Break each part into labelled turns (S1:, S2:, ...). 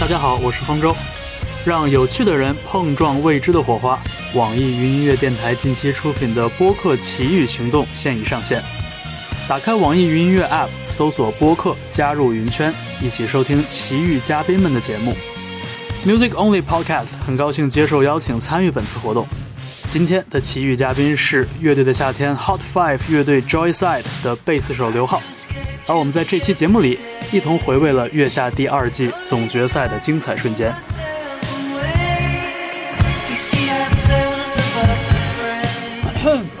S1: 大家好，我是方舟，让有趣的人碰撞未知的火花。网易云音乐电台近期出品的播客《奇遇行动》现已上线，打开网易云音乐 App，搜索播客，加入云圈，一起收听奇遇嘉宾们的节目。Music Only Podcast 很高兴接受邀请参与本次活动。今天的奇遇嘉宾是乐队的夏天 Hot Five 乐队 Joyside 的贝斯手刘浩，而我们在这期节目里一同回味了月下第二季总决赛的精彩瞬间。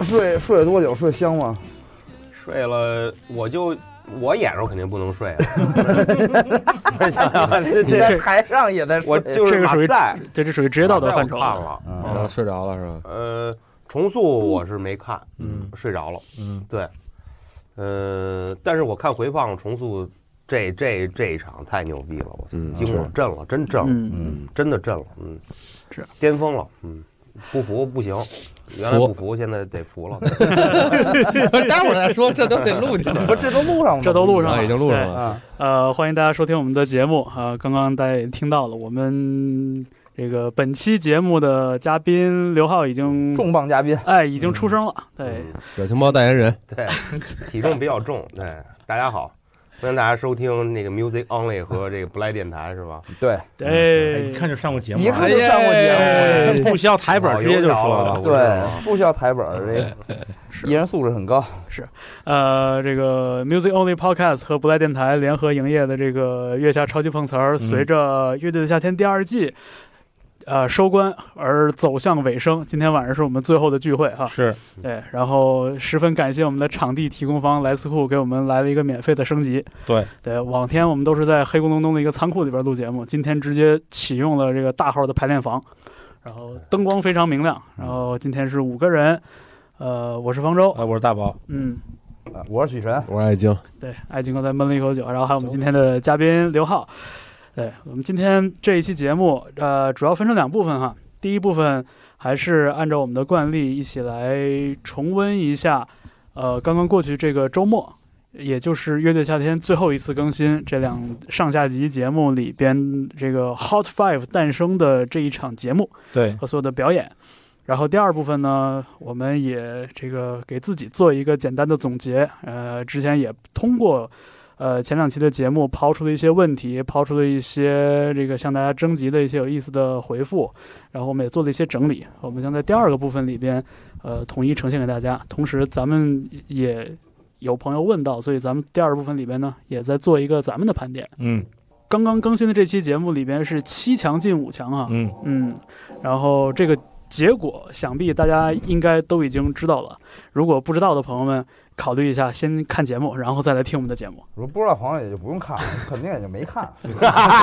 S2: 睡睡了多久？睡香吗？
S3: 睡了，我就我眼睛肯定不能睡了。我想想，这
S2: 你
S3: 这
S2: 在台上也在睡，
S3: 我就是
S1: 这个
S3: 马
S1: 属于
S3: 赛，
S1: 对，这属于职业道德
S3: 马赛我
S1: 范畴
S3: 看。了，
S2: 嗯
S4: 然后睡着了是吧？
S3: 呃，重塑我是没看，
S4: 嗯
S3: 睡着了。
S4: 嗯，
S3: 对，呃，但是我看回放重塑这这这一场太牛逼了，我
S4: 嗯
S3: 惊了
S4: 是，
S3: 震了，真震了，
S1: 嗯，
S4: 嗯，
S3: 真的震了，嗯，
S1: 是
S3: 巅峰了，嗯，不服不行，原来
S4: 服
S3: 不服，现在得服了。
S4: 待会儿再说，这都得录进去。
S2: 不是这都录上了吗，
S1: 这都录上
S4: 啊
S1: 了，
S4: 已经录上
S1: 对
S4: 了
S2: 啊，
S1: 呃，欢迎大家收听我们的节目啊、刚刚大家也听到了，我们这个本期节目的嘉宾刘浩已经
S2: 重磅嘉宾，
S1: 哎已经出生了，对，
S3: 嗯
S4: 表情包代言人，
S3: 对，体重比较重。对，大家好，欢迎大家收听那个 Music Only 和这个不赖电台是吧？
S2: 对，
S5: 哎，
S1: 哎，
S5: 一看就上过节目啊，哎
S2: 一看就上过
S4: 哎
S2: 节
S5: 不需要台本，直接就说
S3: 好
S5: 了
S3: 有。
S2: 目，对，不需要台本儿，这
S1: 是
S2: 艺人素质很高，
S1: 呃，这个 Music Only Podcast 和不赖电台联合营业的这个月下超级碰瓷儿，
S5: 嗯
S1: 随着《乐队的夏天》第二季。呃，收官而走向尾声。今天晚上是我们最后的聚会哈，
S5: 是
S1: 对，然后十分感谢我们的场地提供方莱斯库给我们来了一个免费的升级，
S5: 对，
S1: 对，往天我们都是在黑咕隆咚的一个仓库里边录节目，今天直接启用了这个大号的排练房，然后灯光非常明亮，然后今天是五个人，呃，我是方舟，
S5: 啊，我是大宝，
S1: 嗯，
S2: 啊我是许晨，
S4: 我是爱京，
S1: 对，爱情刚才闷了一口酒，然后还有我们今天的嘉宾刘浩，对我们今天这一期节目，呃，主要分成两部分哈，第一部分还是按照我们的惯例一起来重温一下，呃，刚刚过去这个周末。也就是乐队夏天最后一次更新这两上下集节目里边这个 Hot Five 诞生的这一场节目，
S5: 对，
S1: 和所有的表演。然后第二部分呢，我们也这个给自己做一个简单的总结。呃，之前也通过呃前两期的节目抛出了一些问题，抛出了一些这个向大家征集的一些有意思的回复，然后我们也做了一些整理。我们将在第二个部分里边呃统一呈现给大家。同时，咱们也有朋友问到，所以咱们第二部分里边呢，也在做一个咱们的盘点。
S5: 嗯
S1: 刚刚更新的这期节目里边是七强进五强啊，
S5: 嗯，
S1: 嗯，然后这个结果想必大家应该都已经知道了。如果不知道的朋友们，考虑一下，先看节目，然后再来听我们的节目。
S2: 我说不知道朋友也就不用看了，肯定也就没看，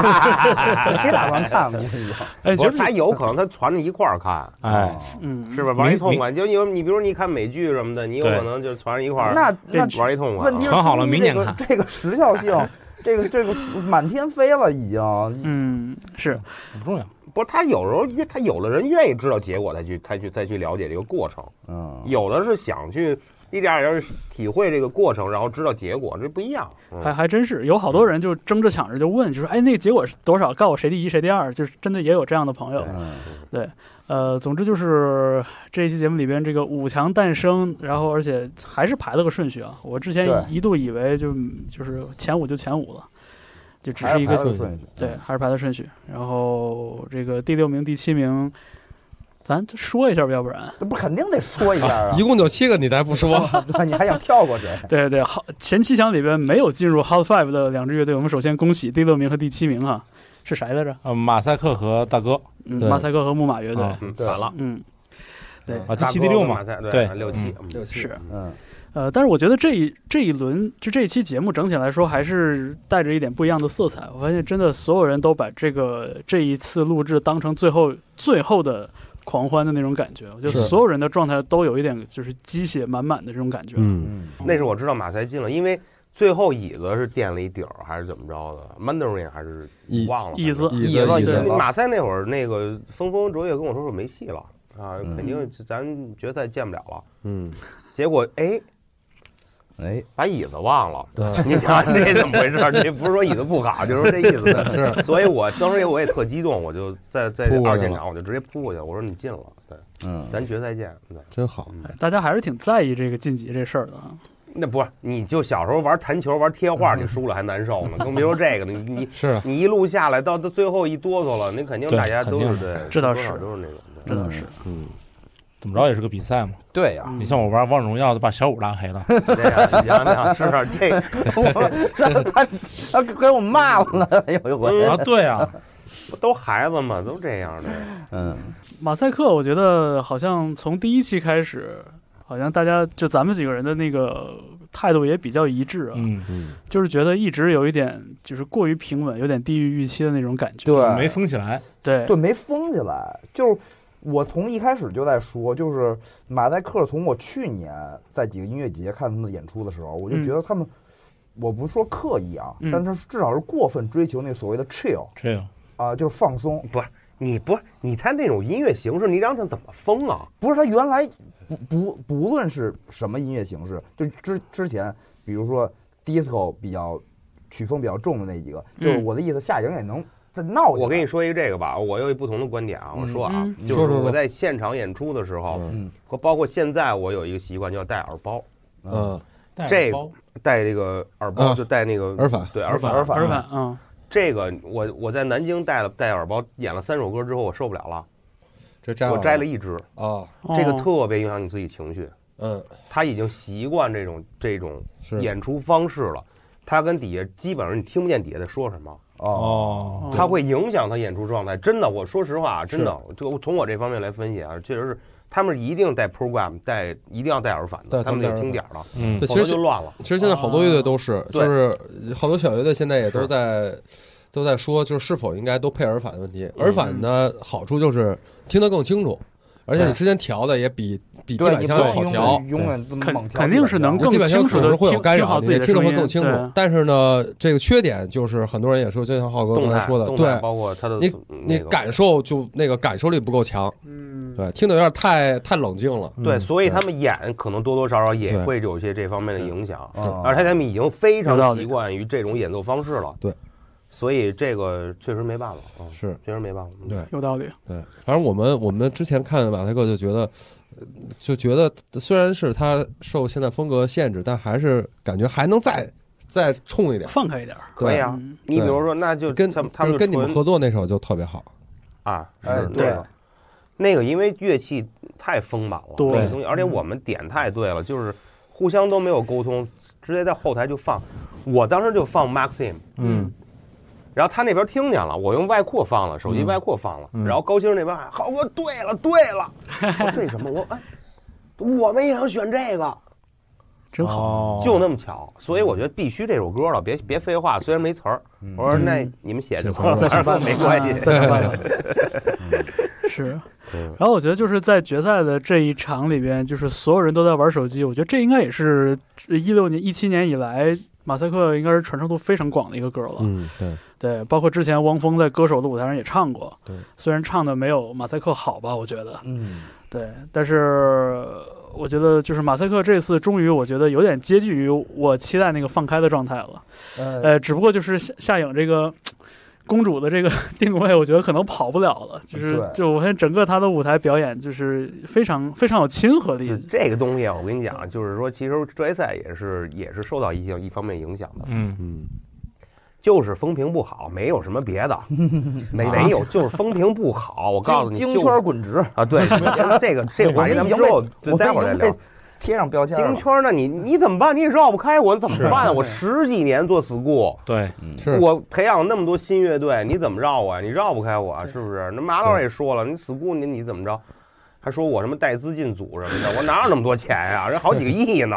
S2: 没打算看了就已经，哦
S1: 哎，你
S3: 不
S1: 觉得
S3: 是，他有可能他传着一块儿看，
S5: 哎，
S1: 嗯，
S3: 是不是？玩一
S5: 明
S3: 痛快，就你你比如你看美剧什么的，你有
S5: 对
S3: 可能就传着一块儿
S2: 那那
S3: 玩一痛快
S2: 问
S3: 啊。
S2: 题是
S5: 传好了
S2: 第一
S5: 明年
S2: 这个
S5: 看
S2: 这个时效性，这个这个满天飞了已经，
S1: 嗯，是
S5: 不重要，
S3: 不是，他有时候愿他有的人愿意知道结果，才去才去再去了解这个过程；
S2: 嗯，
S3: 有的是想去一点儿一点儿体会这个过程，然后知道结果，这不一样。嗯
S1: 还还真是有好多人就争着抢着就问，就说哎，那个结果是多少？告诉我谁第一谁第二？就是真的也有这样的朋友。
S2: 嗯
S1: 呃，总之就是这一期节目里边这个五强诞生，然后而且还是排了个顺序啊。我之前
S2: 对
S1: 一度以为就就是前五就前五了，就只
S2: 还
S1: 是
S2: 是
S1: 一个
S2: 排了顺序，
S1: 对，还是排的顺序。然后这个第六名、第七名，咱就说一下吧，要不然，
S2: 这不肯定得说一下啊
S4: 哦一，共就七个，你才不说，
S2: 你还想跳过谁？
S1: 对对，好，前七强里边没有进入 Hot Five 的两支乐队，我们首先恭喜第六名和第七名啊，是谁来着？
S5: 呃，马赛克和大哥
S1: 嗯，
S4: 对
S1: 马赛克和木马乐队。
S5: 啊
S3: 嗯
S2: 对
S3: 反了，
S1: 嗯，对，
S5: 啊，第
S3: 大
S5: 七
S3: 哥
S5: 第六
S3: 跟
S5: 嘛
S3: 马，赛对
S5: 对
S3: 六七嗯
S1: 是，
S2: 嗯，
S1: 呃，但是我觉得这一这一轮就这一期节目整体来说还是带着一点不一样的色彩。我发现真的所有人都把这个这一次录制当成最后最后的狂欢的那种感觉，我觉得
S4: 是
S1: 所有人的状态都有一点就是鸡血满满的这种感觉。
S4: 嗯，
S2: 嗯，
S3: 那是我知道马赛进了，因为最后椅子是垫了一底儿还是怎么着的，Mandarin 还是
S4: 椅
S3: 忘嗯了
S1: 椅子
S4: 椅
S2: 椅子
S4: 子椅
S2: 椅
S3: 那
S2: 子
S4: 子，
S3: 马赛那会儿，那个风风卓越跟我说说没戏了啊，
S2: 嗯
S3: 肯定咱决赛见不了了。
S4: 嗯，
S3: 结果哎，
S2: 哎，
S3: 把椅子忘了。
S4: 对，
S3: 你想这怎么回事儿？这不是说椅子不好，就是这意思。
S4: 是，
S3: 所以我当时我也特激动，我就在在
S4: 扑过去了
S3: 二现场，我就直接扑过去，我说你进了，对，
S2: 嗯，
S3: 咱决赛见。对，嗯
S4: 真好。
S1: 大家还是挺在意这个晋级这事儿的啊。
S3: 那不是你就小时候玩弹球玩贴画，你输了还难受呢，更别说这个了。你你
S4: 是啊，
S3: 你一路下来到到最后一哆嗦了，你肯定
S5: 对
S3: 大家都是
S5: 肯定
S3: 对，
S1: 这倒
S3: 多少
S1: 是
S3: 都是那种。
S1: 这
S3: 对
S1: 倒是，啊
S4: 嗯，
S5: 怎么着也是个比赛嘛。
S2: 对呀，
S5: 你像我玩王者荣耀，都把小五拉黑了，
S3: 这样，你想想，是吧？这
S2: 他他他给我骂 我了，有一回，
S5: 啊，对啊，
S3: 不嗯都孩子嘛，都这样的。
S2: 嗯，
S1: 马赛克，我觉得好像从第一期开始，好像大家就咱们几个人的那个态度也比较一致啊，
S5: 嗯，
S1: 就是觉得一直有一点就是过于平稳，有点低于预期的那种感觉。
S2: 对，
S5: 没封起来，
S1: 对
S2: 对，没封起来。就是我从一开始就在说，就是马赛克，从我去年在几个音乐节看他们的演出的时候，我就
S1: 嗯
S2: 觉得他们，我不是说刻意啊，
S1: 嗯
S2: 但是至少是过分追求那所谓的 chill
S5: 这个
S2: 啊、就是放松。
S3: 不是你不是你他那种音乐形式，你让他怎么疯啊？
S2: 不是他原来不不不论是什么音乐形式，就之之前，比如说 disco 比较曲风比较重的那几个，就是
S1: 嗯
S2: 我的意思，下影也能再闹起来。
S3: 我跟你说一个这个吧，我有一不同的观点啊。我说啊
S1: 嗯，
S4: 嗯
S3: 就
S4: 说
S3: 是
S4: 说
S3: 我
S4: 说
S3: 在现场演出的时候，
S2: 嗯
S3: 和包括现在，我有一个习惯，叫戴耳包，
S4: 嗯，
S5: 带
S3: 这
S5: 着包
S3: 戴这个耳包
S4: 啊
S3: 就戴那个
S4: 耳返
S3: 对耳返
S2: 耳返
S1: 耳返
S3: 嗯
S1: 啊，
S3: 这个我我在南京戴了戴耳包，演了三首歌之后，我受不了了，
S4: 这摘
S3: 我摘了一支，
S4: 哦，
S1: 哦
S3: 这个特别影响你自己情绪。
S4: 嗯，
S3: 他已经习惯这种这种
S4: 是
S3: 演出方式了，他跟底下基本上你听不见底下在说什么。
S2: 哦，
S5: 哦，
S3: 它会影响他演出状态。真的，我说实话啊，真的，就从我这方面来分析啊，确实是他们一定带 program，带一定要带耳返
S4: 对
S3: 的，他们
S4: 他
S3: 得
S4: 们戴
S3: 听点
S4: 耳返
S3: 儿了，
S5: 嗯
S4: 对，
S3: 否
S4: 其
S3: 则
S4: 实
S3: 就乱了。
S4: 其实现在好多乐队都是，就
S3: 对
S4: 是好多小乐队现在也都
S3: 是
S4: 在都在说，就是是否应该都配耳返的问题。耳返的好处就是听得更清楚，而且你
S3: 对
S4: 之前调的也比比地
S2: 对，
S4: 板
S2: 你
S4: 箱
S2: 不
S4: 要
S2: 能
S4: 好
S2: 永
S4: 调
S2: 远。永远这么猛
S1: 肯
S2: 跳，
S1: 肯定是能
S4: 就
S1: 更
S4: 地板箱
S1: 清
S4: 可
S1: 楚
S4: 能
S1: 的
S4: 会有干扰，
S1: 自
S4: 你
S1: 己的
S4: 听得
S1: 声
S4: 会
S1: 音，
S4: 更清楚
S1: 对。
S4: 但是呢，这个缺点就是很多人也说，就像浩哥
S3: 动
S4: 刚才
S3: 态
S4: 说的，
S3: 动态
S4: 对
S3: 包括他的
S4: 你
S3: 那
S4: 你
S3: 个
S4: 感受就那个感受力不够强，
S1: 嗯，
S4: 对，听得有点太太冷静了。
S3: 对，
S5: 嗯
S3: 所以他们演可能多多少少也
S4: 对
S3: 会有些这方面的影响，
S2: 啊，
S3: 而且他们已经非
S1: 有道
S3: 常
S1: 理
S3: 习惯于这种演奏方式了。
S4: 对，
S3: 所以这个确实没办法啊，
S4: 是
S3: 确实没办法。嗯
S4: 对
S1: 有道理。
S4: 对，反正我们我们之前看马赛克就觉得，呃就觉得虽然是他受现在风格限制，但还是感觉还能再再冲一点。
S1: 放开一点儿，
S3: 可以
S4: 对，
S3: 啊
S1: 嗯。
S3: 你比如说，那就
S4: 跟
S3: 他们他们
S4: 就
S3: 就是
S4: 跟你们
S3: 纯
S4: 合作那首就特别好。
S3: 啊，是
S2: 哎
S3: 那
S2: 对
S3: 个那个，因为乐器太丰满了，
S1: 对
S3: 那个东西，而且我们点太对了，就是互相都没有沟通，直接在后台就放。我当时就放 Maxim，
S5: 嗯
S3: 然后他那边听见了，我用外扩放了，手机
S5: 嗯
S3: 外扩放了，
S5: 嗯
S3: 然后高鑫那边喊：“浩哥，对了，对了， 我说对什么？我哎，我们也想选这个，
S1: 真好。
S5: 好
S3: 哦就那么巧，所以我觉得必须这首歌了，别别废话，虽然没词儿，
S2: 嗯
S3: 我说那你们写就
S4: 写
S3: 行
S4: 词 儿
S3: 了，
S4: 吧
S3: 反正哦没 关系。
S1: 啊再想办 法。是，
S3: 嗯
S1: 然后我觉得就是在决赛的这一场里边，就是所有人都在玩手机，我觉得这应该也是一六年、一七年以来马赛克应该是传唱度非常广的一个歌了。
S4: 嗯，对，
S1: 对，包括之前汪峰在歌手的舞台上也唱过，
S4: 对，
S1: 虽然唱的没有马赛克好吧，我觉得，
S2: 嗯，
S1: 对，但是我觉得就是马赛克这次终于我觉得有点接近于我期待那个放开的状态了。
S3: 哎
S2: 呃，
S1: 呃，只不过就是夏夏颖这个公主的这个 定位，我觉得可能跑不了了。就是
S2: 对
S1: 就我看整个她的舞台表演，就是非常非常有亲和力
S3: 就。这个东西啊，我跟你讲啊，就是说，其实决赛也是也是受到一些一方面影响的，
S5: 嗯
S4: 嗯，
S3: 就是风评不好，没有什么别的，没没有，就是风评不好。我告诉你，
S2: 京
S3: 就
S2: 京圈滚直，
S3: 啊，对，这个这个
S2: 我
S3: 话
S2: 们
S3: 题咱
S2: 已
S3: 们
S2: 经
S3: 之
S2: 被
S3: 后
S2: 我
S3: 待
S2: 们
S3: 会儿再
S2: 已经被
S3: 聊。
S2: 贴上标签了
S3: 京。圈呢，你你怎么办？你也绕不开我，怎么办？我十几年做 school，
S5: 对，
S4: 是
S3: 我培养那么多新乐队，你怎么绕啊我呀？你绕不开我，是不是？那马老师也说了，你 school 你你怎么着？还说我什么带资进组什么的，我哪有那么多钱呀、人好几个亿呢。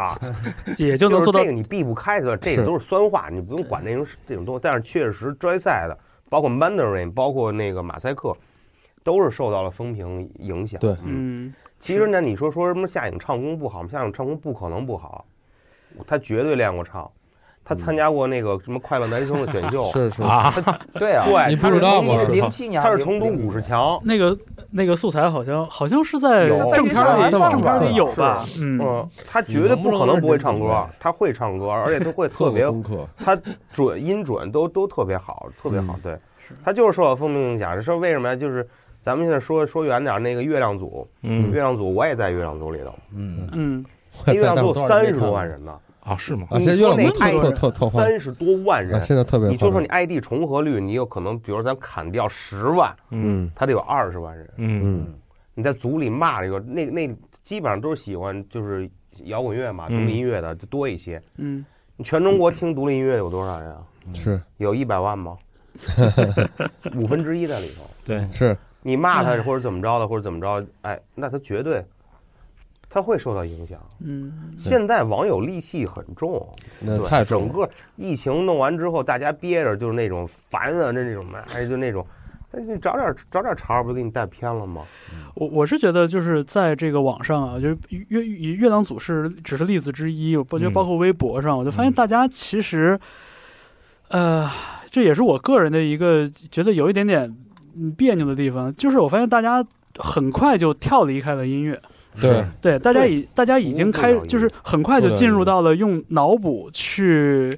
S1: 也就能
S3: 是
S1: 做到
S3: 这个你避不开的，这
S4: 是
S3: 个都是酸话，你不用管这种这种东西。但是确实专业赛的，包括 Mandarin，包括那个马赛克，都是受到了风评影响。
S4: 对
S3: 嗯，
S1: 嗯，
S3: 其实呢，你说说什么夏颖唱功不好吗？夏颖唱功不可能不好，他绝对练过唱，他参加过那个什么快乐男声的选秀，
S4: 是是，
S5: 啊，
S2: 对啊，
S3: 对，
S4: 你
S3: 他
S4: 不
S3: 是
S4: 知道
S3: 从
S4: 吗
S3: 零
S2: 零七年
S3: 他是重读五十，强，
S1: 那个那个素材好像好像是在
S3: 有
S1: 正片
S2: 在
S1: 里
S2: 那上
S1: 正片里
S2: 是
S1: 有吧？嗯，
S3: 嗯，他绝对不可能不会唱歌，他会唱歌，而且他会特
S4: 做
S3: 别
S4: 过功课，
S3: 他准音准都都特别好，特别好。
S4: 嗯
S3: 对，他就是受到风评影响。这说为什么呀？就是咱们现在说说远点儿，那个月亮组，
S5: 嗯
S3: 月亮组我也在月亮组里头，
S2: 嗯，
S1: 嗯，
S4: 我
S3: 月
S4: 在
S3: 亮
S4: 大
S3: 组
S4: 陆多少
S3: 三
S4: 没
S3: 十多
S4: 看
S3: 万
S4: 过
S3: 人呢，
S5: 啊是吗？
S4: 啊，现在
S3: 你
S4: 越
S3: 说
S4: 来越
S3: 那
S4: 特特特特慌
S3: 三十多万人
S4: 啊，。现在特别
S3: 你就
S4: 慌
S3: 说你 ID 重合率，你有可能，比如咱砍掉十万，
S4: 嗯
S3: 他得有二十万人。
S5: 嗯
S4: 嗯
S3: 你在组里骂这个，那那基本上都是喜欢就是摇滚乐嘛，独立音乐的就多一些。
S1: 嗯，
S3: 你全中国听独立音乐有多少人啊？
S4: 嗯是
S3: 有一百万吗？ 五分之一在里头。
S5: 对，
S4: 是
S3: 你骂
S4: 哎
S3: 他或者怎么着的，或者怎么着，哎，那他绝对他会受到影响。
S1: 嗯，
S3: 现在网友戾气很重，
S4: 那
S3: 对
S4: 嗯太重
S3: 整
S4: 了
S3: 个疫情弄完之后，大家憋着就是那种烦啊，这那种哎就那种，那你找点找点茬儿，不就给你带偏了吗？
S1: 我我是觉得就是在这个网上啊，就是月月月亮组是只是例子之一，我觉得
S5: 嗯
S1: 包括微博上，我就发现大家其实，呃，这也是我个人的一个觉得有一点点嗯别扭的地方，就是我发现大家很快就跳离开了音乐。
S4: 对
S1: 对，大家已大家已经开
S3: 不了，解
S1: 就是很快就
S4: 不了解
S1: 进入到了用脑补去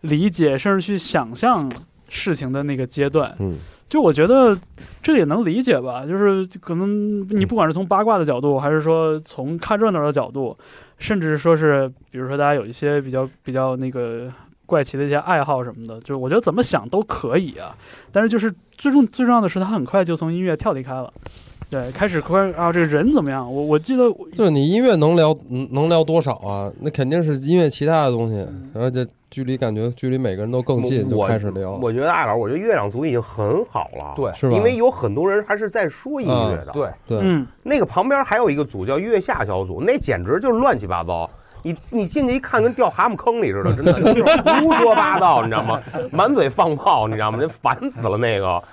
S1: 理解，甚至去想象事情的那个阶段。
S4: 嗯
S1: 就我觉得这也能理解吧，就是可能你不管是从八卦的角度，还是说从看热闹的角度，甚至说是比如说大家有一些比较比较那个怪奇的一些爱好什么的，就是我觉得怎么想都可以啊。但是就是最重最重要的是，他很快就从音乐跳离开了。对，开始快啊，这个人怎么样？我我记得我
S4: 就是你音乐能聊能能聊多少啊？那肯定是音乐其他的东西，而且距离感觉距离每个人都更近，就
S3: 嗯我
S4: 开始聊，
S3: 我觉得艾老师，我觉得月亮族已经很好了，，
S2: 对
S4: 哦是吧
S3: 因？为有很多人还是在说音乐的，
S2: 对，
S4: 对，
S1: 嗯，
S3: 那个旁边还有一个组叫月下小组，那简直就是乱七八糟。你你进去一看，跟掉蛤蟆坑里似的，真的就是胡说八道，你知道吗？满嘴放炮，你知道吗？那烦死了那个。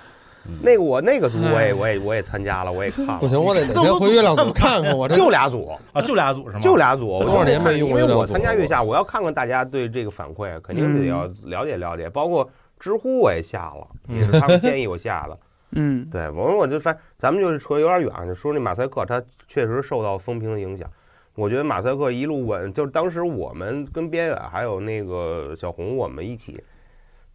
S3: 那个我那个组我也我也我也参加了，我也看了
S4: 嗯不，行，我得哪天回月亮组看看，我这
S3: 就俩组，
S5: 啊就俩组是吗？
S3: 就俩组，我
S4: 多少年没用
S3: 因
S4: 过
S3: 为
S4: 月亮组
S3: 我
S4: 了嗯
S3: 参加月下，我要看看大家对这个反馈，肯定得要了解了解。包括知乎我也下了，也是 他们建议我下的。
S1: 嗯
S3: 对，我我就反咱们就是扯有点远，就说那马赛克，他确实受到风评的影响。我觉得马赛克一路稳，就是当时我们跟边远还有那个小红，我们一起，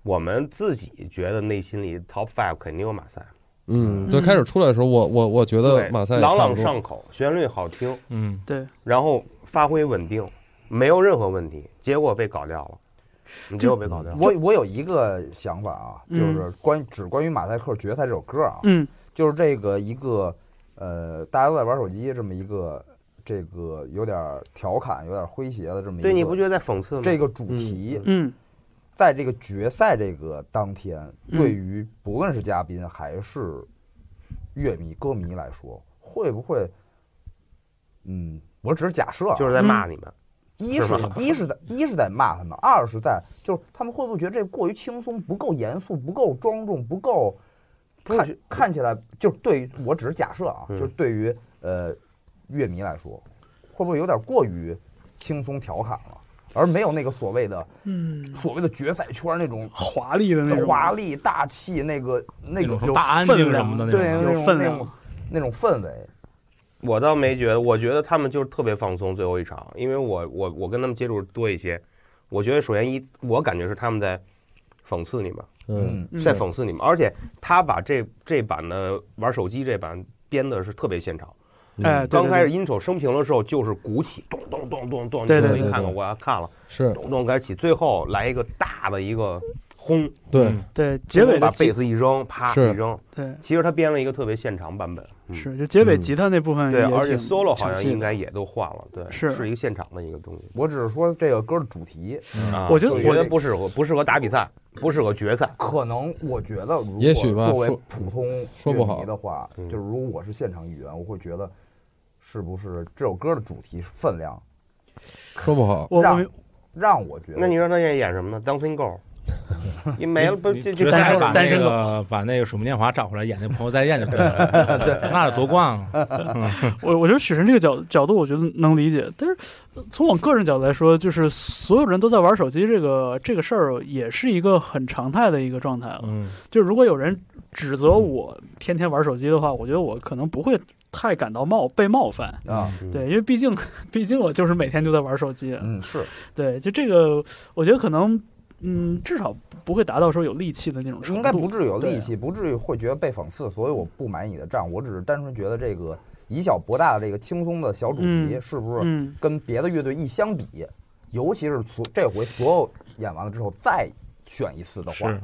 S3: 我们自己觉得内心里 top five 肯定有马赛，
S4: 嗯，就开始出来的时候，我我我觉得
S3: 对，
S4: 马赛也
S3: 朗
S4: 差
S3: 朗
S4: 不多
S3: 上口，旋律好听，
S5: 嗯，
S3: 然后发挥稳定，没有任何问题，结果被搞掉了，结果被搞
S4: 嗯
S3: 掉了。
S2: 我我有一个想法啊，就
S1: 嗯
S2: 是关于只关于马赛克决赛这首歌啊，
S1: 嗯
S2: 就是这个一个呃，大家都在玩手机这么一个这个有点儿调侃、有点儿诙谐的这么一个，
S4: 嗯
S3: 对，你不觉得在讽刺吗？
S2: 这个主题，
S1: 嗯
S2: 在这个决赛这个当天，
S1: 嗯
S2: 对于不论是嘉宾还是乐迷、歌迷来说，会不会，嗯，我只是假设啊，
S3: 就是在
S4: 嗯
S3: 骂你们。
S2: 一是
S3: 是吧
S2: 一是在一是在骂他们，二是在就是他们会不会觉得这过于轻松，不够严肃，不够庄重，不够
S3: 不
S2: 看
S3: 是
S2: 看起来就是对于我只是假设啊，
S3: 嗯
S2: 就是对于呃乐迷来说，会不会有点过于轻松调侃了，而没有那个所谓的
S1: 嗯，
S2: 所谓的决赛圈那种
S1: 华丽的那种
S2: 华丽大气那个那个
S5: 种什
S1: 有
S5: 么大安
S1: 分
S5: 静什
S1: 量
S5: 么的那
S2: 对
S5: 种，
S2: 那
S1: 有
S2: 种
S1: 分
S2: 那
S1: 量
S2: 种那种氛围，
S3: 我倒没觉得，我觉得他们就是特别放松最后一场，因为我我我跟他们接触多一些，我觉得首先一我感觉是他们在讽刺你们，
S4: 嗯，
S1: 嗯
S3: 在讽刺你们，而且他把这这版的玩手机这版编的是特别现场，
S5: 嗯
S4: 嗯
S1: 哎，对
S3: 刚开始
S1: 对
S3: 音手升平的时候就是鼓起，咚咚咚咚咚，
S1: 对
S4: 对
S3: 我
S4: 对
S3: 一看
S4: 对
S3: 看我要看了，
S4: 是
S3: 咚咚开始起，最后来一个大的一个轰，
S4: 对
S5: 嗯
S1: 对对结尾的
S3: 把嗯贝
S1: 吉
S3: 斯一扔，啪
S4: 是
S3: 一扔，
S1: 对
S3: 其实他编了一个特别现场版本，嗯
S1: 是就结尾
S4: 嗯
S1: 吉他那部分
S3: 对，
S1: 也
S3: 而且
S1: 挺
S3: solo 好
S1: 抢
S3: 像
S1: 戏
S3: 应
S1: 的
S3: 该也都换了，对，
S1: 是
S3: 是一个现场的一个东西。
S2: 我只是说这个歌的主题，
S3: 啊
S1: 我觉得
S3: 我
S1: 我
S3: 觉得不适合，不适合打比赛，不适合决赛。
S2: 可能我觉得，如
S4: 也
S2: 果
S4: 许吧
S2: 作为
S4: 说
S2: 普通
S4: 说不好
S2: 乐迷的话，
S3: 嗯
S2: 就是如果我是现场语言，我会觉得是不是这首歌的主题是分量，
S4: 说不好，
S1: 我我
S2: 让
S1: 明
S2: 让我觉得
S3: 那你让他演演什么呢？Dancing Girl，你没了不
S5: 你
S3: 这
S5: 决
S3: 这
S1: 单
S5: 赛
S1: 身
S5: 把
S1: 单
S5: 那
S1: 身
S5: 个把那个水木年华找回来演那《朋友再见》就对了， 那得多逛啊！
S1: 我我觉得史神这个角角度，我觉得能理解。但是呃从我个人角度来说，就是所有人都在玩手机，这个这个事儿也是一个很常态的一个状态了。
S5: 嗯，
S1: 就如果有人指责我天天玩手机的话，我觉得我可能不会太感到冒被冒犯。
S2: 啊，
S3: 嗯
S1: 对，因为毕竟毕竟我就是每天就在玩手机。
S2: 嗯是，
S1: 对，就这个，我觉得可能。嗯，至少不会达到说有戾气的那种程度。
S2: 应该不至于有
S1: 对
S2: 戾气，不至于会觉得被讽刺，所以我不买你的账。我只是单纯觉得这个以小博大的这个轻松的小主题，
S1: 嗯
S2: 是不是
S1: 嗯，
S2: 跟别的乐队一相比，尤其是所这回所有演完了之后再选一次的话
S5: 是，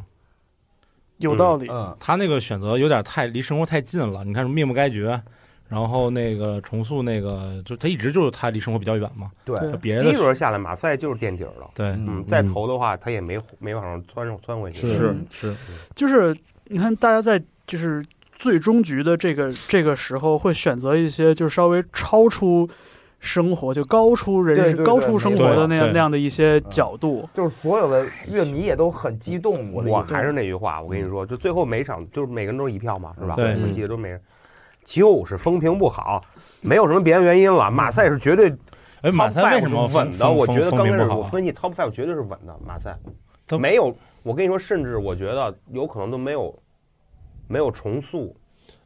S1: 有道理。
S2: 嗯，
S5: 嗯他那个选择有点太离生活太近了。你看，面不该绝，然后那个重塑那个，就他一直就是他离生活比较远嘛。
S2: 对，
S1: 对
S5: 别
S3: 第一
S5: 的
S3: 轮下来马赛就是垫底儿了，
S5: 对
S2: 嗯
S3: 嗯，再投的话他也没没往上窜上窜回去，
S4: 是
S1: 嗯
S5: 是，
S1: 就是你看，大家在就是最终局的这个这个时候，会选择一些就是稍微超出生活，就高出人
S2: 对
S1: 是
S2: 对
S1: 高
S2: 对嗯
S1: 出
S2: 没
S1: 生活
S5: 错
S1: 的那样
S5: 对
S1: 那样的一些角度。
S2: 就是所有的乐迷也都很激动。我的
S3: 我
S2: 意思
S3: 还是那句话，我跟你说，就最后每场就是每个人都是一票嘛，是吧？
S5: 对
S3: 我记得都每人。就是风评不好，没有什么别的原因了。马赛是绝对
S5: 哎， 马
S3: top
S5: 赛为
S3: five
S5: 什么
S3: 是稳的，
S5: 风
S3: 我觉得
S5: 风
S3: 刚开
S5: 评
S3: 始
S5: 不好
S3: 我
S5: 啊？
S3: 分析 top five 绝对是稳的。马赛
S5: 他
S3: 没有，我跟你说，甚至我觉得有可能都没有没有重塑，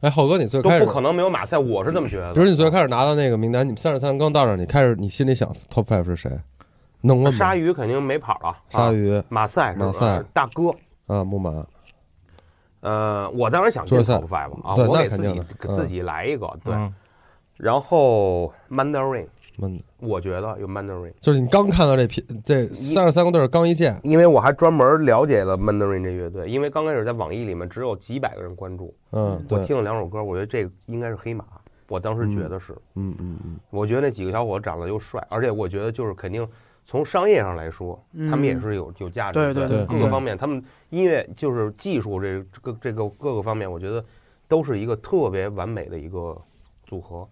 S4: 哎，浩哥，你最
S3: 都
S4: 开始
S3: 不可能没有马赛。我是这么觉得。
S4: 比如你最开始拿到那个名单，你们三十三刚到这儿，你开始你心里想 top five 是谁？能问吗？
S3: 鲨鱼肯定没跑了，
S4: 鲨
S3: 啊、
S4: 鱼
S3: 马赛是吧
S4: 马赛
S3: 大哥。
S4: 啊，木马
S3: 呃，我当然想进
S4: 桌赛
S3: top five 啊，
S4: 对
S3: 我
S4: 那
S3: 给
S4: 肯
S3: 自
S4: 定
S3: 己
S4: 的
S3: 给
S4: 嗯
S3: 自己来一个对。
S5: 嗯
S3: 然后 Mandarin，
S4: 嗯，
S3: 我觉得有 Mandarin，
S4: 就是你刚看到这批这三十三个队儿刚一见，
S3: 因为我还专门了解了 Mandarin 这乐队，因为刚开始在网易里面只有几百个人关注，
S4: 嗯，
S3: 我
S4: 对，
S3: 听了两首歌，我觉得这个应该是黑马，我当时觉得是，
S4: 嗯嗯嗯，
S3: 我觉得那几个小伙子长得又帅，而且我觉得就是肯定从商业上来说，他们也是有有价值
S1: 嗯
S3: 的，
S1: 对
S4: 对对嗯
S3: 各个方面，他们音乐就是技术这这个这个各个方面，我觉得都是一个特别完美的一个组合，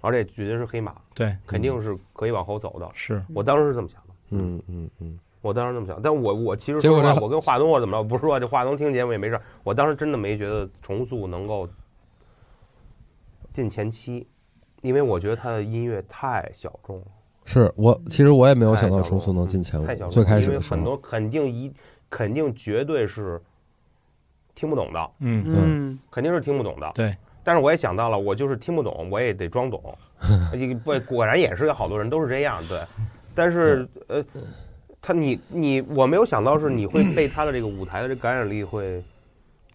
S3: 而且绝对是黑马，
S5: 对，
S3: 肯定是可以往后走
S1: 嗯
S3: 的。
S5: 是
S3: 我当时是这么想的，
S4: 嗯嗯嗯，
S3: 我当时这么想，但我我其实
S4: 结果
S3: 说实话
S4: 这
S3: 我跟华东或者怎么着，不是说这华东听节目也没事儿，我当时真的没觉得重塑能够进前期，因为我觉得他的音乐太小众了。
S4: 是我其实我也没有
S3: 太
S4: 想到
S3: 小
S4: 重
S3: 众
S4: 塑能进前
S3: 太小众，
S4: 五，最开始
S3: 因为
S4: 的时
S3: 很
S4: 候，
S3: 多肯定一肯定绝对是听不懂的，
S5: 嗯
S1: 嗯，
S3: 肯定是听不懂的。
S5: 对，
S3: 但是我也想到了，我就是听不懂，我也得装懂。一不，果然也是有好多人都是这样，对。但是呃，他你你我没有想到是你会被他的这个舞台的这感染力会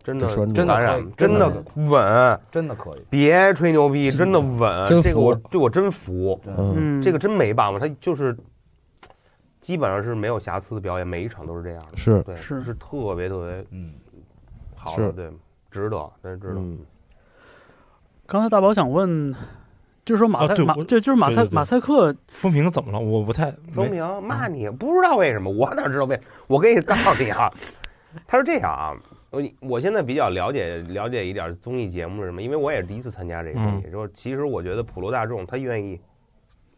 S3: 真的
S4: 就拴住
S3: 感染，真
S2: 真的
S3: 的稳，
S2: 真的可以，
S3: 别吹牛逼，真的稳
S4: 真，
S3: 这个
S4: 服
S3: 我对我真服。
S2: 真的
S4: 嗯，
S1: 嗯，
S3: 这个真没办法，他就是基本上是没有瑕疵的表演，每一场都是这样的。
S4: 是，
S3: 对，
S1: 是
S3: 是特别特别
S2: 嗯，
S3: 好
S4: 是
S3: 的，对，值得，真是值得。
S4: 嗯
S1: 刚才大宝想问，就是说马
S5: 啊
S1: 赛
S5: 对
S1: 马
S5: 我
S1: 就就是马赛
S5: 对对对
S1: 马赛克，
S5: 风评怎么了？我不太
S3: 风
S5: 没啊
S3: 明骂你不知道为什么，我哪知道为？我给你告诉你啊， 他是这样啊，我我现在比较了解了解一点综艺节目是什么，因为我也是第一次参加这个东
S5: 嗯
S3: 西。说其实我觉得普罗大众他愿意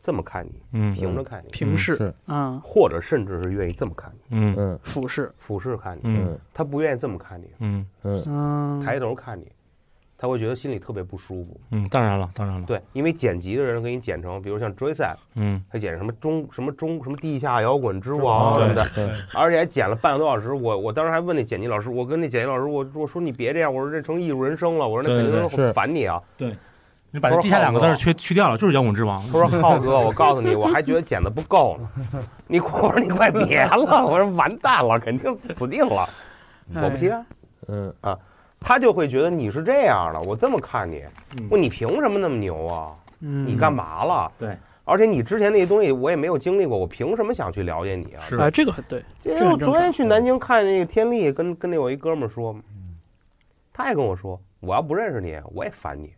S3: 这么看你，
S5: 嗯
S3: 平着看你，
S1: 平视
S4: 是，
S1: 啊，
S3: 或者甚至是愿意这么看你，
S5: 嗯
S4: 嗯
S1: 俯视，
S3: 俯视看你，
S5: 嗯
S4: 嗯
S3: 他不愿意这么看你，
S5: 嗯
S4: 嗯
S1: 嗯，
S3: 抬头看你，他会觉得心里特别不舒服。
S5: 嗯，当然了，当然了，
S3: 对，因为剪辑的人给你剪成，比如像 j o y s e
S5: 嗯
S3: 他剪什么中什么中什么地下摇滚之王什么的，
S5: 哦对，
S3: 而且还剪了半个多小时。我我当时还问那剪辑老师，我跟那剪辑老师，我我说你别这样，我说这成艺术人生了，我说那
S5: 对
S3: 肯
S5: 对
S3: 定
S4: 是
S3: 很烦你啊。
S5: 你把这地下两个字儿去去掉了，就是摇滚之王。
S3: 他说浩哥，我告诉你，我还觉得剪的不够呢。你我说你快别了，我说完蛋了，肯定死定了。我不
S1: 哎
S3: 接啊，
S4: 嗯，
S3: 他就会觉得你是这样的，我这么看你，
S5: 嗯
S3: 不你凭什么那么牛啊？
S1: 嗯，
S3: 你干嘛了？
S5: 对，
S3: 而且你之前那些东西我也没有经历过，我凭什么想去了解你啊？
S5: 是
S1: 哎，这个很对，
S3: 因
S1: 这
S3: 为我
S1: 很正
S3: 昨天
S1: 常。
S3: 去南京看那个天力，跟跟那我一哥们儿说，他也跟我说，我要不认识你，我也烦 你。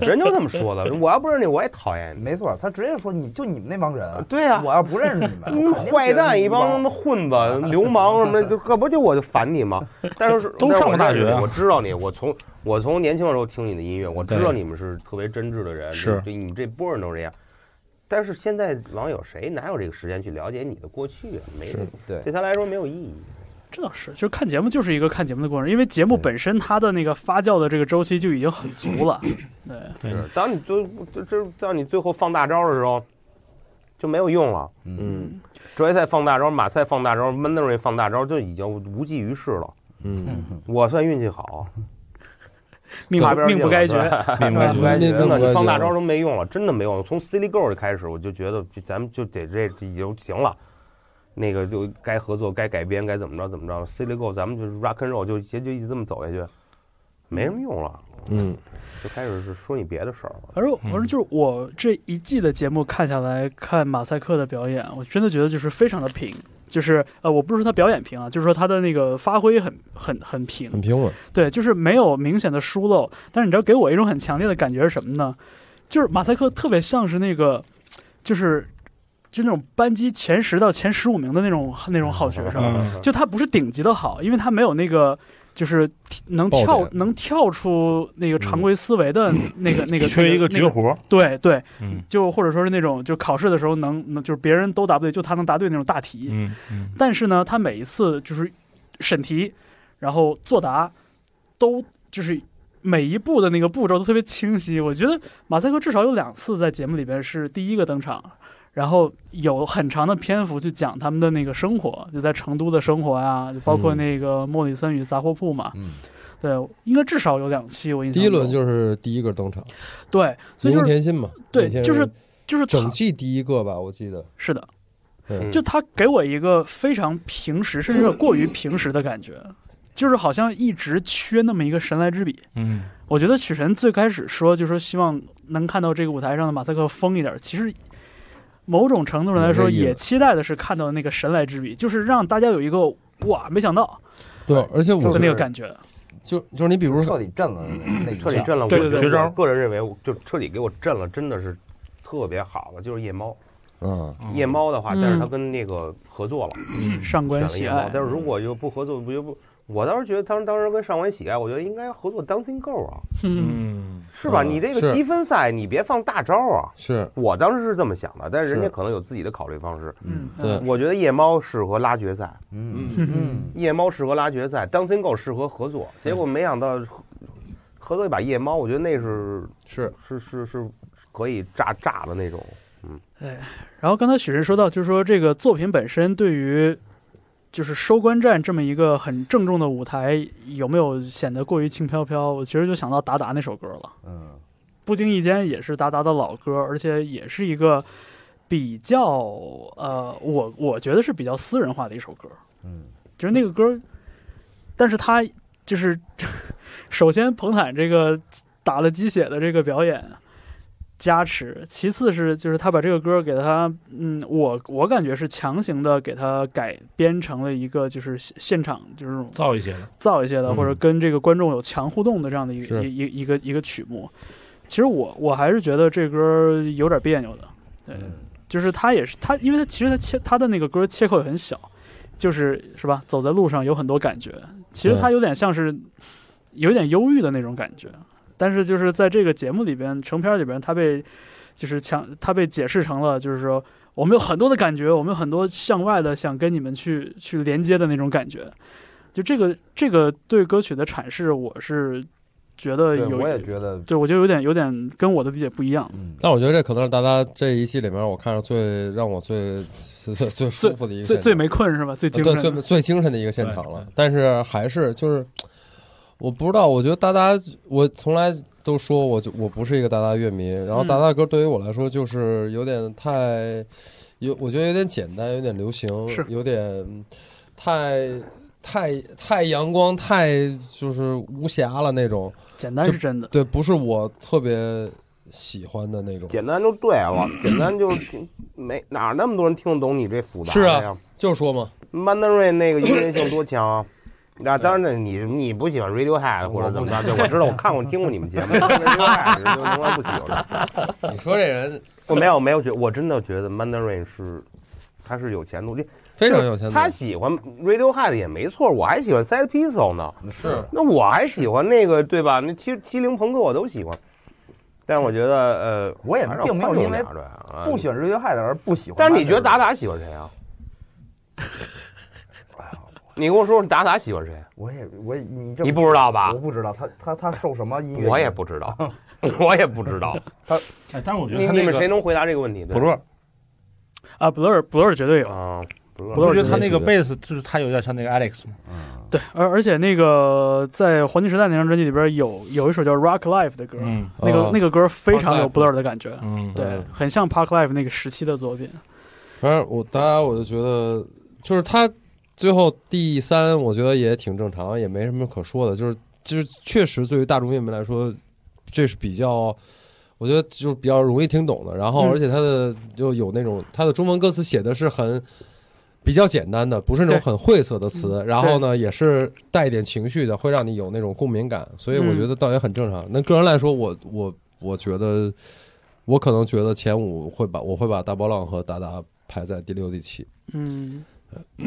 S3: 人就这么说的，我要不认识你，我也讨厌你。
S2: 没错，他直接说你就你们那帮人，
S3: 对啊
S2: 我，要不认识你们，
S3: 嗯
S2: 我肯定觉得
S3: 坏蛋
S2: 你
S3: 一帮他妈混子、流氓什么 的，这不就我就烦你吗？啊 但是
S5: 都上过大学
S3: 但
S5: 啊
S3: 是我认识你我知道你，我从我从年轻的时候听你的音乐，我知道
S5: 对
S3: 你们是特别真挚的人，
S5: 是
S3: 对你们这波人都这样。但是现在网友谁哪有这个时间去了解你的过去啊？没
S4: 是
S2: 对
S3: 对他来说没有意义。
S1: 这倒是，就是看节目就是一个看节目的过程，因为节目本身它的那个发酵的这个周期就已经很足 了。对，
S5: 对
S3: 是当你就这这当你最后放大招的时候，就没有用了。
S4: 嗯
S3: 职业赛放大招，马赛放大招，闷头那放大招就已经无济于事了。
S4: 嗯，
S3: 我算运气好，
S1: 命
S3: 擦边
S1: 命
S3: 进
S1: 不
S3: 了
S1: 该
S3: 是
S1: 绝。
S3: 吧
S5: 明白
S4: 明白
S3: 真的，
S4: 明白明白
S3: 你放大招都没用了，真的没用了。从 Silly Girl 开始，我就觉得就咱们就得这已经行了，那个就该合作、该改编、该怎么着怎么着。Silly Girl 咱们就是 Rock and Roll，就就就一直这么走下去，没什么用了，
S4: 嗯，
S3: 就开始是说你别的事儿了。
S1: 反正我反正就是我这一季的节目看下来，看马赛克的表演，我真的觉得就是非常的平，就是呃，我不是说他表演平啊，就是说他的那个发挥很很很平，
S4: 很平稳，
S1: 对，就是没有明显的疏漏。但是你知道给我一种很强烈的感觉是什么呢？就是马赛克特别像是那个，就是就那种班级前十到前十五名的那种那种好学生，
S5: 嗯
S1: 就他不是顶级的好，因为他没有那个。就是提能
S4: 爆
S1: 跳
S4: 点
S1: 能跳出那个常规思维的那个、那个
S5: 嗯缺一
S1: 那
S5: 个绝
S1: 那
S5: 活儿，
S1: 对对，
S5: 嗯
S1: 就或者说是那种就考试的时候能能就是别人都答不对，就他能答对那种大题。
S5: 嗯嗯，
S1: 但是呢，他每一次就是审题，然后作答，都就是每一步的那个步骤都特别清晰。我觉得马赛克至少有两次在节目里边是第一个登场，然后有很长的篇幅去讲他们的那个生活，就在成都的生活呀，就包括
S4: 嗯
S1: 那个莫里森与杂货铺嘛。
S2: 嗯，
S1: 对，应该至少有两期我印象
S4: 第
S1: 中。
S4: 一轮就是第一个登场，
S1: 对，所以
S4: 明
S1: 就是
S4: 甜心嘛，
S1: 对
S4: 那天
S1: 就是就是
S4: 整
S1: 他
S4: 季第一个吧，我记得，
S1: 是的。
S4: 嗯，
S1: 就他给我一个非常平时，甚至有点过于平时的感觉，就是好像一直缺那么一个神来之笔。
S5: 嗯
S1: 我觉得许晨最开始说，就说希望能看到这个舞台上的马赛克疯一点，其实。某种程度上来说，
S4: 嗯这意思
S1: 也期待的是看到那个神来之笔，就是让大家有一个哇，没想到
S4: 对，而且我
S1: 的
S2: 就是
S1: 那个感觉。
S4: 就就是你比如说
S2: 彻底震了那一下
S3: 彻底震了，我
S1: 对对对
S3: 觉
S5: 绝
S3: 得
S5: 招
S3: 我个人认为，我就彻底给我震了，真的是特别好的，就是夜猫。
S4: 嗯，
S3: 夜猫的话，
S1: 嗯
S3: 但是他跟那个合作了，
S5: 嗯
S1: 上官
S3: 选了
S1: 喜
S3: 夜猫
S1: 爱。
S3: 但是如果就不合作，不就不，我倒是觉得当当时跟上官喜爱，啊我觉得应该合作 Dancing Girl 啊，
S1: 嗯，
S5: 嗯
S3: 是吧？
S4: 嗯
S3: 你这个
S4: 是
S3: 积分赛，你别放大招啊。
S4: 是
S3: 我当时是这么想的，但是人家
S4: 是
S3: 可能有自己的考虑方式。
S1: 嗯，
S4: 对
S1: 嗯
S3: 我觉得夜猫适合拉决赛，
S2: 嗯
S1: 嗯
S2: 嗯
S3: 夜猫适合拉决赛，Dancing Girl 适合合作。结果没想到合合作一把夜猫，我觉得那是
S4: 是，
S3: 是是是可以炸炸的那种。
S1: 然后刚才许晨说到，就是说这个作品本身对于就是收官战这么一个很郑重的舞台，有没有显得过于轻飘飘？我其实就想到达达那首歌了，
S2: 嗯
S1: 不经意间也是达达的老歌，而且也是一个比较呃，我我觉得是比较私人化的一首歌，
S2: 嗯，
S1: 就是那个歌，但是他就是 首先彭坦这个打了鸡血的这个表演加持，其次是就是他把这个歌给他，嗯，我我感觉是强行的给他改编成了一个就是现现场就是这种
S5: 造一些的，
S1: 造一些的，
S4: 嗯
S1: 或者跟这个观众有强互动的这样的一个
S4: 是
S1: 一一一个一个曲目。其实我我还是觉得这歌有点别扭的，对，
S4: 嗯
S1: 就是他也是他，因为他其实他切他的那个歌切口也很小，就是是吧？走在路上有很多感觉，其实
S4: 对
S1: 他有点像是有点忧郁的那种感觉，但是就是在这个节目里边，成片里边，他被就是强他被解释成了就是说。我们有很多的感觉，我们有很多向外的想跟你们去去连接的那种感觉，就这个这个对歌曲的阐释，我是觉得
S2: 对，
S1: 有，
S2: 我也觉得，
S1: 对我觉得有点有点跟我的理解不一样。
S2: 嗯，
S4: 但我觉得这可能是达达这一季里面我看着最让我最最最舒服的一个
S1: 最
S4: 现
S1: 最
S4: 场
S1: 没困是吧？最精
S4: 对
S1: 神
S4: 最
S1: 的，
S4: 最精神的一个现场
S5: 对
S4: 了。但是还是就是，我不知道，我觉得达达，我从来都说我就我不是一个达达乐迷，然后
S1: 嗯
S4: 达达歌对于我来说就是有点太有，我觉得有点简单，有点流行，
S1: 是
S4: 有点太。太太阳光，太就是无暇了那种，
S1: 简单
S4: 就是
S1: 真的。
S4: 对，不是我特别喜欢的那种。
S3: 简单就对了，简单就听没哪那么多人听得懂你这复杂
S4: 是
S3: 的
S4: 啊
S3: 呀？
S4: 就说嘛，
S3: 曼德瑞那个音乐性多强啊！那当然了，你你不喜欢 Radiohead 或者怎么着？对，我知道，我看过听过你们节目，Radiohead 是从来不喜欢的。
S4: 你说这人
S3: 我没有没有觉，我真的觉得 Mandarin 是，他是有前途的。
S4: 非常有钱
S3: 他
S4: 的，
S3: 喜欢 Radiohead 也没错，我还喜欢 Side Pistol 呢。
S4: 是
S3: 那我还喜欢那个对吧？那七七零朋克我都喜欢，但是我觉得呃，
S2: 我也
S3: 还是要
S2: 并没有
S3: 宽容
S2: 因为
S3: 点儿对啊
S2: 不喜欢 Radiohead 而不喜欢，
S3: 但是你觉得达？达喜欢谁啊？你跟我说说达达喜欢谁？啊
S2: 我也我也你这
S3: 你不知道吧
S2: 我？不知道他他他受什么音乐影响？
S3: 我也不知道， 我也不知道。
S5: 哎，但是我觉得
S3: 你
S5: 他
S3: 你
S5: 那
S3: 们谁
S5: 个，
S3: 能回答这个问题？对
S4: 不是，
S1: 啊，Blur Blur 绝对有，
S3: 啊，不
S5: 我
S1: 不
S5: 就是觉得他那个
S4: 对
S5: 贝斯就是他有点像那个 Alex 嘛，
S1: 对，而而且那个在黄金时代那张专辑里边有有一首叫《Rock Life》的歌，
S5: 嗯
S1: 那个
S4: 哦
S1: 那个歌非常有
S4: Rock Life
S1: Blur 的感觉，
S5: 嗯，
S1: 对
S4: 嗯，
S1: 很像 Park Life 那个时期的作品。
S4: 反正我大家我就觉得，就是他最后第三，我觉得也挺正常，也没什么可说的。就是就是确实对于大众乐迷来说，这是比较，我觉得就是比较容易听懂的。然后
S1: 嗯
S4: 而且他的就有那种他的中文歌词写的是很。比较简单的，不是那种
S1: 对
S4: 很晦涩的词，然后呢，也是带一点情绪的，会让你有那种共鸣感，所以我
S1: 嗯
S4: 觉得倒也很正常。那个人来说，我我我觉得，我可能觉得前五会把我会把大波浪和达达排在第六、第七。
S1: 嗯，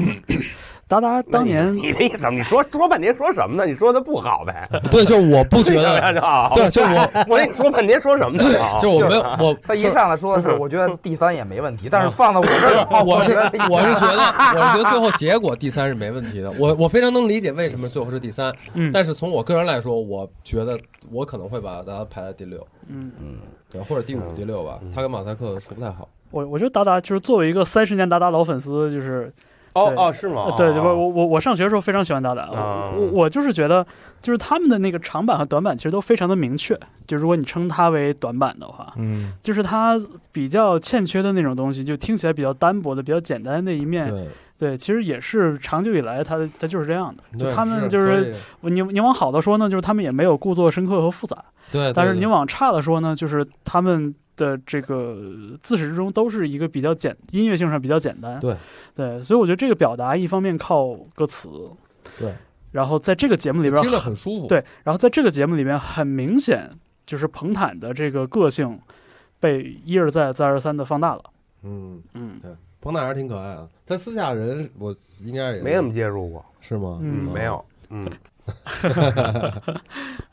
S1: 达达当年
S3: 你那意思怎么？你说说半天说什么呢？你说的不好呗？
S4: 对，就是我不觉
S3: 这样
S4: 得，
S3: 就好。
S4: 对，就是我，
S3: 我跟你说半天说什么呢？
S4: 就是我没有我。
S2: 他一上来说的是，我觉得第三也没问题，但是放到我这 儿，
S4: 啊，我是
S2: 觉得
S4: 我是觉得，我是觉得最后结果第三是没问题的。我我非常能理解为什么最后是第三，
S1: 嗯
S4: 但是从我个人来说，我觉得我可能会把达达排在第六，
S1: 嗯，
S4: 对，或者第五、第六吧。他跟马赛克说不太好。
S1: 我我觉得达达就是作为一个三十年达达老粉丝，就是、
S3: 哦
S1: 对
S3: 哦，是吗
S1: 呃？对，就我我我我上学的时候非常喜欢达达，
S3: 啊
S1: 我我我就是觉得就是他们的那个长板和短板其实都非常的明确，就如果你称它为短板的话，
S5: 嗯，
S1: 就是它比较欠缺的那种东西，就听起来比较单薄的、比较简单的那一面，
S4: 对，
S1: 对，其实也是长久以来它它就是这样的，就
S4: 对
S1: 他们就是是你你往好的说呢，就是他们也没有故作深刻和复杂。
S4: 所以对，
S1: 但是
S4: 对
S1: 你往差了说呢，就是他们的这个自始至终都是一个比较简音乐性上比较简单。
S4: 对
S1: 对，所以我觉得这个表达一方面靠歌词，
S4: 对，
S1: 然后在这个节目里边
S4: 听着很舒服。
S1: 对，然后在这个节目里边很明显就是彭坦的这个个性被一而再再而三的放大了。
S4: 嗯，
S1: 嗯，
S4: 彭大还是挺可爱的，但私下人我应该也
S3: 没怎么接触过，
S4: 是吗？啊
S1: 嗯
S3: 没有，嗯，
S1: 不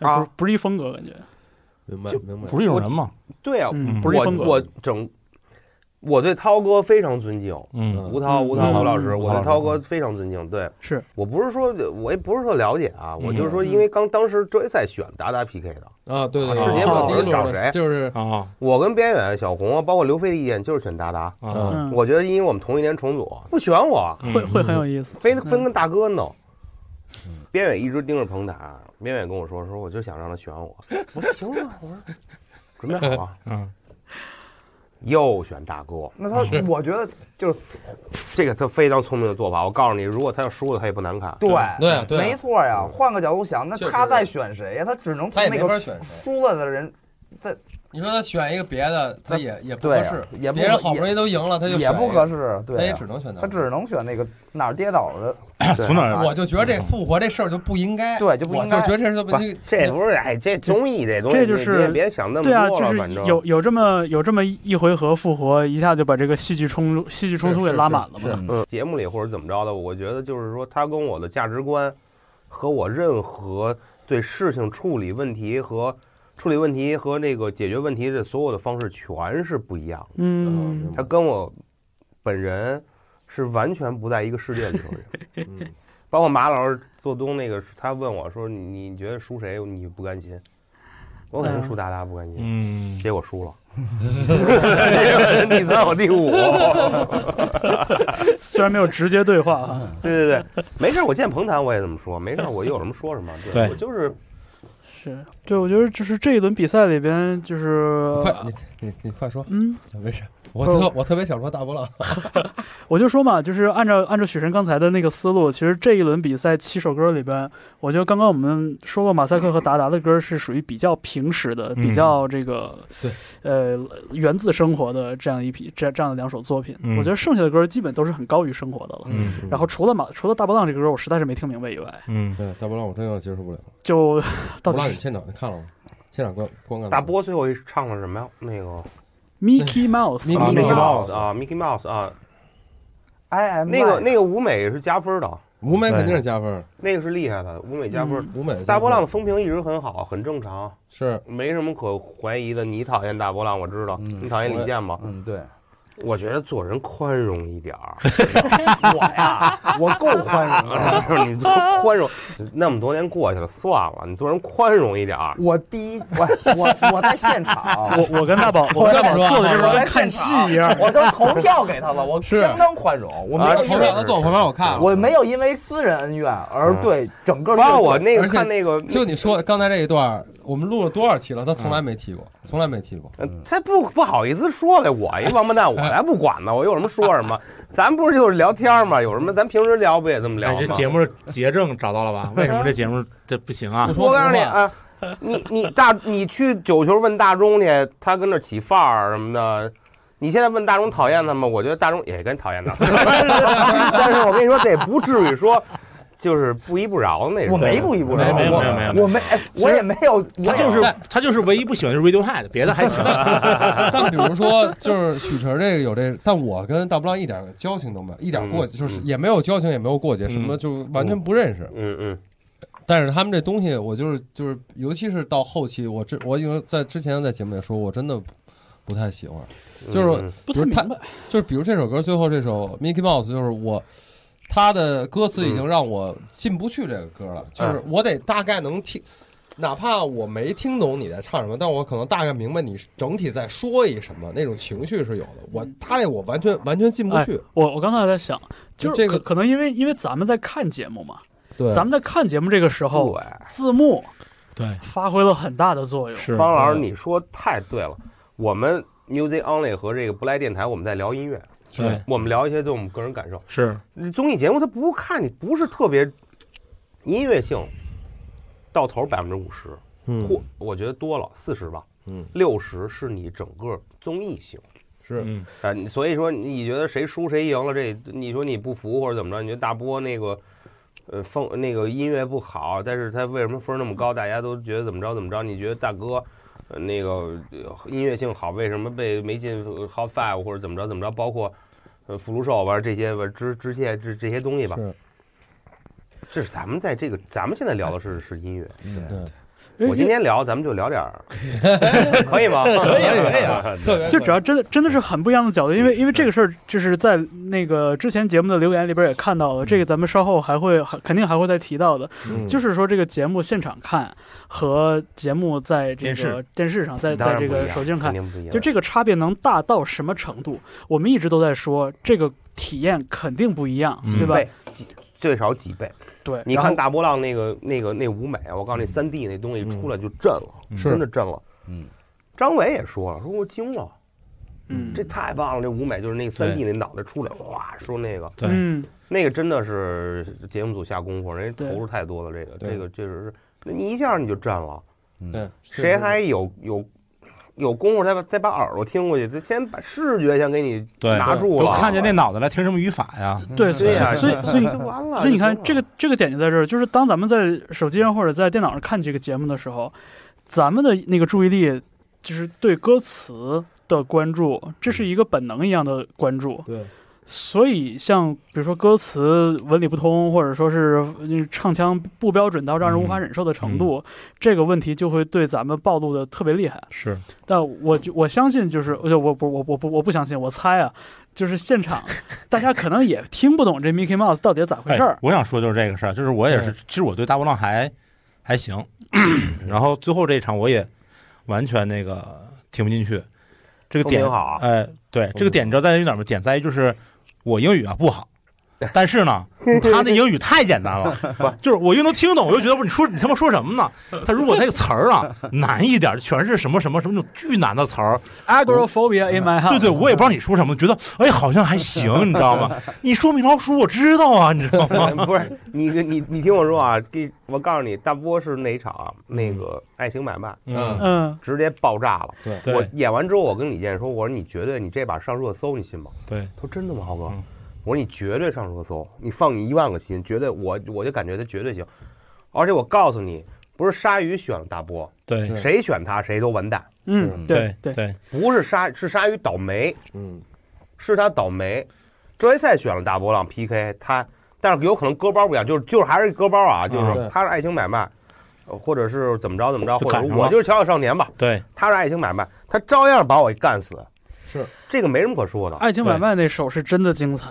S3: 啊
S1: 是不是一风格感觉。
S4: 明白
S3: 就
S4: 明白
S5: 不。是一种人嘛，
S3: 对啊，
S1: 嗯，不是一
S3: 我
S1: 风格。
S3: 我整，我对涛哥非常尊敬。
S5: 嗯，
S3: 吴涛，
S1: 嗯
S3: 吴涛，
S1: 嗯
S3: 吴老师，
S5: 嗯
S3: 我
S5: 吴老
S3: 对
S5: 师
S3: 涛哥非常尊敬。对
S1: 是
S3: 我不是说，我也不是特了解啊，我就是说，
S1: 嗯
S3: 因为刚当时周一赛选达达 PK 的，
S4: 啊，对对，
S3: 啊
S1: 世
S4: 对
S1: 界
S4: 我
S1: 末
S4: 第一
S1: 日
S4: 轮
S3: 找
S4: 的
S3: 谁
S4: 就是
S5: 啊
S3: 我跟边远、小红啊，包括刘飞的意见就是选达达。
S5: 啊，
S1: 嗯，
S3: 我觉嗯得，因为我们同一年重组，不选我，
S1: 会会很有意思。
S3: 非分跟大哥弄。
S5: 嗯
S3: 边远一直盯着彭达，边远跟我说说，我就想让他选我。我说行啊，我说准备好了，
S5: 嗯，
S3: 又选大哥，
S2: 那 他，我觉得就是
S3: 这个他非常聪明的做法。我告诉你，如果他要输了，他也不难看。
S2: 对
S4: 对啊对啊
S2: 没错呀。换个角度想，那
S4: 确实
S2: 他再选谁呀？他只能
S4: 他也
S2: 从那
S4: 没
S2: 个
S4: 法选谁
S2: 输了的人，
S4: 你说他选一个别的，他也也不
S2: 对
S4: 合
S2: 啊
S4: 适，
S2: 也不
S4: 别人好
S2: 也
S4: 不容易都赢了，他就
S2: 也不合
S4: 适，
S2: 适，
S4: 他
S2: 对
S4: 也
S2: 呀
S4: 只，能选他。
S2: 他只能选那个哪儿跌倒的，
S5: 从哪儿
S4: 我就觉得这复活这事儿就不应该，
S2: 对就不
S4: 我
S2: 应该
S4: 就觉得这事儿就不
S2: 不
S4: 应该
S3: 这不是哎，这综艺这东西，
S1: 这就是
S3: 你也别想那么
S1: 对啊，
S3: 多
S1: 就
S3: 了，
S1: 是
S3: 反正
S1: 有有这么有这么一回合复活，一下就把这个戏剧冲突戏剧冲突给拉满
S2: 啊
S1: 了
S4: 是是
S1: 嘛。
S3: 嗯节目里或者怎么着的，我觉得就是说，他跟我的价值观和我任何对事情处理问题和处理问题和那个解决问题的所有的方式全是不一样的。
S1: 嗯
S4: 嗯
S3: 他跟我本人是完全不在一个世界里头的人。
S4: 嗯
S3: 包括马老师做东那个，他问我说：“你你觉得输谁你不甘心？”我肯定输达达不甘心。
S5: 嗯，
S3: 结果输 了，你算我第五。
S4: 嗯
S1: 虽然没有直接对话啊哈，
S3: 对对对，没事儿，我见彭坦我也这么说，没事儿，我有什么说什么。对，
S5: 对
S3: 我就是
S1: 是对，我觉得就是这一轮比赛里边，就是
S4: 快你你你快说，
S1: 嗯，
S4: 没事，我特我特别想说大波浪，
S1: 我就说嘛，就是按照按照许晨刚才的那个思路，其实这一轮比赛七首歌里边，我觉得刚刚我们说过马赛克和达达的歌是属于比较平实的，
S5: 嗯
S1: 比较这个
S4: 对
S1: 呃源自生活的这样一批这这样的两首作品，
S5: 嗯
S1: 我觉得剩下的歌基本都是很高于生活的了。
S5: 嗯
S1: 然后除了马除了大波浪这个歌，我实在是没听明白以外，
S5: 嗯，
S4: 对大波浪我真有点接受不了，
S1: 就到
S4: 我
S1: 底
S4: 让你
S1: 是
S4: 现场你看了吗？现场观观看
S3: 大波最后一唱了什么呀？那个
S1: Mickey Mouse，
S4: Mickey
S1: 啊
S4: Mickey
S3: Mouse 啊，Mickey Mouse 啊，
S2: I am
S3: 那个
S2: mine
S3: 那个舞美是加分的，
S4: 舞美肯定是加分，
S3: 那个是厉害的，舞美加
S1: 嗯
S3: 分。
S4: 舞美加分
S3: 大波浪的风评一直很好，很正常，
S4: 是
S3: 没什么可怀疑的。你讨厌大波浪，我知道，
S2: 嗯
S3: 你讨厌李健吧？
S2: 嗯，对，
S3: 我觉得做人宽容一点儿，
S2: 我呀，我够宽容了。
S3: 你做宽容，那么多年过去了，算了，你做人宽容一点儿。
S2: 我第一，我我 我在现场，
S1: 我我跟大宝，我跟大宝做的就是
S2: 我
S1: 跟
S2: 在
S1: 看
S2: 现
S1: 戏
S2: 场
S1: 一样。
S2: 我都投票给他了，我
S4: 是
S2: 相当宽容，我没
S3: 啊
S2: 有
S3: 投
S2: 因
S4: 头
S2: 为
S3: 票
S4: 两个坐我旁边，我看了。
S2: 我没有因为私人恩怨而
S3: 嗯
S2: 对整个
S3: 包括我
S2: 乐队
S3: 那个
S4: 而且
S3: 看那个，
S4: 就你说刚才这一段儿，我们录了多少期了？他从来没提过，从来没提过。
S3: 呃他不不好意思说呗，我一王八蛋，我才不管呢，我有什么说什么。咱不是就是聊天嘛，有什么咱平时聊不也这么聊
S5: 哎，
S3: 吗？
S5: 这节目结证找到了吧？为什么这节目这不行啊？
S4: 说
S3: 我告诉
S4: 实
S3: 你
S4: 话
S3: 啊，你你大你去九球问大钟去，他跟那儿起范儿什么的。你现在问大钟讨厌他吗？我觉得大钟也跟讨厌他， 但是我跟你说，这也不至于说就是不依不饶那种。
S2: 我没不一不
S5: 没
S2: 饶，
S5: 没有
S2: 我
S5: 没有没有
S2: 我没，哎
S5: 其实
S2: 我也没有，我
S5: 他
S2: 也
S5: 就是
S2: 没有
S5: 他就是唯一不喜欢就是 Radiohead，别的还行。
S4: 但比如说，就是许晨这个有这，但我跟大波浪一点交情都没有，一点过节
S3: 嗯
S4: 就是
S3: 嗯
S4: 也没有交情，也没有过节，什么就完全不认识。
S3: 嗯嗯
S4: 但是他们这东西，我就是就是，尤其是到后期，我这我已经在之前在节目里说，我真的不太喜欢。
S3: 嗯，
S4: 就是
S3: 嗯
S1: 不
S4: 太明白就是比如这首歌最后这首 Mickey Mouse，就是我，他的歌词已经让我进不去这个歌了，就是我得大概能听，哪怕我没听懂你在唱什么，但我可能大概明白你整体在说一什么，那种情绪是有的。我他这我完全完全
S1: 哎
S4: 进不去，
S1: 我我刚才在想，就是
S4: 这个
S1: 可可能因为因为咱们在看节目嘛，
S4: 对，
S1: 咱们在看节目这个时
S2: 哦
S1: 候，
S3: 对，
S1: 字幕
S5: 对，
S1: 发挥了很大的作用。
S5: 是
S3: 方老师
S4: 嗯
S3: 你说太对了。我们 Music Only 和这个不来电台，我们在聊音乐，
S5: 对
S3: 我们聊一些对我们个人感受。
S5: 是
S3: 综艺节目它不看你不是特别音乐性，到头百分之五十，
S4: 嗯
S3: 或我觉得多了四十吧，
S4: 嗯，
S3: 六十是你整个综艺性
S4: 是
S5: 嗯
S3: 啊、你所以说你觉得谁输谁赢了这，你说你不服或者怎么着？你觉得大波那个呃风那个音乐不好，但是他为什么分儿那么高？大家都觉得怎么着怎么着？你觉得大哥？呃那个呃音乐性好，为什么被没进呃 Hot Five 或者怎么着怎么着？包括呃福禄寿吧，这些吧，支支些这这些东西吧，
S4: 是，
S3: 这是咱们在这个咱们现在聊的是是音乐，
S4: 对，
S3: 我今天聊咱们就聊点儿，可以吗？可
S4: 以可以啊， 特别
S1: 就主要真的真的是很不一样的角度，因为因为这个事儿就是在那个之前节目的留言里边也看到了，这个咱们稍后还会还肯定还会再提到的，
S4: 就
S3: 嗯
S1: 就是是说这个节目现场看和节目在这
S5: 电
S1: 个
S5: 视
S1: 电视上在
S3: 当
S1: 在
S3: 然
S1: 这
S3: 不一
S1: 个
S3: 样
S1: 手机上看
S3: 肯，定不一样。
S1: 就这个差别能大到什么程度？我们一直都在说这个体验肯定不一样，
S5: 嗯
S1: 对吧？
S3: 倍几最少几倍。
S1: 对，
S3: 你
S1: 然
S3: 看
S1: 后
S3: 大波浪那个那个那舞美，啊我告诉你，三 D 那东西出来就震了，
S5: 嗯
S4: 是
S3: 真的震了。
S2: 嗯，
S3: 张伟也说了，说我惊了，
S1: 嗯
S3: 这太棒了，这舞美就是那三 D 那脑袋出来，哇，说那个
S5: 对
S1: 嗯
S3: 那个真的是节目组下功夫，人家投入太多了，这个
S4: 对
S3: 这个确实是，那你一下你就震了。
S4: 对，
S3: 谁还有有有功夫再把再把耳朵听过去？再先把视觉先给你
S5: 对
S3: 拿住
S5: 我
S3: 了，
S5: 看见那脑袋了，听什么语法呀？
S1: 对，所以
S3: 呀、
S1: 所以所以
S3: 就完了。
S1: 所以你看这
S3: 就，
S1: 个这个点就在这儿，就是当咱们在手机上或者在电脑上看这个节目的时候，咱们的那个注意力就是对歌词的关注，这是一个本能一样的关注。
S4: 对，
S1: 所以像比如说歌词文理不通，或者说是嗯唱腔不标准到让人无法忍受的程度，这个问题就会对咱们暴露的特别厉害。
S5: 是
S1: 但我就我相信，就是我就我不我我不我不相信，我猜啊，就是现场 大家可能也听不懂这 Mickey Mouse 到底咋回事儿
S5: 哎。我想说就是这个事儿，就是我也是
S4: 对，
S5: 其实我对大波浪还 还行，然后最后这一场我也完全那个听不进去。这个
S3: 风
S5: 点
S3: 景好啊
S5: 哎，对，这个点你知道在于哪儿吗？点在于就是我英语啊不好。但 是呢，他那英语太简单了，就是我又能听懂，我又觉得不是你说你他妈说什么呢？他如果那个词 儿啊难一点，全是什么什么什么那种巨难的词儿，
S1: Agoraphobia in my house。
S5: 对对，我也不知道你说什么，觉得哎好像还行，你知道 吗？你说米老鼠我知道啊，你知道吗？
S3: 不是你你你听我说啊，给我告诉你，大波是哪一场啊那个爱情买卖
S4: 嗯
S1: 嗯，
S3: 直接爆炸了。
S4: 对
S5: 对
S3: 我演完之后，我跟李健说，我说你绝对你这把上热搜，你信吗？
S5: 对，
S3: 他说真的吗，豪哥？
S5: 嗯
S3: 我说你绝对上热搜，你放你一万个心，绝对我我就感觉他绝对行。而且我告诉你，不是鲨鱼选了大波，
S5: 对
S4: 是
S3: 谁选他谁都完蛋。
S1: 嗯，
S5: 对
S1: 对，
S5: 对，
S3: 不是鲨是鲨鱼倒霉，
S4: 嗯，
S3: 是他倒霉。周杰赛选了大波浪 PK 他，但是有可能割包不一样，就是就是还是割包啊，就
S5: 嗯
S3: 是
S4: 对
S3: 他是爱情买卖，呃或者是怎么着怎么着，
S5: 就
S3: 或者
S5: 赶上
S3: 我
S5: 了
S3: 就是小小少年吧，
S5: 对
S3: 他是爱情买卖，他照样把我给干死。
S4: 是
S3: 这个没什么可说的，
S1: 爱情买卖那手是真的精彩，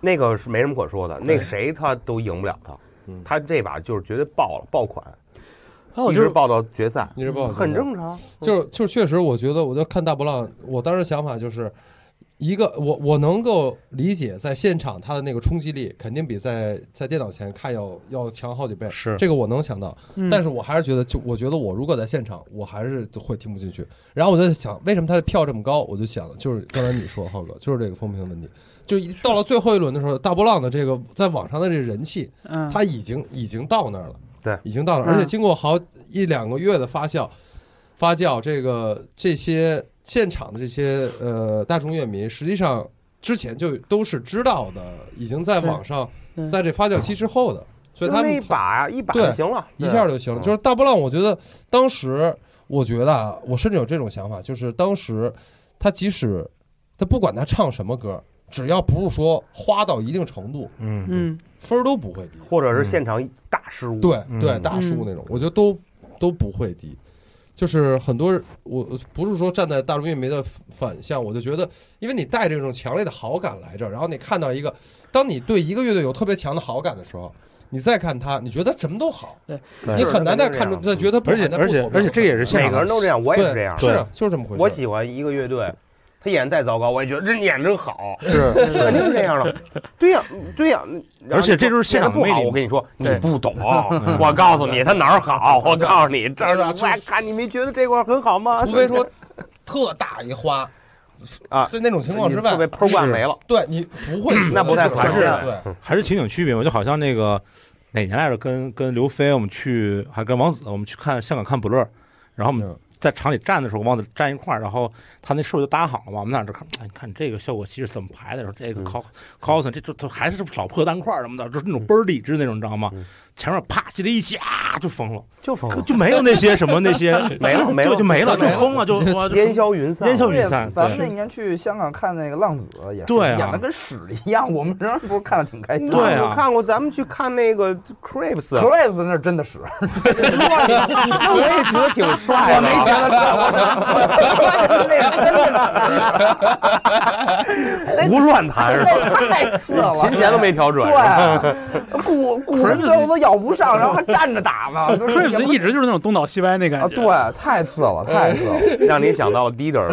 S3: 那个是没什么可说的，
S4: 对
S3: 那谁他都赢不了他
S4: 嗯，
S3: 他这把就是绝对爆了，爆款，
S1: 还有哦
S3: 一
S1: 就
S3: 直
S1: 是
S3: 爆到决赛，
S4: 你是不好听的
S3: 很正常。
S4: 就是就是确实，我觉得我就看大波浪，我当时想法就是一个我我能够理解，在现场他的那个冲击力肯定比在在电脑前看要要强好几倍，
S5: 是
S4: 这个我能想到。
S1: 嗯
S4: 但是我还是觉得，就我觉得我如果在现场，我还是会听不进去。然后我就在想，为什么他的票这么高？我就想，就是刚才你说浩哥，就是这个风评问题。就一到了最后一轮的时候，大波浪的这个在网上的这个人气，
S1: 嗯，
S4: 他已经已经到那儿了，
S3: 对
S4: 已经到那儿，
S1: 嗯
S4: 而且经过好一两个月的发酵，发酵这个这些现场的这些呃大众乐迷，实际上之前就都是知道的，已经在
S1: 对
S4: 网上
S1: 对
S4: 在这发酵期之后的，所以他
S3: 就
S4: 们
S3: 那一把一把
S4: 对
S3: 就行了，
S4: 一下就行了。
S3: 嗯
S4: 就是大波浪，我觉得当时，我觉得啊，我甚至有这种想法，就是当时他即使他不管他唱什么歌，只要不是说花到一定程度，
S5: 嗯
S1: 嗯
S4: 分儿都不会低。
S3: 或者是现场大失误，
S4: 嗯对
S5: 嗯
S4: 对，大叔那种，我觉得都都不会低。就是很多人，我不是说站在大众乐迷的反向，我就觉得，因为你带着这种强烈的好感来这儿，然后你看到一个，当你对一个乐队有特别强的好感的时候，你再看他，你觉得什么都好，
S3: 对
S4: 你很难再
S3: 是
S4: 看出
S3: 这
S4: 再
S3: 样
S4: 觉得不好
S5: 而且
S4: 再不
S5: 而且
S4: 妥不
S5: 而且
S4: 好
S5: 这也是现
S3: 每
S5: 场
S3: 个人都这样，我也
S4: 对，
S3: 是这样。
S4: 是啊就是这么回事。
S3: 我喜欢一个乐队，他演再糟糕，我也觉得这演真好，
S4: 是
S3: 肯定是这样了。对呀，对呀，然后
S5: 而且
S3: 你说
S5: 这就是现场
S3: 演得不
S5: 魅
S3: 好。
S5: 力
S3: 我跟你说，你
S1: 对
S3: 不懂，我告诉你他哪儿好，我告诉你这
S4: 是
S3: 儿
S4: 啊
S3: 我看你没觉得这块儿很好吗？
S4: 除非说特大一花
S3: 啊
S4: 在那种情况之
S3: 你特别
S4: 外，
S3: 喷灌没了，
S4: 对你不会觉得
S3: 那不太
S4: 这个
S3: 合适
S4: 对，
S5: 还是情景区别嘛，就好像那个哪年来着，跟跟刘飞我们去，还跟王子我们去看香港看不乐，然后我们
S4: 嗯
S5: 在厂里站的时候，跟王子站一块儿，然后他那数就搭好了嘛，我们俩这看，哎，你看这个效果其实怎么排的，然后这个
S3: 嗯
S5: cos cos 这这这还是老破单块儿什么的，就是那种倍儿理智那种，你知道吗
S3: 嗯？
S5: 前面啪集在一起啊，就疯了，
S3: 就疯
S2: 哦
S5: 可就没有那些什么那些
S3: 没了没了
S5: 就就没了，
S4: 没
S5: 就
S4: 了
S5: 疯了，就哇就
S3: 烟消云散，
S5: 烟消
S2: 对
S5: 云散，
S2: 咱们那
S5: 对
S2: 年去香港看那个浪子也是
S5: 对啊
S2: 演的跟屎一样，我们仍然不是看的挺开心的。
S5: 对啊
S3: 我看过，咱们去啊看那个 Crepes，
S2: 克莱斯那是真的 屎，
S3: 我也觉得挺帅的，啊
S2: 没觉得 那是真的屎，
S3: 胡乱弹是 吧？
S2: 那太次 了，
S3: 琴弦都没调准，
S2: 啊对，鼓鼓什么的我都咬不上，然后还站着打呢，就是也
S1: Chris
S2: 不
S1: 一直就是那种东倒西歪那感
S2: 啊，
S1: 觉，
S2: 对，太次了，太次了，
S3: 让你想到了 Dieter，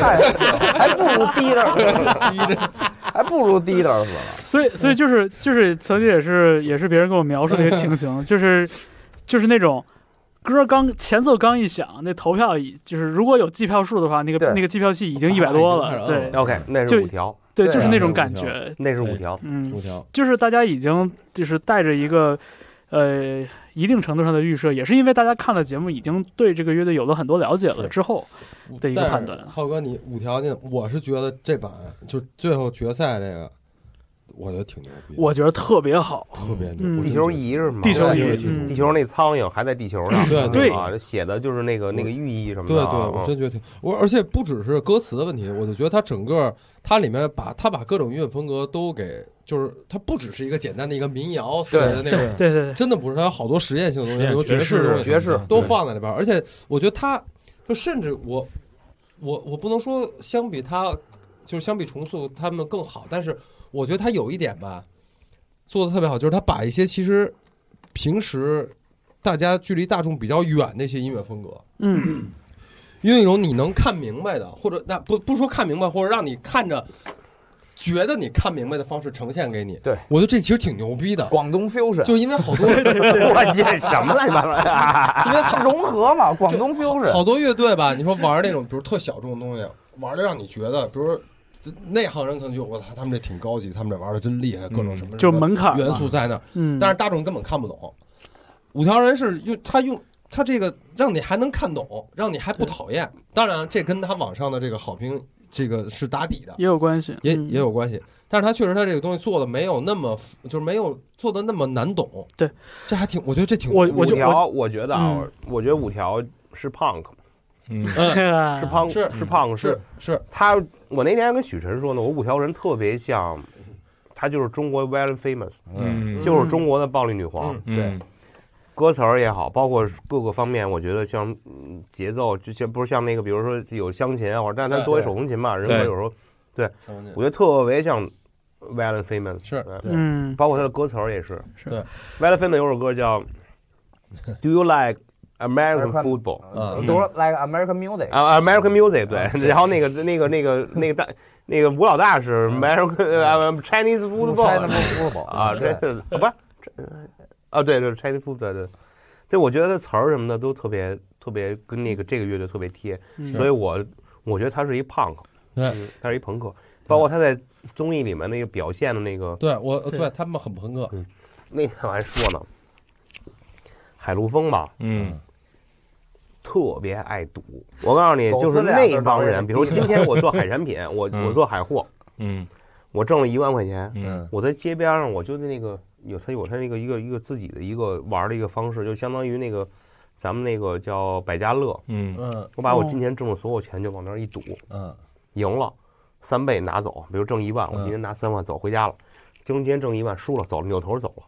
S2: 太次了，还不如低点儿， 还不如低点儿死了。
S1: 所以，所以就是就是曾经也是也是别人跟我描述的一个情形，就是就是那种歌刚前奏刚一响，那投票已就是如果有计票数的话，那
S2: 对
S1: 个那个计票器已经一百多
S4: 啊已经
S1: 了，
S4: 开始
S1: 对
S4: 了
S3: OK，那是
S1: 就
S3: 五条，
S1: 对，
S2: 对
S1: 就是那种
S4: 对
S1: 感
S4: 对
S1: 觉，
S3: 那是五条，
S1: 嗯
S4: 五，条，
S1: 就是大家已经就是带着一个呃一定程度上的预设，也是因为大家看了节目，已经对这个乐队有了很多了解了
S4: 是
S1: 之后，的一个判断
S4: 但是浩哥，你五条呢？我是觉得这版就最后决赛这个，我觉得挺牛逼的，
S1: 我觉得特别好，
S4: 特别
S1: 嗯
S4: 牛。
S3: 地球仪是吗？
S1: 地球仪
S3: 对
S1: 嗯
S3: 地球那苍蝇还在地球呢，
S4: 对
S1: 对
S3: 啊，写的就是那个那个寓意什么
S4: 对
S3: 的
S4: 对，
S3: 啊，
S1: 哦
S4: 我
S3: 嗯
S4: 真觉得挺我，而且不只是歌词的问题，我就觉得它整个它里面把它把各种音乐风格都给，就是它不只是一个简单的一个民谣水的那种，
S1: 对对对，
S4: 真的不是，它有好多实验性的东西，
S5: 实验
S4: 有爵士的东西，
S2: 爵
S5: 啊
S2: 士
S4: 都放在里边儿，而且我觉得他就甚至我我我不能说相比他就是相比重塑他们更好，但是我觉得他有一点吧做的特别好，就是他把一些其实平时大家距离大众比较远的一些音乐风格，
S1: 嗯，
S4: 用一种你能看明白的，或者那不不说看明白，或者让你看着觉得你看明白的方式呈现给你。
S2: 对
S4: 我觉得这其实挺牛逼的，
S2: 广东 fusion
S4: 就因为好多
S3: 我这什么乱七八糟的？啊
S2: 因为它融合嘛，广东 fusion
S4: 好多乐队吧，你说玩那种比如特小众的东西，玩的让你觉得，比如说内行人可能就我操，他们这挺高级，他们这玩的真厉害，各种什么
S1: 嗯就
S4: 什么
S1: 门槛嘛
S4: 元素在那儿，
S1: 嗯，
S4: 但是大众根本看不懂。五条人是就他用他这个让你还能看懂，让你还不讨厌。当然，这跟他网上的这个好评这个是打底的，
S1: 也有关系，
S4: 也
S1: 嗯
S4: 也有关系。但是他确实他这个东西做的没有那么复，就是没有做的那么难懂。
S1: 对，
S4: 这还挺，我觉得这挺
S1: 我
S3: 五
S1: 就
S3: 条，我觉得啊
S1: 嗯，
S3: 我觉得五条是 punk，
S5: 嗯
S4: 嗯
S3: 是 punk，
S4: 是
S3: 是 punk，
S4: 是是
S3: 他。我那天还跟许晨说呢，我五条人特别像，他就是中国 Valen Famous，
S5: 嗯
S3: 就是中国的暴力女皇。
S4: 嗯
S5: 嗯
S3: 歌词儿也好，包括各个方面，我觉得像嗯节奏，就像不是像那个，比如说有湘琴啊，或者但它
S4: 对
S3: 作为
S4: 对
S3: 手风琴吧，人
S5: 对
S3: 家有时候
S4: 什么的
S3: 我觉得特别像 Valen Simmons，
S4: 是
S3: 对
S4: 对
S1: 嗯，
S3: 包括他的歌词儿也是。
S1: 是
S4: 对
S3: Valen Simmons 有首歌 叫 Do You Like American Football？
S4: 嗯
S2: 都说 like American music，
S3: 啊、a m e r i c a n Music 对， 然后那个那个那个那个大那个吴老大是 American、呃啊 Chinese
S2: 不是 China
S3: football
S2: football
S3: 啊，这
S2: 对
S3: 是啊不是这啊，对对，Chinese football 对，对，我觉得词儿什么的都特别特别跟那个这个乐队特别贴，
S1: 嗯
S3: 所以我我觉得他是一 punk，
S4: 对
S3: 嗯他是一朋克，包括他在综艺里面那个表现的那个
S4: 对我
S1: 对
S4: 对他们很朋克，
S3: 那天我还说呢，海陆丰吧，
S5: 嗯，
S3: 特别爱赌。我告诉你，
S2: 狗
S3: 就是
S2: 子俩字儿
S3: 那帮
S2: 倒是
S3: 人，比如今天我 做海产品，我
S5: 嗯
S3: 我做海货，
S5: 嗯
S3: 我挣了一万块钱，
S5: 嗯
S3: 我在街边上，我就那个有他有他那个一个一个自己的一个玩的一个方式，就相当于那个咱们那个叫百家乐，
S5: 嗯
S4: 嗯
S3: 我把我
S1: 哦
S3: 今天挣的所有钱就往那儿一赌，
S4: 嗯
S3: 赢了三倍拿走，比如挣一万，我
S4: 嗯
S3: 今天拿三万走回家了，今天挣一万输了走了，扭头走了。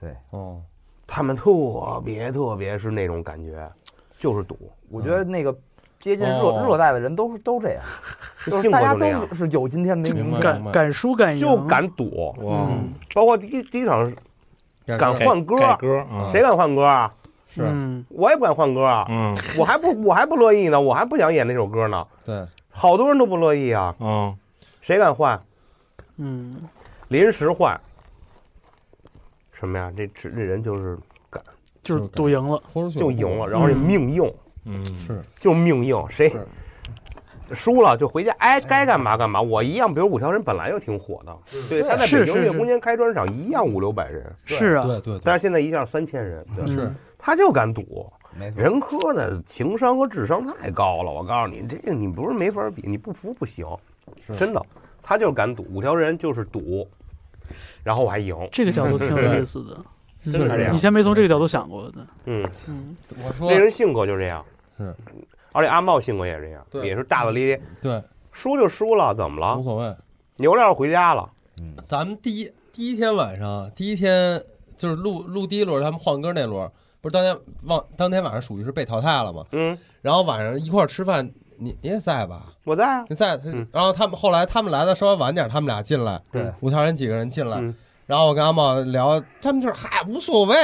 S2: 对，
S4: 哦，
S3: 他们特别特别是那种感觉，就是赌，
S2: 我觉得那个接近热
S4: 嗯哦
S2: 热带的人都是都这样，就是
S3: 性格
S2: 大家
S3: 就那样
S2: 都，是有今天没明
S4: 明白
S2: 天。
S1: 敢敢输敢赢，
S3: 就敢赌。
S5: 哇，
S1: 嗯
S3: 包括第一第一场，敢
S4: 改
S3: 换歌
S5: 改歌啊，
S3: 谁敢换歌啊？
S4: 是
S1: 嗯
S3: 我也不敢换歌啊！
S5: 嗯
S3: 我还不我还不乐意呢，我还不想演那首歌呢。
S4: 对
S3: 好多人都不乐意啊，
S5: 嗯
S3: 谁敢换？
S1: 嗯，
S3: 临时换什么呀？这这这人就是
S1: 就是赌赢了，
S4: 豁出去
S3: 就赢了，，然后这命硬，
S5: 嗯
S4: 是
S3: 就命硬，谁
S4: 是
S3: 输了就回家，哎，该干嘛干嘛。我一样，比如五条人本来就挺火的，对，他在
S1: 是
S3: 北
S1: 是
S3: 京乐
S1: 是
S3: 空间开专场一样五六百人，
S1: 是啊，
S4: 对对对
S3: 但是现在一下三千人，对
S1: 嗯
S4: 是
S3: 他就敢赌。
S2: 没错，
S3: 人科的情商和智商太高了，我告诉你，这个你不是没法比，你不服不行，
S4: 是
S3: 真的。他就是敢赌，五条人就是赌，然后我还赢，
S1: 这个角度挺有意思的，
S4: 嗯
S1: 嗯
S4: 是
S3: 真的这
S1: 以
S3: 样
S1: 前没从这个角度想过的，
S3: 嗯，
S1: 嗯
S4: 我说
S3: 这人性格就这样，
S4: 是，
S3: 而且阿茂性格也是这样，
S4: 对嗯
S3: 也是大大咧咧，
S4: 对
S3: 输就输了，怎么
S4: 无
S3: 了？
S4: 所谓，
S3: 牛料回家了，
S4: 咱们第一第一天晚上，第一天就是录录第一轮，他们换歌那轮，不是当天忘当天晚上属于是被淘汰了嘛？
S3: 嗯，
S4: 然后晚上一块儿吃饭，你你也在吧？
S3: 我在啊，
S4: 你在？他
S3: 嗯
S4: 然后他们后来他们来的稍微晚点，他们俩进来，
S2: 对
S4: 五条人几个人进来，
S3: 嗯
S4: 然后我跟阿茂聊，他们就是嗨无所谓，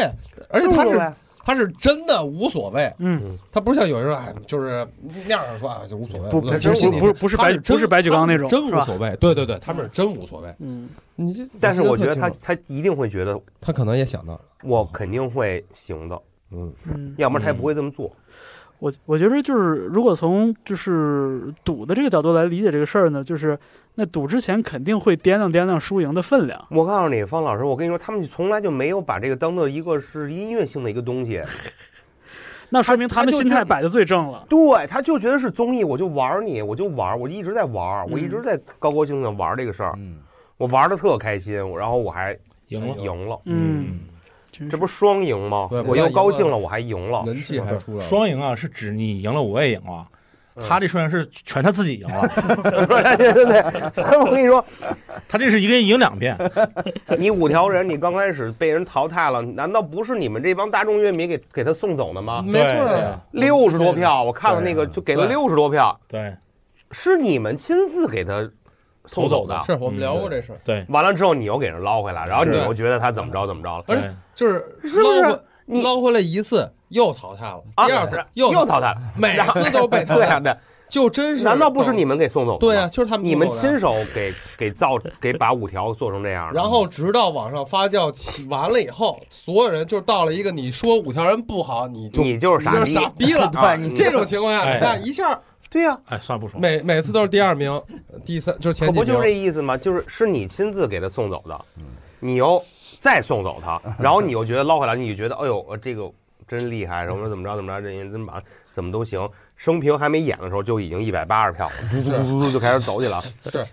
S4: 而且他
S3: 就是呗
S4: 他是真的无所谓，
S1: 嗯，
S4: 他不是像有人说哎就是面上说啊就无所谓，
S1: 不
S4: 无所谓
S1: 不
S4: 其实心里
S1: 不不不是白
S4: 他真
S1: 不是白举纲那种
S4: 他们
S1: 是
S4: 真
S1: 吧
S4: 无所谓，对对对，他们是真无所谓。
S1: 嗯
S4: 你这，
S3: 但是我觉得
S4: 你
S3: 他
S4: 这特
S3: 他一定会觉得
S4: 清楚他可能也想到了，
S3: 我肯定会行的，
S4: 嗯，
S1: 嗯。
S3: 要不然他也不会这么做。
S1: 我我觉得就是，如果从就是赌的这个角度来理解这个事儿呢，就是那赌之前肯定会掂量掂量输赢的分量。
S3: 我告诉你，方老师，我跟你说，他们从来就没有把这个当做一个是音乐性的一个东西，
S1: 那说明他们
S3: 他就
S1: 心态
S3: 这
S1: 摆的最正了。
S3: 对，他就觉得是综艺，我就玩儿你，我就玩儿，我一直在玩儿，我一直在高高兴兴地玩儿这个事儿，
S2: 嗯，
S3: 我玩的特开心，我然后我还
S5: 赢了，
S3: 赢了，
S1: 嗯，
S3: 这不是双赢吗？
S4: 对
S3: 我又高兴了，我还赢了，
S4: 人气还出来了。
S5: 双赢啊，是指你赢了我也赢了，他这双赢是全他自己赢了，
S3: 对对对，我跟你说，
S5: 他这是一个人赢两遍，
S3: 你五条人，你刚开始被人淘汰了，难道不是你们这帮大众乐迷给给他送走的吗？
S4: 没错
S5: 对
S4: 儿
S5: 啊，
S3: 六十多票，我看了那个，就给了
S4: 对
S3: 六十多票，
S5: 对
S3: 是你们亲自给他送走的，
S4: 啊是我
S5: 嗯
S4: 们聊过这事儿，
S5: 对
S3: 完了之后，你又给人捞回来，然后你
S4: 是
S3: 又觉得他怎么着怎么着了，
S4: 而
S5: 对
S4: 且就是
S3: 是不
S4: 捞
S3: 是
S4: 回
S3: 你
S4: 捞回来一次又淘汰了，第二次
S3: 啊
S4: 又
S3: 又淘汰了，
S4: 每次都被 淘
S3: 对啊
S4: 汰，
S3: 对啊，
S4: 就真是
S3: 难道不是你们给送走的吗？
S4: 对啊，就是他们
S3: 你们
S4: 做的
S3: 亲手给给造给把五条做成这样的，
S4: 然后直到网上发酵起完了以后，所有人就到了一个你说五条人不好，你就
S3: 你
S4: 你
S3: 就是傻逼
S4: 傻逼了。
S2: 对
S3: 啊
S2: 你
S4: 这种情况下，
S5: 哎
S4: 你看一下
S3: 对呀，
S5: 哎，算不说，
S4: 每每次都是第二名、第三，就是
S3: 可
S4: 前几
S3: 不就这
S4: 名。
S3: 意思吗？就是是你亲自给他送走的，你又再送走他，然后你又觉得捞回来，你就觉得哎呦呃这个真厉害，什么怎么着怎么着，这人怎么把怎么都行。生平还没演的时候就已经一百八十票了，嘟嘟嘟嘟就开始走起来了。
S4: 是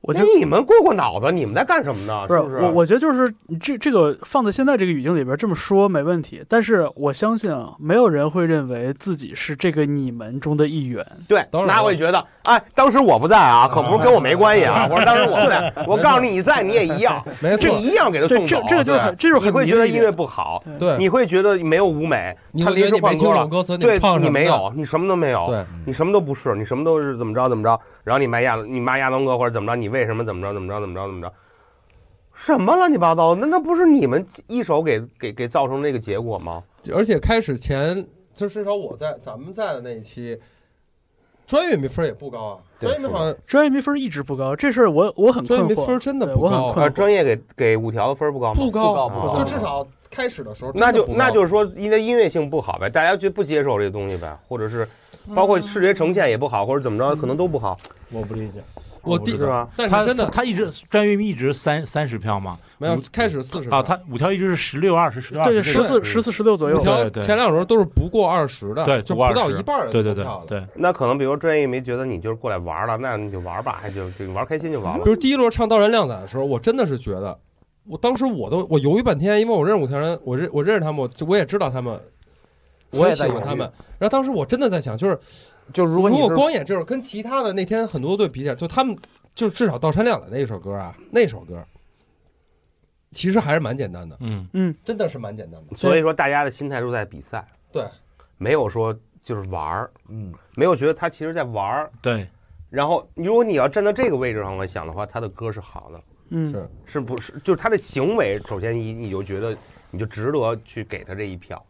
S1: 我觉
S3: 那
S1: 得
S3: 你们过过脑子，你们在干什么呢？
S1: 不
S3: 是
S1: 是
S3: 不是？
S1: 我，我觉得就是这这个放在现在这个语境里边这么说没问题，但是我相信啊，没有人会认为自己是这个你们中的一员。
S3: 对，
S4: 当然
S3: 那
S4: 了
S3: 我也觉得，哎，当时我不在啊，可不是跟我没关系 啊。我说当时我不在，我告诉你，你在你也一样，
S4: 没错
S3: 你，一样给他
S1: 对，
S3: 送
S1: 这这个
S3: 走。
S1: 就是很，
S3: 对
S1: 这就是很
S3: 你会
S1: 迷
S3: 觉得
S1: 的一
S3: 音乐
S1: 点
S3: 不好，
S4: 对，
S3: 你会觉得没有舞美，
S4: 你
S3: 他
S4: 会觉
S3: 临时
S4: 得你没
S3: 换
S4: 听
S3: 歌
S4: 懂
S3: 了。
S4: 歌词，
S3: 对
S4: 唱什么
S3: 你
S4: 的
S3: 没有，你什么都没有，
S4: 对，嗯
S3: 你什么都不是，你什么都是怎么着怎么着，然后你骂亚，你骂亚当哥或者怎么着，你为什么怎么着怎么着怎么着怎么着，什么乱七八糟的？那那不是你们一手给给给造成这个结果吗？
S4: 而且开始前，就至少我在咱们在的那一期，专业没分儿也不高啊，
S3: 对
S4: 专业没好像
S1: 专业评分一直不高，这事儿我我很
S4: 专
S1: 困
S4: 业没
S1: 惑。
S4: 分儿真的
S1: 对
S4: 不
S1: 我很
S4: 高
S1: 困
S3: 呃，
S1: 惑。
S3: 专业给给五条的分儿不高吗？
S4: 不高，
S3: 不高
S4: 就至少开始的时候真的
S3: 那就
S4: 不高，
S3: 那就是说，因为音乐性不好呗，大家就不接受这东西呗，或者是
S4: 嗯
S3: 包括视觉呈现也不好，或者怎么着，可能都不好，
S5: 我不理解。
S4: 我第
S3: 是吧？
S4: 但
S5: 他
S4: 嗯是真的
S5: 他一直专业一直三三十票嘛，
S4: 没有
S5: 五
S4: 开始四十
S5: 啊，他五条一直是十六二十十六，
S1: 对，
S5: 这
S1: 十
S5: 个
S1: 四、十四、十六左右
S4: 五。条
S5: 对对
S4: 前两轮都是不过二十的，
S5: 对
S4: 就
S5: 不过
S4: 不到
S5: 20
S4: 一半儿的
S5: 对
S4: 投
S5: 对对
S4: 票的
S5: 对，
S3: 那可能比如说专业没觉得你就是过来玩儿了，那你就玩儿吧，还哎就就玩儿开心就 完了
S4: 比。如第一轮唱《道人靓仔》的时候，我真的是觉得，我当时我都我犹豫半天，因为我认识五条人，我认我认识他们，我我也知道他们，我也喜欢他们。然后当时我真的在想，就是
S2: 就是如
S4: 如
S2: 果你
S4: 果
S2: 是
S4: 光演这首跟其他的那天很多队比起来，就他们就至少《道山靓仔》那一首歌啊，那首歌其实还是蛮简单的，
S5: 嗯，
S4: 真的是蛮简单的。
S3: 所以说，大家的心态都在比赛，
S4: 对，
S3: 没有说就是玩儿，
S2: 嗯，
S3: 没有觉得他其实在玩儿。
S5: 对，
S3: 然后，如果你要站到这个位置上来想的话，他的歌是好的，
S1: 嗯
S4: 是，
S3: 是不是？就是他的行为，首先你你就觉得你就值得去给他这一票。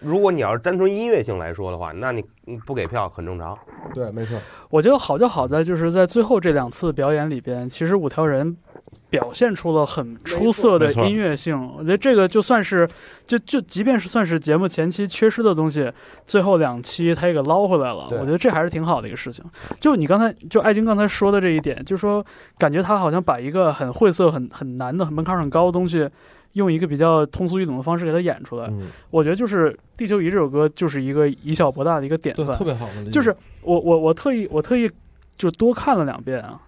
S3: 如果你要是单纯音乐性来说的话，那你你不给票很正常。
S4: 对，没错，
S1: 我觉得好就好在就是在最后这两次表演里边，其实五条人表现出了很出色的
S5: 没错
S1: 音乐性。我觉得这个就算是就就即便是算是节目前期缺失的东西，最后两期他也给捞回来了。
S2: 对
S1: 我觉得这还是挺好的一个事情。就你刚才就艾军刚才说的这一点，就说感觉他好像把一个很晦涩、很很难的、很门槛很高的东西。用一个比较通俗易懂的方式给他演出来，
S4: 嗯，
S1: 我觉得就是《地球仪》这首歌就是一个以小博大的一个典
S4: 对，
S1: 范
S4: 特，别好的例子，
S1: 就是我我我特意我特意就多看了两遍啊，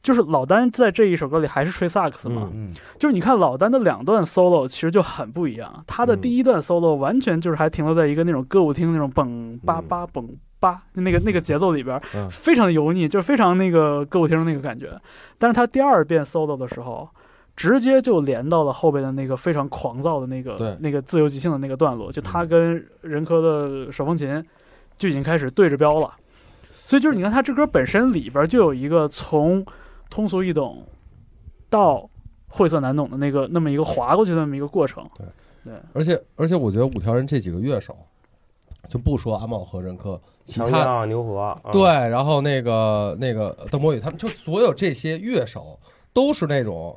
S1: 就是老丹在这一首歌里还是吹萨克斯嘛，
S4: 嗯
S2: 嗯
S1: 就是你看老丹的两段 solo 其实就很不一样，他的
S4: 嗯
S1: 第一段 solo 完全就是还停留在一个那种歌舞厅那种蹦吧吧蹦吧那个那个节奏里边，
S4: 嗯
S1: 非常油腻，就是非常那个歌舞厅那个感觉。但是他第二遍 solo 的时候。直接就连到了后边的那个非常狂躁的那
S4: 对
S1: 个那个自由即兴的那个段落，就他跟任科的手风琴就已经开始对着标了。所以就是你看他这歌本身里边就有一个从通俗易懂到晦涩难懂的那个那么一个划过去的那么一个过程。
S4: 而且而且我觉得五条人这几个乐手，就不说阿茂和任科，其
S3: 长
S4: 他
S3: 江、牛河，嗯
S1: 啊
S4: 对，，然后那个那个邓博宇他们，就所有这些乐手都是那种，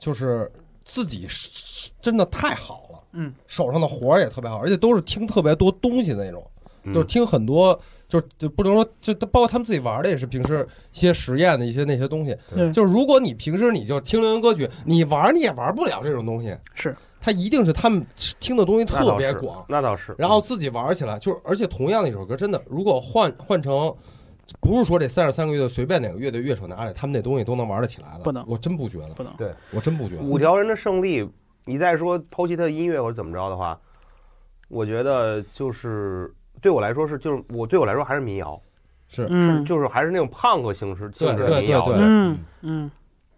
S4: 就是自己是真的太好了，
S1: 嗯，
S4: 手上的活儿也特别好，而且都是听特别多东西的那种，
S3: 嗯
S4: 就是听很多，就是就不能说，就包括他们自己玩的也是平时一些实验的一些那些东西。
S1: 对
S4: 就是如果你平时你就听流行歌曲，你玩儿你也玩不了这种东西，
S1: 是
S4: 他一定是他们听的东西
S3: 那
S4: 特
S3: 倒
S4: 别
S3: 是
S4: 广，
S3: 那倒是。
S4: 然后自己玩起来，就是而且同样的一首歌，真的如果换换成，不是说这三十三个乐队随便哪个乐队乐手拿来，他们那东西都能玩得起来的，
S1: 不能
S4: 我真不觉得，
S1: 不能。
S4: 我真不觉
S3: 五
S4: 得。
S3: 条人的胜利，你再说剖析他的音乐或者怎么着的话，我觉得就是对我来说是就是我对我来说还是民谣，
S4: 是
S1: 嗯
S3: 就是还是那种胖哥性质性质
S4: 对
S3: 的
S4: 对
S3: 民谣
S4: 对
S3: 的。
S1: 嗯嗯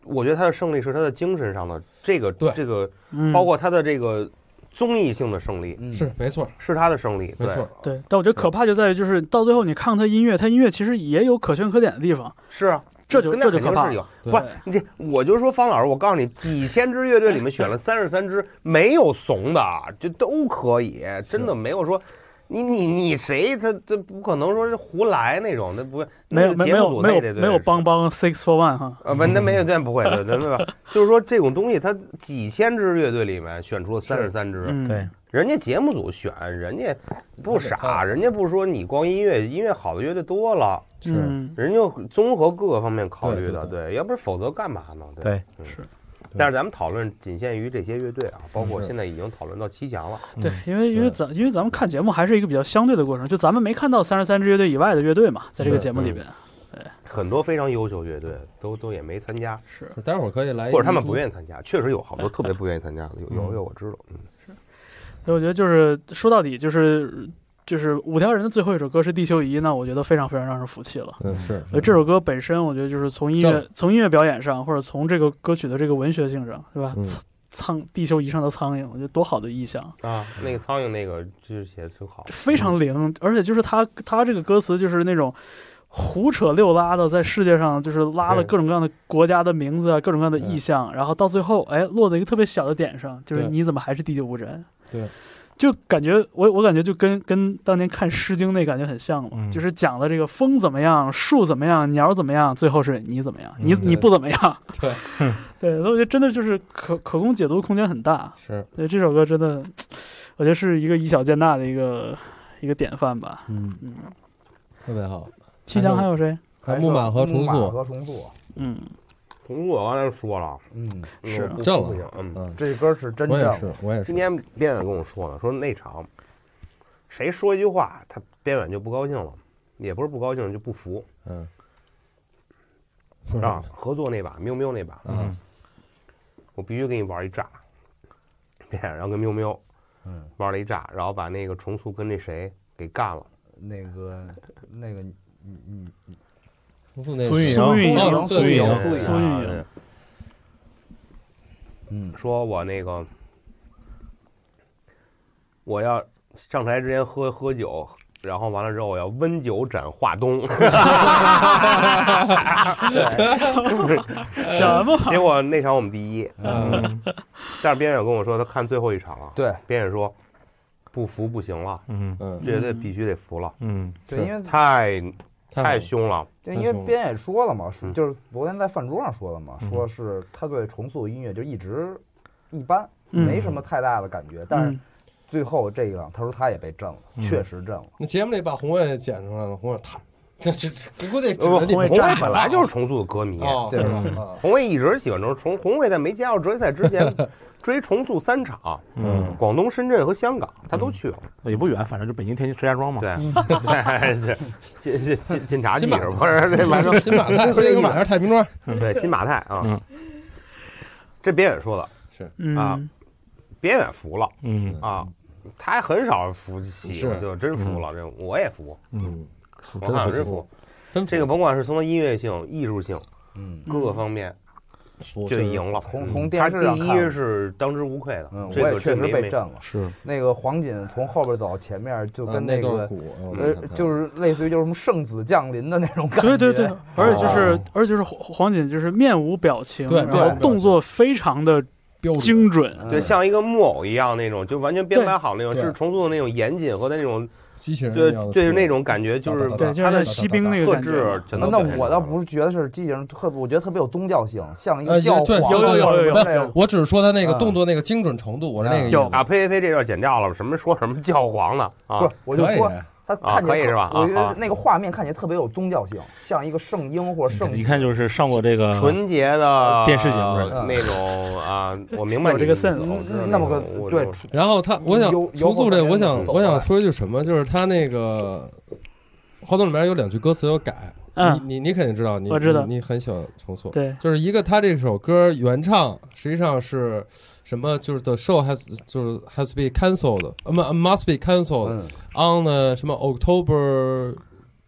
S3: 我觉得他的胜利是他的精神上的这个
S4: 对
S3: 这个，
S1: 嗯，
S3: 包括他的这个综艺性的胜利
S2: 嗯
S4: 是没错，
S3: 是他的胜利，
S4: 没
S3: 对
S4: 错，
S1: 对，但我觉得可怕就在于就是到最后你看他音乐，他音乐其实也有可圈可点的地方，
S3: 是啊，
S1: 这就
S3: 跟那
S1: 这就
S3: 肯
S1: 可
S3: 定
S1: 怕
S3: 是有
S1: 了。。
S4: 对
S3: 不是你这，我就说方老师，我告诉你，几千支乐队里面选了三十 三支，没有怂的，就都可以，真的没有说。你你你谁？他这不可能说是胡来那种，那不
S1: 没有
S3: 那
S1: 没
S3: 节
S1: 有
S3: 目
S1: 没
S3: 组
S1: 有没
S3: 那得
S1: 有没有帮帮 six for one 哈，
S3: 啊，不，那没有，那不会的，对对吧？就是说这种东西，它几千支乐队里面选出了三十三支，
S1: 嗯
S5: 对，
S3: 人家节目组选，人家不傻，
S4: 他
S3: 人家不是说你光音乐音乐好的乐队多了，
S1: 嗯
S3: 人家综合各个方面考虑的，
S4: 对
S3: 对，要不然否则干嘛呢？对
S5: 对
S3: 嗯
S1: 是
S3: 但是咱们讨论仅限于这些乐队啊，包括
S4: 是
S3: 现在已经讨论到七强了，
S1: 对，因为因为
S4: 嗯对
S1: 咱因为咱们看节目还是一个比较相对的过程，就咱们没看到三十三支乐队以外的乐队嘛，在这个
S4: 是
S1: 节目里
S3: 嗯
S1: 边，
S3: 很多非常优秀乐队都都也没参加，
S1: 是
S4: 待会儿可以来一
S3: 或者他们
S4: 遗
S3: 不
S4: 书
S3: 愿意参加，确实有好多特别不愿意参加的， 有有有我知道，嗯，
S1: 所以我觉得就是说到底就是就是五条人的最后一首歌是《地球仪》，那我觉得非常非常让人服气了。
S4: 嗯是，
S1: 所以哎这首歌本身，我觉得就是从音乐从音乐表演上，或者从这个歌曲的这个文学性上，对吧？
S4: 嗯
S1: 苍苍地球仪上的苍蝇，我觉得多好的意象，
S3: 啊，那个苍蝇那个就是写的挺好，
S1: 非常灵，而且就是他他这个歌词就是那种。胡扯六拉的，在世界上就是拉了
S3: 对
S1: 各种各样的国家的名字啊，各种各样的意象，然后到最后，哎，落在一个特别小的点上，就是
S4: 对
S1: 你怎么还是地球无人？
S4: 对，
S1: 就感觉我我感觉就跟跟当年看《诗经》那感觉很像嘛，
S5: 嗯
S1: 就是讲的这个风怎么样，树怎么样，鸟怎么样，最后是你怎么样，你
S5: 嗯
S1: 你
S4: 对
S1: 不怎么样，
S4: 对
S1: 对，所以我觉得真的就是可可供解读空间很大。
S4: 是
S1: 对这首歌真的，我觉得是一个以小见大的一个一个典范吧。
S4: 嗯
S1: 嗯，
S4: 特别好。
S1: 七强还有谁？
S4: 还木马和重
S2: 木马
S4: 塑，
S2: 和重塑，
S1: 嗯，
S3: 同我刚才说了，
S2: 嗯，
S1: 是
S3: 嗯我不
S4: 正了
S3: 不行，嗯，
S4: 嗯，
S2: 这歌是真
S4: 我也
S2: 正
S4: 是，我也是
S3: 今，天边远跟我说呢，说那场谁说一句话，他边远就不高兴了，也不是不高兴，就不服
S4: 嗯，
S3: 啊，合作那把，喵喵那把，
S4: 嗯，
S3: 我必须给你玩一炸， 边远然后跟喵喵，
S2: 嗯，
S3: 玩了一炸，然后把那个重塑跟那谁给干了，
S2: 那个那个，嗯嗯，
S4: 重塑那
S5: 孙运
S1: 苏运
S5: 莹，
S1: 莹
S4: 哦对对
S5: 莹
S4: 对
S3: 对
S1: 苏运莹
S3: 啊
S2: 嗯，
S3: 说我那个我要上台之前喝喝酒，然后完了之后我要温酒斩华 东，
S1: 什么？
S3: 结果那场我们第一，
S4: 嗯，
S3: 但是边远跟我说他看最后一场了，
S2: 对
S3: 边远说不服不行了，
S5: 嗯
S4: 嗯，
S3: 这队必须得服了，
S5: 嗯
S2: 对，因为
S3: 太
S4: 太好
S3: 太
S4: 了
S3: 凶了，
S2: 对，
S4: 太
S2: 因为
S4: 凶了
S2: 边也说了嘛，说
S3: 嗯
S2: 就是昨天在饭桌上说了嘛，说是他对重塑音乐就一直一般，
S1: 嗯
S2: 没什么太大的感觉，但是
S1: 嗯，
S2: 最后这一场，他说他也被震了，确实震了。
S4: 那节目里把红卫剪出来了，红卫 他这这这估计只
S3: 呃
S4: 能
S3: 红
S4: 得
S3: 卫
S4: 站着
S3: 本来就是重塑的歌迷，
S4: 啊哦，
S2: 对
S4: 吧？啊
S3: 红卫一直喜欢重重，红卫在没加入职业赛之 前追重塑三场，
S5: 嗯，
S3: 广东、深圳和香港他
S4: 嗯
S3: 都去了。
S5: 也不远，反正就北京、天津、石家庄嘛。
S3: 对， 对，进进进进察冀
S4: 新马
S3: 是不是？ 这马上
S4: 新马 泰，这个马上太平庄
S3: 对新马泰啊
S5: 嗯，
S3: 这别远说的，
S1: 嗯
S3: 啊别远服了
S5: 嗯
S3: 啊，他很少服气，
S4: 是
S3: 我就真服了，这我也服，
S5: 嗯，
S3: 我
S4: 真
S3: 看
S4: 服
S3: 真
S4: 服
S3: 服。，
S4: 真
S3: 这个甭管是从音乐性、艺术性
S2: 嗯，
S3: 各个方面
S4: 服
S3: 就赢了，
S2: 从
S3: 嗯
S2: 从电
S3: 他
S2: 视
S3: 是
S2: 上
S3: 第
S2: 看
S3: 一是当之无愧的
S2: 嗯，，
S3: 这
S2: 我
S3: 个
S2: 也确实
S3: 这没
S2: 被
S3: 没
S2: 震了。
S4: 是
S2: 那个黄锦从后边走，前面就
S4: 啊
S2: 跟
S4: 那段
S2: 个
S4: 鼓，哎我没
S2: 呃
S4: 看，看
S2: 就是类似于就是什么圣子降临的那种感
S1: 对对
S2: 觉。
S1: 对，而且就是
S4: 哦，
S1: 而且就是黄黄锦就是面无表情，
S4: 对
S1: 然
S4: 对
S1: 后动作非常的
S4: 标准
S1: 精准，
S3: 对，像一个木偶一样那种，就完全编排好那种，
S4: 对
S3: 是重塑的那种严谨和他那种，
S4: 机
S2: 嗯
S4: 器人
S3: 对
S4: 一样，的
S3: 对，
S4: 速
S3: 是
S4: 度
S3: 那种感觉，就是
S4: 哒哒
S1: 对，
S4: 哒
S1: 就是锡兵那个
S3: 特
S1: 感觉啊
S3: 质。全
S2: 那
S3: 都
S2: 那
S3: 表现出来了。
S2: 我倒不是觉得是机器人特，我觉得特别有宗教性，像一
S4: 呃
S2: 个教
S4: 对
S2: 皇
S4: 有有有
S2: 或者
S1: 有有有
S2: 什么那种
S4: 我只是说他那个
S2: 嗯
S4: 动作那个精准程度，我是那个意
S1: 有
S4: 思。
S3: 啊，呸呸呸，这段剪掉了，什么说什么教皇呢？
S2: 不
S3: 啊
S2: 是，，我就
S4: 可以
S2: 说他看起来
S3: 可以是吧
S2: 我觉
S3: 啊啊
S2: 得那个画面看起来特别有宗教性，像一个圣婴或者圣
S5: 一看就是上过这个
S3: 纯洁的
S5: 电视节目
S3: 呃那种啊，我明白
S1: 有
S3: 你
S1: 这个
S3: 意思
S1: sense
S3: 我知道
S2: 嗯那么个
S3: 我
S2: 对
S3: 我
S4: 然后他，我想
S2: 有有
S4: 重塑
S2: 过
S4: 这，
S2: 程
S4: 我
S2: 真的
S4: 想
S2: 是
S4: 我
S2: 走
S4: 想
S2: 的
S4: 说一句什么，就是他那个活动里面有两句歌词要改，
S1: 嗯，
S4: 你你你肯定知道，你
S1: 我知道
S4: 你你很喜欢重塑，
S1: 对，
S4: 就是一个他这首歌原唱实际上是什么？就是 the show has 就是 has be cancelled，呃不 must be cancelled
S2: 嗯
S4: on the 什么 October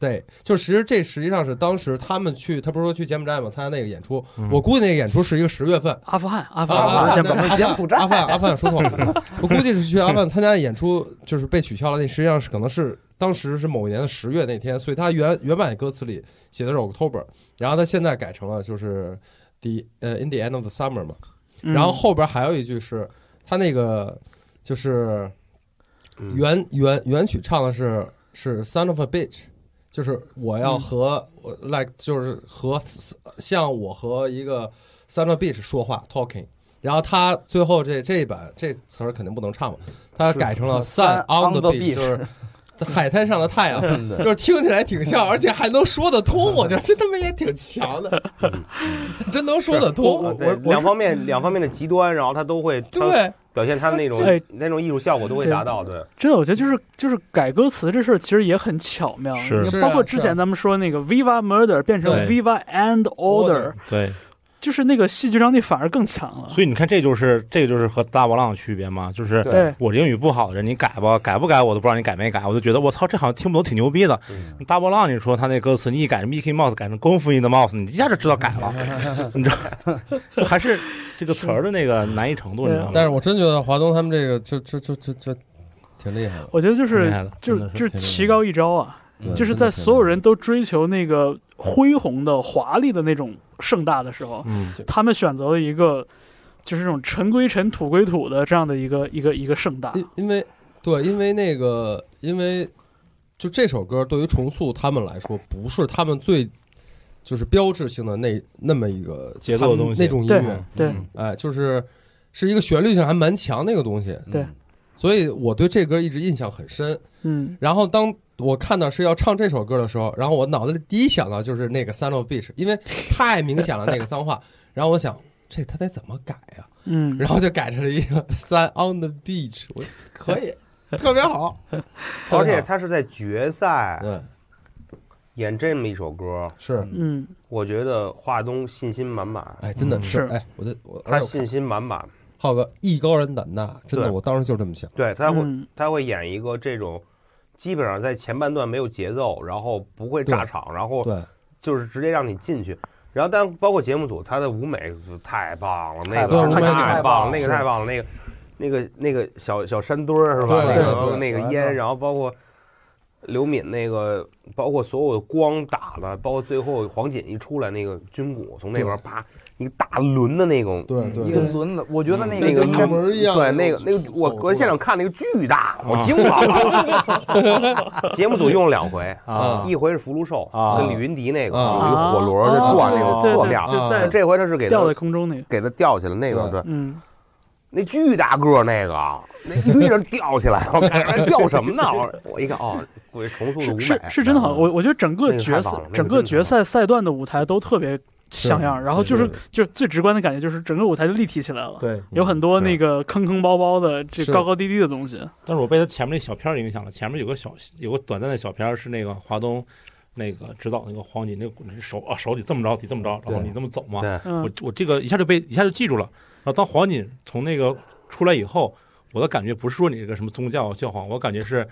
S4: day，就实际这实际上是当时他们去，他不是说去柬埔寨嘛，参加那个演出，我估计那个演出是一个十月份。
S1: 阿富汗，阿富
S4: 阿
S1: 汗，
S4: 富汗
S1: 柬埔寨
S4: 阿
S2: 柬埔寨
S4: 富汗阿富汗，阿富汗说错了，我估计是去阿富汗参加的演出，就是被取消了。那实际上是可能是当时是某一年的十月那天，所以他原原版歌词里写的是 October，然后他现在改成了就是 the 呃 in the end of the summer 嘛，
S1: 嗯
S4: 然后后边还有一句是他那个就是
S3: 嗯
S4: 原原原曲唱的是是 son of a bitch。就是我
S1: 嗯
S4: 要和、我 like 就是和像我和一个 son of a bitch 说话 talking，然后他最后这这一版这词儿肯定不能唱嘛，他改成了
S2: 是
S4: sun on
S2: on
S4: the
S2: the
S4: beach，
S2: beach
S4: 就是海滩上的太阳，
S2: 嗯对
S4: 就是听起来挺像，而且还能说得通，我觉得这他妈也挺强的， 真能说得
S3: 啊
S4: 通。
S3: 对两方面两方面的极端，然后他都会他
S4: 对，
S3: 表现他们那种
S1: 哎
S3: 那种艺术效果都会达到。对，
S1: 真的，我觉得就是就是改歌词这事儿，其实也很巧妙。
S5: 是
S1: 你
S4: 是啊
S1: 包括之
S4: 是啊
S1: 前咱们说那个 “Viva Murder” 变成
S5: 对
S1: “Viva and Order”，
S5: 对，
S1: 就是那个戏剧张力反而更强了。
S5: 所以你看，这就是这就是和大波浪的区别嘛，就是
S2: 对
S1: 对，
S5: 我英语不好的人，你改吧，改不改我都不知道你改没改，我就觉得我操，这好像听不懂，挺牛逼的。大波浪，你说他那歌词，你一改 Mickey Mouse 改成功夫 in the mouse，你一下就知道改了，你知道，就还是这个词儿的那个难易程度，你知道吗？
S4: 但是我真觉得华东他们这个这这这这这挺厉害的，
S1: 我觉得就
S5: 挺
S3: 哎
S1: 是
S5: 厉害的
S1: 就是
S5: 真的是
S1: 就是棋高一招啊，
S3: 嗯
S4: 对
S1: 就是
S4: 真的
S1: 在
S4: 挺
S1: 所有
S4: 厉害
S1: 人都追求那个恢宏的、华丽的那种盛大的时候，
S5: 嗯，
S1: 他们选择了一个就是这种尘归尘、土归土的这样的一个一个一个盛
S3: 哎
S1: 大。
S4: 因因为对，因为那个，因为就这首歌对于重塑他们来说，不是他们最就是标志性的那那么一个
S5: 节奏的东西
S4: 他们那种音乐，
S1: 对，
S4: 哎，就是是一个旋律性还蛮强的一个东西，嗯
S1: 对
S4: 所以我对这歌一直印象很深。
S1: 嗯，
S4: 然后当我看到是要唱这首歌的时候，然后我脑子里第一想到就是那个《Son of Beach》，因为太明显了那个脏话， 然后我想这他得怎么改啊呀、
S1: 嗯，
S4: 然后就改成了一个 Sun on the beach，我可以，特别 好，
S3: 而且
S4: 特别好
S3: 他是在决赛
S4: 对
S3: 演这么一首歌，
S4: 是，
S1: 嗯，
S3: 我觉得华东信心满满，
S4: 哎，真的
S5: 嗯
S4: 是
S1: 是
S4: 哎，我的我
S3: 他
S4: 而且
S3: 信心满满，
S4: 我浩哥艺高人胆大，真的，
S3: 对
S4: 我当时就这么想，
S3: 对他会
S1: 嗯
S3: 他会演一个这种。基本上在前半段没有节奏，然后不会炸
S4: 对
S3: 场，然后
S1: 嗯
S4: 对，
S3: 就是直接让你进去。然后，但包括节目组，他的舞美太棒了，那
S2: 太
S3: 个
S4: 棒了
S3: 太
S4: 舞美
S3: 太
S2: 太
S3: 棒
S2: 棒了
S3: 了，那个
S2: 是
S3: 太棒了，那个那个那个小小山墩儿是吧？
S4: 对
S3: 那
S4: 对
S3: 个
S4: 对
S3: 那个
S2: 小山墩
S3: 烟，
S2: 儿
S3: 然后包括刘敏那个，包括所有的光打的，包括最后黄锦一出来那个军鼓从那边啪一个大轮的那种，
S4: 对对
S2: 一个
S4: 对，
S2: 轮子，我觉得那
S4: 那
S2: 个
S4: 个
S2: 应
S4: 大
S2: 该
S4: 嗯门一样
S3: 对
S4: 的
S3: 那
S4: 那
S3: 个
S4: 种
S3: 那个
S4: 走
S3: 我
S4: 出
S3: 搁
S4: 来
S3: 现场看那个巨大，我惊了， 节目组用了两回。
S5: 啊
S3: 一回是福禄寿
S5: 啊
S3: 跟李云迪那个，
S4: 啊
S3: 有一个火轮儿在转那
S1: 啊对
S3: 个
S1: 对
S3: 侧面，
S1: 对
S4: 啊
S1: 就在
S3: 这回他是给
S1: 吊在
S3: 他
S1: 空中那个，
S3: 给他吊起来那个，
S4: 对
S3: 对，
S1: 嗯，
S3: 那巨大个儿那个，那一堆人吊起来，我看哎吊什么呢？我我一看哦，我重塑嗯的舞
S1: 是
S3: 美
S1: 是是真的好，我我觉得整
S3: 那
S1: 个
S3: 个
S1: 决
S3: 太
S1: 赛
S3: 棒了那个
S1: 整
S3: 真
S1: 个
S3: 的
S1: 决赛赛段的舞台都特别像样，然后就是
S4: 是
S1: 就是最直观的感觉就是整个舞台就立体起来了，
S5: 对，
S1: 有很多
S3: 对
S1: 那个坑坑包包的这
S4: 是
S1: 高高低低的东西，
S5: 但是我被他前面那小片儿影响了，前面有个小有个短暂的小片儿是那个华东那个指导那个黄锦那个手啊手得这么着得这么着，然后
S4: 对
S5: 你这么走嘛，
S3: 对
S1: 嗯
S5: 我，我这个一下就被一下就记住了。然后当黄锦从那个出来以后，我的感觉不是说你这个什么宗教教皇，我感觉是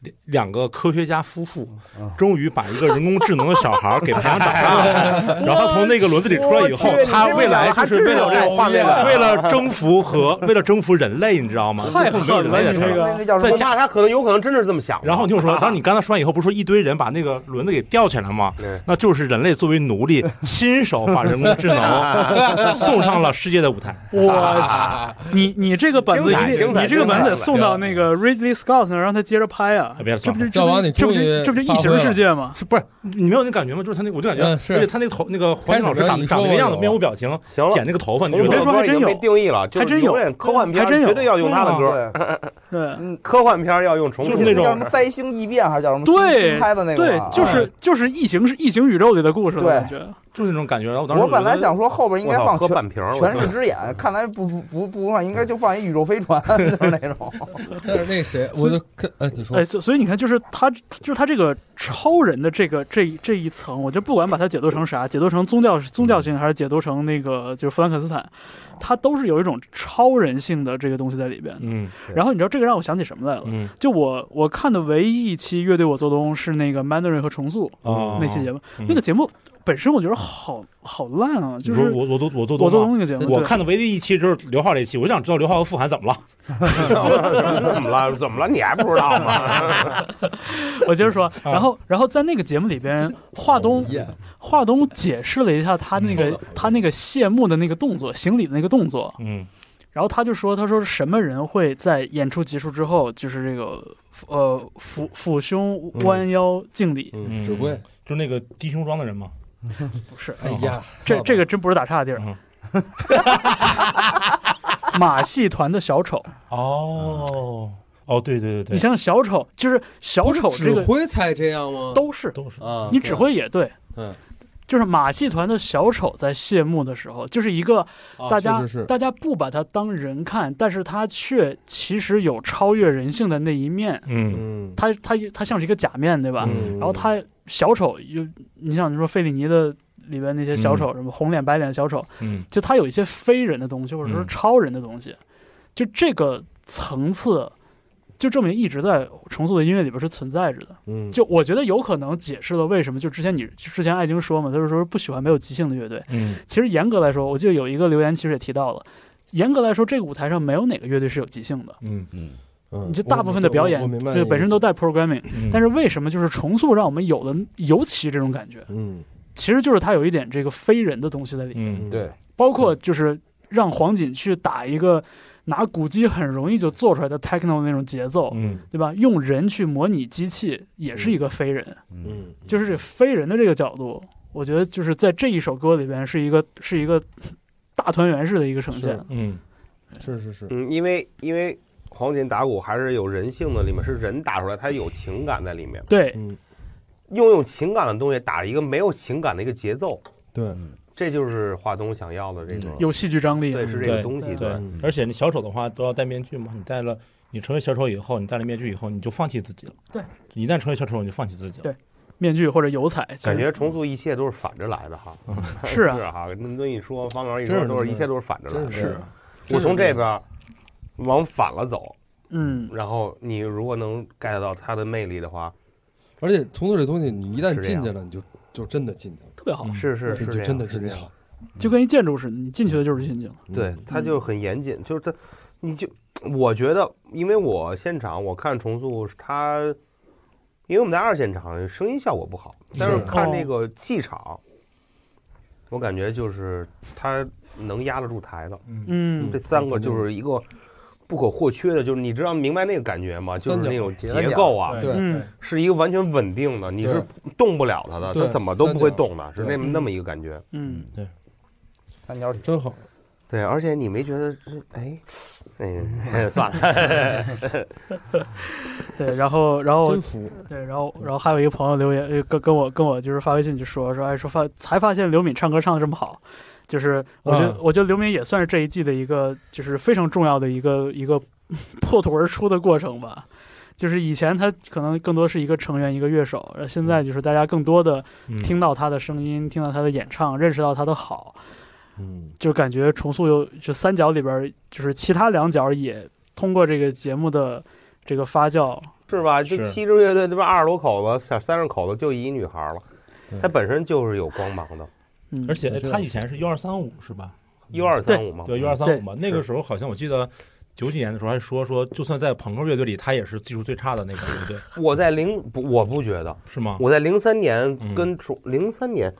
S5: 两两个科学家夫妇终于把一个人工智能的小孩儿给培养长大了。然后他从那个轮子里出来以后
S3: 我去，
S5: 他未来就是为
S3: 有
S5: 了
S3: 这种画面感
S5: 为了征服和为了征服人类，你知道吗？
S1: 太
S5: 最后没
S1: 狠了
S5: 有人类的
S1: 你
S5: 事儿
S1: 这
S5: 了。
S1: 个
S2: 那那叫什
S5: 在
S2: 么
S3: 我
S5: 家
S3: 怕他可能有可能真是这么想的。
S5: 然后你听我说，当你刚才说完以后，不是说一堆人把那个轮子给吊起来吗
S3: 对？
S5: 那就是人类作为奴隶，亲手把人工智能送上了世界的舞台。
S1: 我去，你你这个本子
S3: 精彩
S1: 一定，
S3: 精彩
S1: 你这个本子
S3: 精彩
S1: 得送到那个 Ridley Scott 那儿，让他接着拍啊
S5: 别了！
S1: 这不是这
S4: 赵
S1: 不
S4: 王你
S1: 是这不
S4: 终
S1: 是
S4: 于
S1: 这不是
S4: 发
S1: 异
S4: 挥
S1: 形世界吗？
S5: 是不是你没有那感觉吗？就是他那，我就感觉，
S4: 嗯是
S5: 而且他那个头那个黄
S4: 开
S5: 景
S4: 始
S5: 老师
S4: 的
S5: 长
S4: 你
S5: 长
S4: 说
S5: 那个
S4: 我
S5: 样子，
S4: 有
S5: 面无表情，
S3: 行了
S5: 剪那个头发，你
S3: 从
S5: 就
S3: 此
S1: 别
S5: 觉得
S1: 说
S3: 歌
S1: 还
S3: 已
S1: 真
S3: 经
S1: 有
S3: 被定义了，就
S1: 还
S3: 是
S1: 真有
S3: 永远科幻片
S1: 还真有
S3: 绝对要用他的歌，
S2: 对，
S1: 对
S2: 嗯，
S3: 科幻片要用重
S5: 就
S3: 塑
S5: 是
S2: 那
S5: 那种
S2: 叫什么灾星异变还是叫什么新
S1: 对
S2: 新拍的那个
S1: 对
S2: 吧？，
S1: 就
S2: 啊
S1: 是就是异形是异形宇宙里的故事的
S2: 对
S1: 感觉，
S5: 就是那种感觉。然后我当时
S2: 我本来
S5: 就觉得，
S2: 想说后边应
S3: 我
S2: 该
S3: 操，
S2: 放
S3: 喝
S2: 全
S3: 半瓶儿，我
S2: 全
S3: 操
S2: 视之眼，看来不不不不放，应该就放一宇宙飞船，就是那种。
S4: 但是那谁，我就看，哎，你说
S1: 哎，，所所以你看，就是他，就是他这个超人的这个这一这一层，我就不管把它解读成啥，解读成宗教宗教性，还是解读成那个就是弗兰肯斯坦，它都是有一种超人性的这个东西在里边的。
S5: 嗯
S1: 然后你知道这个让我想起什么来了？
S5: 嗯
S1: 就我我看的唯一一期《乐队我做东》是那个 Mandarin 和重塑
S5: 哦
S1: 那期节目，
S5: 嗯
S1: 那个节目本身我觉得好好烂啊，
S5: 你
S1: 就
S5: 说
S1: 是
S5: 我我都我都
S1: 我做
S5: 懂
S1: 东
S5: 了。
S1: 那个节目，
S5: 我
S1: 对
S5: 看的唯一一期就是刘浩这一期，我就想知道刘浩和傅涵怎么了。
S3: 怎么了？怎么了？你还不知道吗？
S1: 我接着说，
S5: 嗯
S1: 然后然后在那个节目里边，华
S5: 哦
S1: 东
S4: 耶
S1: 华东解释了一下他那
S4: 嗯
S1: 个他那个谢幕的那个动作，行礼的那个动作，
S5: 嗯，
S1: 然后他就说，他说什么人会在演出结束之后，就是这个呃俯俯胸弯腰敬礼，
S4: 嗯，指挥，
S5: 就那个低胸装的人嘛。
S1: 不是
S4: 哎呀，
S1: 这这
S4: 个
S1: 个真不是打岔的地儿。
S4: 嗯
S1: 马戏团的小丑，
S5: 哦哦，对对对
S1: 你
S5: 对，
S1: 像小丑，就是小丑这
S4: 指
S1: 个
S4: 挥才这样吗？
S1: 都是，
S5: 都是
S4: 啊，
S1: 你指挥也对，
S4: 嗯，
S1: 就是马戏团的小丑在谢幕的时候，就是一个
S4: 啊
S1: 大家、
S4: 确实是
S1: 大家不把他当人看，但是他却其实有超越人性的那一面。
S5: 嗯
S4: 嗯，
S1: 他他他像是一个假面，对吧？
S4: 嗯
S1: 然后他小丑又，你想你说费里尼的里边那些
S4: 嗯
S1: 小丑，什么红脸白脸小丑，
S5: 嗯
S1: 就他有一些非人的东西，或者说
S5: 嗯
S1: 超人的东西，就这个层次，就证明一直在重塑的音乐里边是存在着的。
S4: 嗯
S1: 就我觉得有可能解释了为什么，就之前你之前艾晶说嘛，他就说不喜欢没有即兴的乐队。
S5: 嗯
S1: 其实严格来说，我记得有一个留言其实也提到了，严格来说，这个舞台上没有哪个乐队是有即兴的。
S5: 嗯
S2: 嗯，
S4: 嗯
S1: 你就大部分的表
S4: 我我
S1: 演
S4: 明白，
S1: 对本身都
S4: 带，
S1: 带 programming，
S5: 嗯，
S1: 但是为什么就是重塑让我们有了尤其这种感觉？
S4: 嗯
S1: 其实就是它有一点这个非人的东西在里面。
S5: 嗯
S4: 嗯
S2: 对，
S1: 包括就是让黄锦去打一个拿鼓机很容易就做出来的 techno 的那种节奏，
S5: 嗯
S1: 对吧？用人去模拟机器也是一个非人，
S2: 嗯
S4: 嗯，
S1: 就是这非人的这个角度，我觉得就是在这一首歌里边是一个是一个大团圆式的一个呈现
S4: 是。
S5: 嗯
S4: 是是是，
S3: 嗯，因为因为黄金打鼓还是有人性的里面，是人打出来，它有情感在里面。
S1: 对，
S4: 嗯
S3: 用用情感的东西打一个没有情感的一个节奏，
S4: 对，
S3: 这就是华东想要的这种，
S1: 嗯有戏剧张力。
S3: 对，是这个
S5: 对
S3: 东西。
S5: 对
S4: 嗯，
S5: 而且你小丑的话都要戴面具嘛，你戴了，你成为小丑以后，你戴了面具以后，你就放弃自己了。
S1: 对，
S5: 一旦成为小丑，你就放弃自己了。
S1: 对面具或者油彩，其实
S3: 感觉重塑一切都是反着来的哈，
S1: 是 啊
S3: 哈，那那一说方老师一
S4: 真
S3: 说
S4: 是
S3: 都
S4: 这
S3: 是一
S4: 样
S3: 切都是反着来
S4: 真
S3: 的。
S4: 是这样，
S3: 我从这边往反了走，
S1: 嗯，
S3: 然后你如果能 get 到它的魅力的话，
S4: 而且重塑这东西，你一旦
S3: 是这
S4: 进
S3: 样
S4: 去了，你就就真的进去了，
S1: 特别好，
S5: 嗯
S3: 是是
S4: 就是
S3: 这
S4: 就
S3: 样，
S4: 真的
S3: 是
S4: 进
S3: 这
S4: 去
S3: 样。
S4: 了。
S1: 就跟一建筑似的，你进去的就是进去了。
S3: 对，他就
S1: 嗯
S3: 很严谨，就是他，你就我觉得，因为我现场我看重塑他，因为我们在二现场声音效果不好，但是
S5: 是
S3: 看
S1: 哦
S3: 那个气场，我感觉就是他能压得住台的。
S1: 嗯
S3: 这三个就是一个不可或缺的，就是你知道明白那个感觉吗？就是
S4: 三角
S3: 那种
S2: 铁三
S3: 结
S2: 角
S3: 构啊，
S4: 对
S1: 嗯
S3: 是一个完全稳定的，你是动不了它的，
S4: 对
S3: 它怎么都不会
S4: 三角
S3: 动的，是那么
S1: 对
S3: 那么一个感觉。
S1: 嗯，
S2: 三角体
S4: 真好，
S3: 对，而且你没觉得，哎，哎， 算了，
S1: 对，然后然
S3: 哦
S1: 后
S4: 真服，
S1: 对，然后然后还有一个朋友留言，呃跟跟我跟我就是发微信就说说，哎，说发才发现刘敏唱歌唱的这么好，就是我觉得、
S5: 嗯
S4: 啊
S1: 我觉得刘敏也算是这一季的一个就是非常重要的一个一个 破土而出的过程吧。就是以前他可能更多是一个成员一个乐手，而现在就是大家更多的
S5: 嗯
S1: 听到他的声音，听到他的演唱，认识到他的好，
S4: 嗯，
S1: 就感觉重塑有就三角里边儿就是其他两角也通过这个节目的这个发酵，
S3: 是吧？就是七支乐队那边二十多口子，三三十口子就一女孩了
S4: 对，
S3: 她本身就是有光芒的，
S1: 嗯，
S5: 而且哎
S4: 是
S5: 他以前是幺二三五是吧？
S3: 幺二三五嘛，
S5: 对，幺二三五嘛，那个时候好像我记得。九几年的时候还说说，就算在朋克乐队里，他也是技术最差的那个乐队，
S3: 我在零，不我不觉得，
S5: 是吗？
S3: 我在零三年
S5: 嗯
S3: 跟重零三年，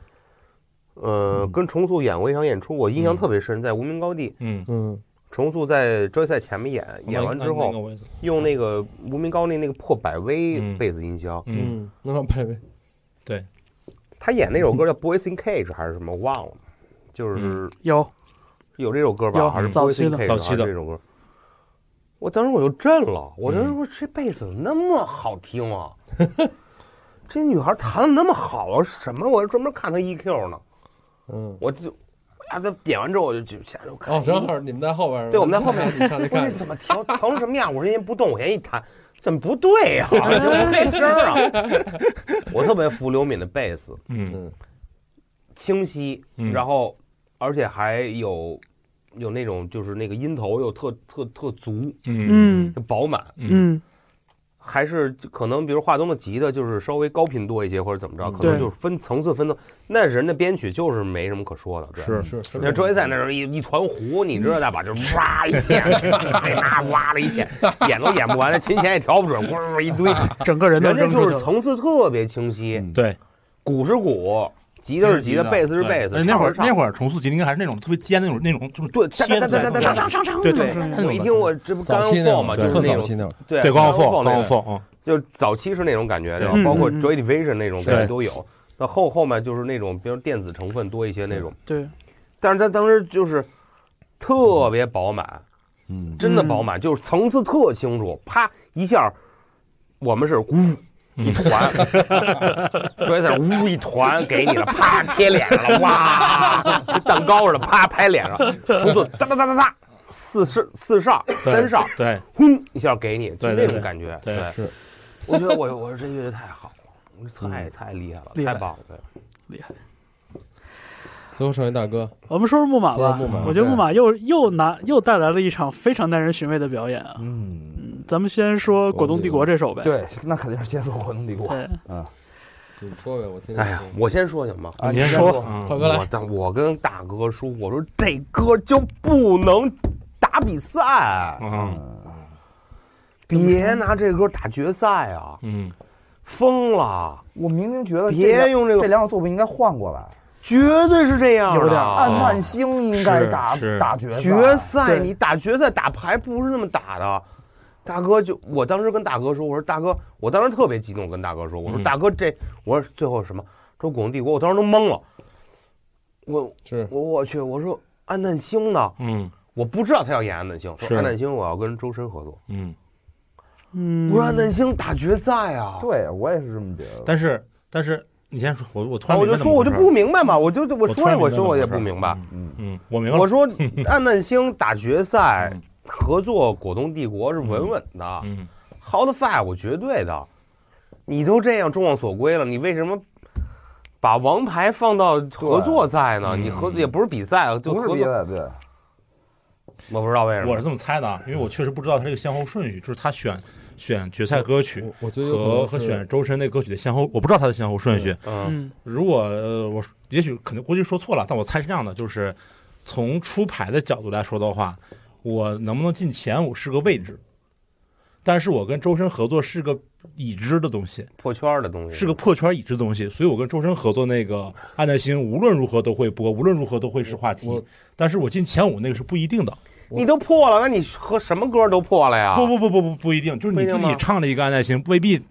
S3: 呃，跟重塑演过一场演出，我印象特别深，在无名高地，
S5: 嗯，
S4: 嗯
S3: 重塑在追赛前面演，演完之
S5: 哦那个
S3: 后
S5: 我也是
S3: 用那个无名高地那个破百威
S5: 嗯
S3: 贝斯音箱，
S5: 嗯，
S4: 嗯，那拍呗，
S3: 他演那首歌叫《Boys in Cage》还是什么，我忘了，
S5: 嗯
S3: 就是
S1: 有
S3: 有这首歌吧，
S1: 有
S3: 还是《
S1: 早
S3: Boys
S1: 期
S3: in
S1: 的
S3: Cage》
S5: 早期的
S3: 还是这首歌。我当时我就震了，我
S5: 嗯
S3: 就说这贝斯怎么那么好听啊！ 这女孩弹的那么好啊，什么？我还专门看她 EQ 呢，
S4: 嗯。
S3: 我就啊，她点完之后我就就下就看，
S4: 哦，正好你们在后边儿，
S3: 对我们在后面
S4: 你看，你
S3: 我说
S4: 看，
S3: 这怎么调调成什么样？我说人家不动，我人家一弹，怎么不对呀、啊？ 怎么这声儿啊？ 我特别服刘敏的贝斯，
S5: 嗯
S4: 嗯
S3: 清晰，
S5: 嗯
S3: 然后而且还有有那种就是那个音头又特特特足，
S5: 嗯
S1: 嗯
S3: 就饱满，
S1: 嗯
S3: 还是就可能比如华东的吉他就是稍微高频多一些或者怎么着，
S4: 嗯
S3: 可能
S1: 对
S3: 就是分层次分的。那人的编曲就是没什么可说的，对。
S5: 是
S4: 是，
S3: 那周杰赛那时候一一团糊，你知道那把就是哇一片， 那妈哇了一片，演都演不完，那琴弦也调不准，咕噜一堆。
S6: 啊
S1: 整个人都
S3: 人家
S1: 扔出
S3: 就
S1: 去
S3: 是
S1: 了。
S3: 层次特别清晰，
S2: 嗯
S5: 对，
S3: 鼓是鼓，吉他是吉他，贝斯是贝斯。
S5: 哎那会儿那
S3: 儿
S5: 会儿重塑吉林还是那种特别尖的那种那种，就是
S3: 对，
S5: 切的那种
S1: 哒哒
S3: 哒
S5: 对
S3: 对
S5: 对，
S3: 我一听我这不刚
S4: 早期那
S3: 放
S4: 种
S3: 嘛，就
S4: 对
S3: 是
S4: 特
S3: 那
S4: 早
S3: 种
S4: 期那种，
S3: 对
S5: 对
S3: 刚
S5: 光凤
S3: 那
S5: 光
S3: 种，
S5: 凤啊，
S3: 就是早期是那种感觉，
S5: 对
S3: 然后包括
S1: 嗯嗯嗯
S3: Joy Division 那种感觉
S5: 对
S3: 都有。那后后面就是那种，比如电子成分多一些那
S5: 嗯
S3: 种，
S1: 对，
S3: 但是他当时就是特别饱满，
S2: 嗯
S5: 嗯
S3: 真的饱满，就是层次特清楚，啪一下，我们是咕
S5: 嗯
S3: 一团， 摔在那儿呜一团给你了，啪贴脸上了，哇，跟蛋糕似的，啪拍脸 上，重做哒哒哒哒哒，四上四上三上，
S5: 对
S3: 轰一下给你，就
S5: 对对
S3: 那种
S5: 对
S3: 感觉。
S5: 对是
S3: 我觉得我我说这乐队太好了，我说太太嗯厉害了，
S6: 厉害
S3: 太棒了。对
S6: 厉害。
S4: 最后剩一大哥，
S6: 我们说说木马
S4: 说
S6: 吧，
S4: 说木马
S6: 我觉得
S4: 对
S6: 木马又又拿又带来了一场非常耐人寻味的表演啊。
S2: 嗯，
S6: 咱们先说《果冻帝国》这首呗。
S2: 对，那肯定是先说《活动帝国》
S6: 对，
S2: 嗯，
S4: 你说呗，我听听。
S3: 哎呀，我先说行吗？
S2: 啊，
S5: 你
S2: 先
S5: 说
S2: 说，
S5: 嗯
S4: 浩哥来
S3: 我，但我跟大哥说，我说这歌就不能打比赛，
S5: 嗯
S3: 别拿这歌打决赛啊，
S5: 嗯，
S3: 疯了！
S2: 我明明觉得这
S3: 别
S2: 两
S3: 用这个
S2: 这两首作品应该换过来，
S3: 绝对是这样的，
S6: 有点
S2: 暗暗星应该打
S5: 是是
S2: 打决
S3: 决
S2: 赛，
S3: 赛
S6: 对
S3: 你打决赛打牌不是那么打的。大哥就我当时跟大哥说，我说大哥，我当时特别激动，跟大哥说，我说
S5: 嗯
S3: 大哥这，我说最后什么？说《古龙帝国》，我当时都懵了。我
S4: 是
S3: 我我去，我说安南星呢？
S5: 嗯
S3: 我不知道他要演安南星，
S5: 是
S3: 说安南星我要跟周深合作。
S5: 嗯，
S6: 嗯，
S3: 我说安南星打决赛啊！
S2: 对我也是这么觉得。
S5: 但是但是你先说，我我突
S3: 啊，
S5: 然
S3: 我
S5: 明白
S3: 就
S5: 怎
S3: 说
S5: 么
S3: 我
S5: 回
S3: 就
S5: 事儿
S3: 不明白嘛，我就我
S5: 我
S3: 说
S5: 突然
S3: 也我
S5: 明白
S3: 说我也
S5: 怎么
S3: 不
S5: 回事儿
S3: 明白。
S5: 嗯，我明白
S3: 我
S5: 了，
S3: 说安南星打决赛
S5: 嗯
S3: 合作《果冻帝国》是稳稳的。
S5: 嗯
S3: How the fuck？我绝对的，你都这样众望所归了，你为什么把王牌放到合作赛呢？
S5: 嗯
S3: 你合也不是比赛啊，就
S2: 不是
S3: 合
S2: 别
S3: 作，
S2: 的，对，
S3: 我不知道为什
S5: 我是
S3: 么。
S5: 这么猜的啊，因为我确实不知道他这个先后顺序，就是他选选决赛歌曲
S4: 我我觉得有可能是
S5: 和和选周深那歌曲的先后，我不知道他的先后顺序。
S3: 嗯
S6: 嗯，
S5: 如果呃我也许可能估计说错了，但我猜是这样的，就是从出牌的角度来说的话，我能不能进前五是个未知，但是我跟周深合作是个已知的东西，
S3: 破圈的东西
S5: 是个破圈已知的东西，所以我跟周深合作那个《暗淡星》，无论如何都会播，无论如何都会是话
S4: 我
S5: 题，但是我进前五那个是不一定的。
S3: 你都破了，那你和什么歌都破了呀？
S5: 不不不不不不一定，就是
S3: 啊不一
S5: 你
S3: 定
S5: 自
S3: 吗
S5: 己唱了一个《暗淡星》，未必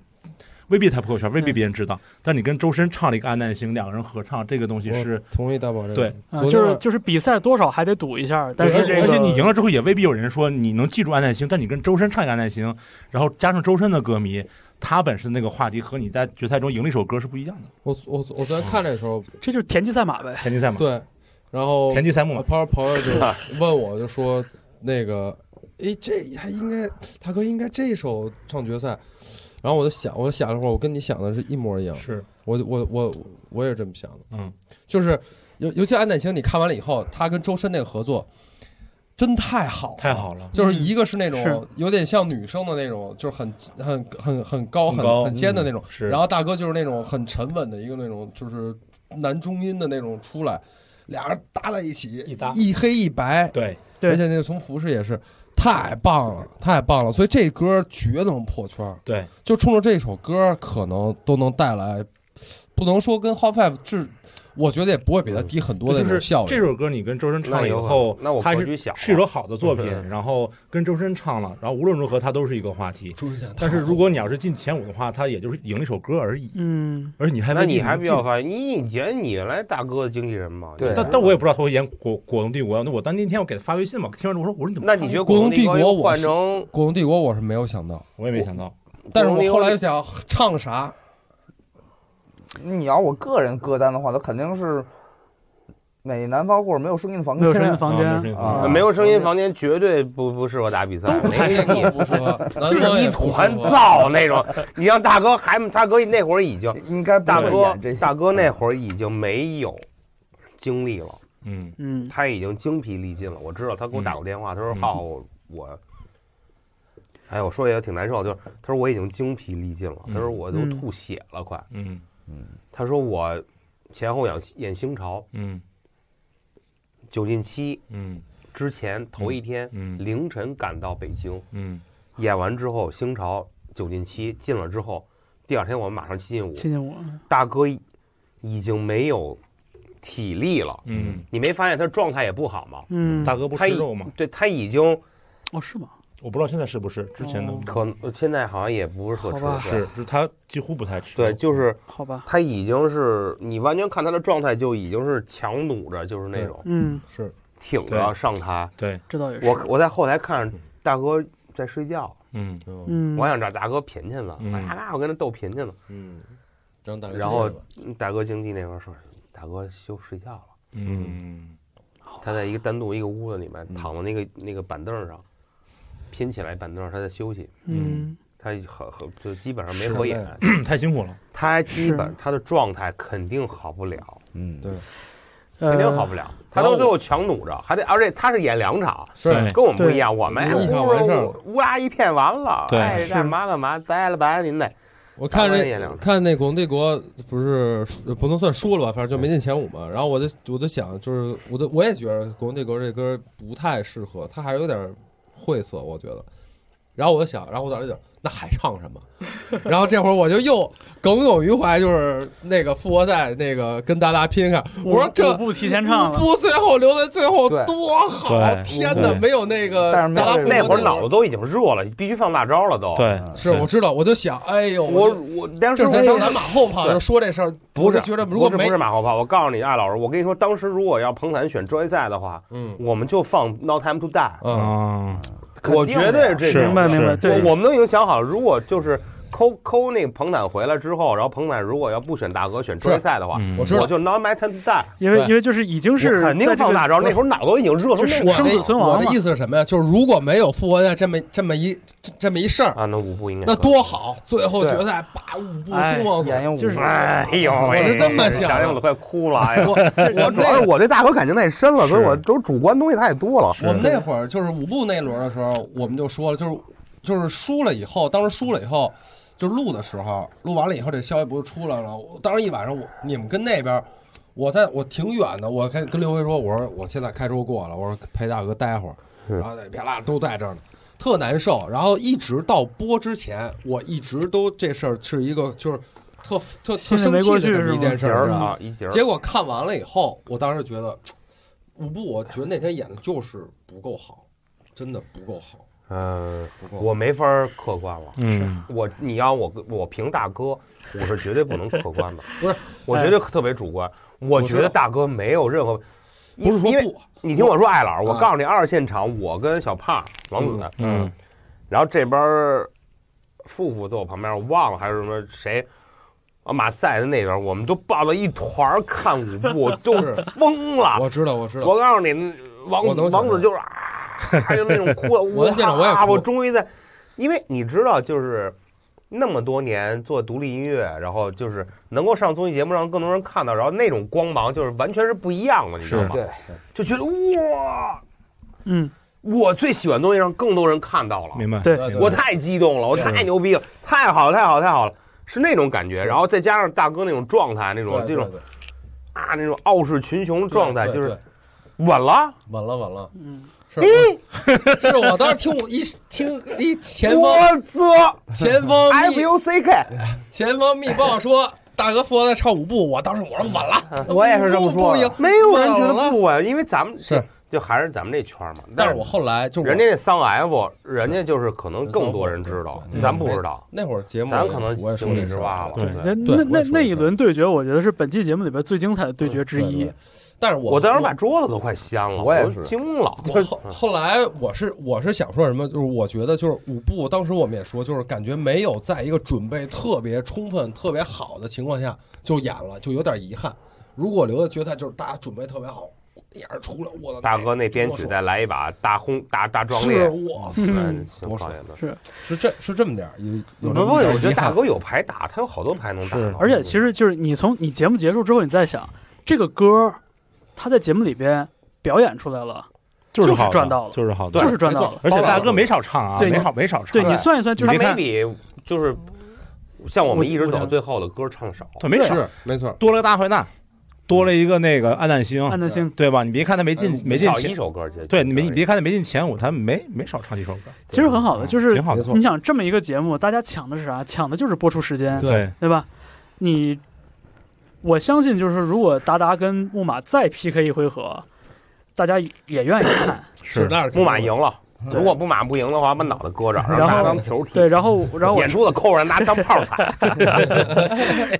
S5: 未必他破圈，未必
S6: 嗯
S5: 别人知道。但你跟周深唱了一个《暗淡星》，两个人合唱，这个东西
S4: 我
S5: 是
S4: 同意大宝这个。
S5: 对
S6: 啊
S4: 昨天
S6: 就是就是比赛多少还得赌一下，但是
S5: 而
S6: 这
S5: 且
S6: 个
S5: 而且你赢了之后，也未必有人说你能记住《暗淡星》，但你跟周深唱一个《暗淡星》，然后加上周深的歌迷，他本身那个话题和你在决赛中赢了一首歌是不一样的。
S4: 我我我昨天看这时候，
S6: 这就是田忌赛马呗。
S5: 田忌赛
S3: 嗯
S5: 马，
S4: 对，哦然后
S5: 田忌赛
S4: 我
S5: 马，
S4: 朋友朋友就问我，就说那个，诶，这还应该大哥应该这首唱决赛，然后我就想，我想了会儿，我跟你想的是一模一样，
S5: 是
S4: 我我我我也是这么想的，
S5: 嗯，
S4: 就是尤尤其安乃清，你看完了以后，他跟周深那个合作，真太好，
S5: 太。好了，
S4: 就是一个是那
S6: 嗯是
S4: 种有点像女生的那种，就是很很很很高
S5: 很
S4: 很
S5: 高
S4: 很尖的那种
S5: 嗯，是
S4: 然后大哥就是那种很沉稳的一个那种，就是男中音的那种出来，俩人搭在一起，
S5: 一搭
S4: 一黑一白，
S5: 对，
S6: 对
S4: 而且那个从服饰也是太棒了，太棒了，所以这歌绝能破圈儿，
S5: 对，
S4: 就冲着这首歌可能都能带来，不能说跟《Hot Five》质，我觉得也不会比它低很多的
S5: 就
S4: 那种
S5: 是
S4: 效
S5: 这
S4: 率。
S5: 首歌你跟周深唱了以
S3: 那有
S5: 后
S3: 可，能那我
S5: 他
S3: 格局
S5: 是
S3: 小了啊
S5: 是一首好的作品
S3: 嗯，
S5: 然后跟周深唱了，然后无论如何他都是一个话题。
S4: 朱志强
S5: 但是如果你要是进前五的话，他也就是赢了一首歌而已，
S6: 嗯，
S5: 而你还
S3: 那
S5: 没
S3: 你还比
S5: 必
S3: 较
S5: 要。
S3: 发现，你你觉得你原来大哥的经纪人嘛？
S2: 对
S5: 但但我也不知道他会演《果果冻帝国》，那我当那天我给他发微信嘛，听完之后我说我说你怎么
S3: 那
S5: 看？
S3: 你觉得《
S4: 古龙
S3: 帝国
S4: 帝》国
S3: 又
S4: 我
S3: 换
S4: 是
S3: 成
S4: 《果冻帝国》我是没有想到，
S5: 我也没想到，
S4: 但是我后来又想唱啥，
S2: 你要我个人歌单的话，那肯定是美南方或者没有声音的房
S6: 没
S2: 间，
S6: 有声音的房
S5: 啊
S6: 间
S5: 没，有声音
S2: 啊
S3: 呃没有声音房间绝对不不适合打比赛，
S4: 不
S3: 没
S4: 适
S3: 戏
S4: 合，不适合，南
S3: 就
S4: 方
S3: 是一
S4: 也不适
S3: 团
S4: 合。
S3: 糟那种。你让大哥还大哥那会儿已经
S2: 应该不
S3: 大
S2: 会
S3: 哥
S2: 演这些
S3: 大哥那会儿已经没有精力了，
S5: 嗯
S6: 嗯，
S3: 他已经精疲力尽了。我知道他给我打过电话，他说
S5: 嗯
S3: 浩我。哎，我说也挺难受，就是他说我已经精疲力尽了，他说我都
S6: 嗯
S3: 吐血了，快。
S5: 嗯
S3: 他说我前后演演新潮
S5: 嗯
S3: 九进七
S5: 嗯
S3: 之前头一天
S5: 嗯嗯
S3: 凌晨赶到北京，
S5: 嗯
S3: 演完之后新潮九进七进了之后，第二天我们马上七进五，
S6: 亲近我，
S3: 大哥已已经没有体力了。
S5: 嗯，
S3: 你没发现他状态也不好吗？
S6: 嗯，
S5: 大哥不
S3: 他
S5: 吃
S3: 已
S5: 肉嘛？
S3: 对他已经
S6: 哦是吗？
S5: 我不知道现在是不是，之前的
S6: 哦
S3: 可能现在好像也不是特吃
S6: 好吧
S3: 得消
S5: 是，就是他几乎不太吃肉。
S3: 对，就是
S6: 好吧，
S3: 他已经是你完全看他的状态就已经是强弩着，就是那种
S6: 嗯，
S4: 是
S3: 挺着
S5: 对
S3: 上台。
S5: 对，
S6: 这倒也是。
S3: 我我在后台看大哥在睡觉，
S5: 嗯，
S4: 嗯
S6: 嗯，
S3: 我想找大哥贫去了，
S5: 嗯
S3: 哎呀那我跟他斗贫去了。
S4: 嗯，让大哥
S3: 然后
S4: 进来吧
S3: 大哥经济那边说，大哥休睡觉了。
S5: 嗯，
S3: 他在一个单独一个屋子里面躺在那个那个板凳上，拼起来板凳，他在休息，
S6: 嗯，
S3: 他很很就基本上没
S4: 是
S3: 合眼
S4: 的，
S5: 嗯 太辛苦了，
S3: 他基本
S6: 是
S3: 他的状态肯定好不了，
S2: 嗯，
S4: 对，
S3: 嗯肯定
S6: 呃
S3: 好不了。他到最后强弩着，还得而且他是演两场，
S4: 是
S5: 对
S3: 跟我们不一样，我们
S4: 一场完事儿了
S3: 乌鸦一片完了，
S5: 对
S3: 哎，
S6: 是
S3: 干嘛干嘛，拜了拜您得，
S4: 我看
S3: 打完也两场
S4: 这看那《古龙帝国》不是输不能算输了吧，反正就没进前五嘛。然后我就我就想，就是我都我也觉得《古龙帝国》这歌不太适合，它还是有点晦涩，我觉得。然后我就想，然后我当时就那还唱什么？然后这会儿我就又耿耿于怀，就是那个复活赛那个跟达达拼看，我说这嗯
S6: 我不提前唱了
S4: 不最后留在最后
S2: 对
S4: 多好！
S5: 对
S4: 天哪，
S5: 对
S4: 没有那个
S2: 但是没
S4: 达
S2: 有这
S4: 达复
S2: 个
S4: 活
S3: 那会儿
S4: 个
S3: 脑子都已经热了，必须放大招了都。，
S5: 对，
S4: 是我知道，我就想，哎呦，
S3: 我
S4: 就
S3: 我当时
S4: 这才
S3: 我
S4: 是咱马后炮，
S3: 对
S4: 就说这事儿，
S3: 不是
S4: 我就觉得如果
S3: 不是
S4: 没
S3: 不是马后炮，我告诉你，艾老师，我跟你说，当时如果要彭坦选专业赛的话，
S4: 嗯
S3: 我们就放《No Time to Die
S4: 嗯
S5: 啊，》，
S3: 我绝对是这
S5: 是
S3: 种
S6: 明白
S5: 是
S6: 明白，对，
S3: 我我们都已经想好了，如果就是抠抠那彭坦回来之后，然后彭坦如果要不选大哥选专业赛的话，
S5: 嗯
S4: 我知道
S3: 我就 No My Time to Die，
S6: 因为
S4: 对
S6: 因为就是已经是
S3: 我肯定
S6: 在这
S3: 放
S6: 个
S3: 大招。那会儿脑子已经热成那
S6: 是
S3: 样
S4: 我
S6: 生死
S4: 的
S6: 存亡
S4: 我的
S6: 嘛
S4: 意思是什么呀？就是如果没有复活赛这么这么一这这么一事儿，
S3: 啊，那五步应该
S4: 那多好！最后
S2: 对
S4: 决赛把五步
S6: 哎
S4: 中王
S2: 演
S4: 总，
S2: 员舞
S6: 就是
S3: 哎呦喂，
S4: 我是这么想的
S3: 想想我都快哭了。哎呀，
S4: 我
S3: 我
S4: 我
S3: 主要
S4: 那
S3: 是我对大哥感情太深了，所以
S5: 是
S3: 我都主观东西太多了。
S4: 我们那会儿就是五步那轮的时候，我们就说了，就是就是输了以后，当时输了以后，就录的时候，录完了以后，这消息不是出来了？我当时一晚上我，你们跟那边儿，我在我挺远的，我跟跟刘辉说，我说我现在开车过来，我说陪大哥待会儿，然后那别啦都在这儿呢。特难受，然后一直到播之前，我一直都这事儿是一个就是特特特
S6: 心里
S4: 生
S6: 没
S4: 气
S6: 过
S4: 的
S6: 去
S4: 这么一
S6: 是
S4: 件
S6: 吗
S4: 事
S3: 节
S4: 儿
S3: 儿
S4: 啊。
S3: 啊，一节儿。
S4: 结果看完了以后，我当时觉得，五部我觉得那天演的就是不够好，真的不够好，
S3: 嗯，
S4: 不够好。
S3: 我没法儿客观了。
S5: 嗯，
S3: 我你要我跟我评大哥，我是绝对不能客观 的。
S4: 不是，
S3: 我绝对特别主观。我觉
S4: 知
S3: 得
S4: 道
S3: 大哥没有任何，
S4: 不是说
S3: 因为
S4: 不，
S3: 你听我说，艾老师，我
S4: 啊
S3: 告诉你，二现场我跟小胖、王子，
S5: 嗯，
S3: 然后这边儿富富坐我旁边，我忘了还是什么谁。啊，马赛的那边，我们都抱到一团儿看舞步，我都
S4: 是
S3: 疯了。
S4: 啊我知道，我知道，
S3: 我告诉你，王
S4: 我
S3: 子
S4: 能想
S3: 王子就是啊，还有那种哭，
S4: 我在现场我也
S3: 哇
S4: 哭
S3: 我终于在，因为你知道，就是那么多年做独立音乐，然后就是能够上综艺节目，让更多人看到，然后那种光芒就是完全是不一样的，你知道吗？
S2: 对，
S3: 就觉得哇，
S6: 嗯，
S3: 我最喜欢的东西让更多人看到了，
S5: 明白，嗯
S6: 对
S4: 对
S3: 我太激动了，我
S5: 是
S3: 太牛逼了，太好了，太好了，太好了。是那种感觉，
S4: 是
S3: 然后再加上大哥那种状态，那
S4: 对
S3: 种
S4: 对
S3: 那种
S4: 对
S3: 啊，那种傲视群雄的状态，
S4: 对
S3: 就是
S4: 对
S3: 稳了，
S4: 稳了稳了，
S6: 嗯，
S4: 是
S3: 哎
S4: 我是我当时听我一听一前方
S3: 我哎操！
S4: 前方
S3: F
S4: 密
S3: U C
S4: 哎
S3: K，
S4: 前方密报说。大哥复活在唱五步，我当时我说稳了，
S2: 我也是这么说的
S4: 五步
S3: 没有人觉
S4: 稳了
S3: 得不啊稳，因为咱们
S4: 是，
S3: 就还是咱们这圈儿嘛。
S4: 但是我后来就我
S3: 人家那桑 F，人家就是可能更多人知道
S4: 对，
S3: 咱不知道。
S4: 嗯那会儿节目
S3: 咱
S4: 我也
S3: 可能
S4: 我也说
S3: 井
S4: 这
S3: 底之
S4: 事儿
S3: 蛙了
S4: 对
S5: 对
S6: 那那
S4: 对我也
S6: 那
S4: 说
S6: 那
S4: 是
S6: 一轮对决，我觉得是本期节目里边最精彩的对决之
S4: 对
S6: 一
S4: 对。但是我
S3: 我当时把桌子都快掀了，
S2: 我也是
S3: 都惊了。嗯
S4: 我后后来我是我是想说什么，就是我觉得就是五部，当时我们也说，就是感觉没有在一个准备特别充分、特别好的情况下就演了，就有点遗憾。如果留在决赛，就是大家准备特别好，一眼出来，我的
S3: 大哥那编曲再来一把大轰大大壮烈
S4: 是，我
S3: 嗯，行
S4: 多
S3: 讨
S4: 爽
S3: 厌的。
S4: 是这是这么点儿有有
S3: 不
S4: 这
S3: 不，
S4: 么点儿
S3: 我觉得
S4: 遗
S3: 大
S4: 憾
S3: 哥有牌打，他有好多牌能打
S5: 是
S3: 到。
S6: 而且其实就是你从你节目结束之后，你再想这个歌儿，他在节目里边表演出来了，
S5: 就
S6: 就是
S5: 好的
S6: 赚到了
S5: 就是好的，
S6: 就是赚到
S4: 没
S6: 了。
S5: 而且大哥没少唱啊，
S6: 对
S5: 没少没少唱，
S6: 对你算一算，就
S3: 他
S6: 是
S5: 你别
S3: 没
S5: 看
S3: 比就是像我们一直
S6: 我
S3: 走
S6: 我
S3: 最后的歌唱少。
S5: 他没少，
S4: 是没错，
S5: 多了个大坏蛋，多了一个那个暗淡星，
S4: 嗯
S6: 安德星
S5: 对吧？你别看他没进
S4: 哎
S5: 没进
S3: 少一
S5: 前，
S3: 首歌去，
S5: 对你没你别看他没进前五，他没没少唱几首歌，
S6: 其实很好的，就是
S5: 挺好
S4: 嗯没
S5: 的，
S4: 错
S6: 你，想这么一个节目，大家抢的是啥？抢的就是播出时间，
S5: 对，
S6: 对吧？你，我相信就是如果达达跟木马再 PK 一回合，大家也愿意 看。
S4: 是
S5: 是
S4: 那
S3: 木马赢了。
S6: 对
S3: 如果木马不赢的话，把脑袋搁这儿，啊
S6: 然后
S3: 让他当球踢。
S6: 对，然后然后我
S3: 眼珠子抠着，拿当炮踩。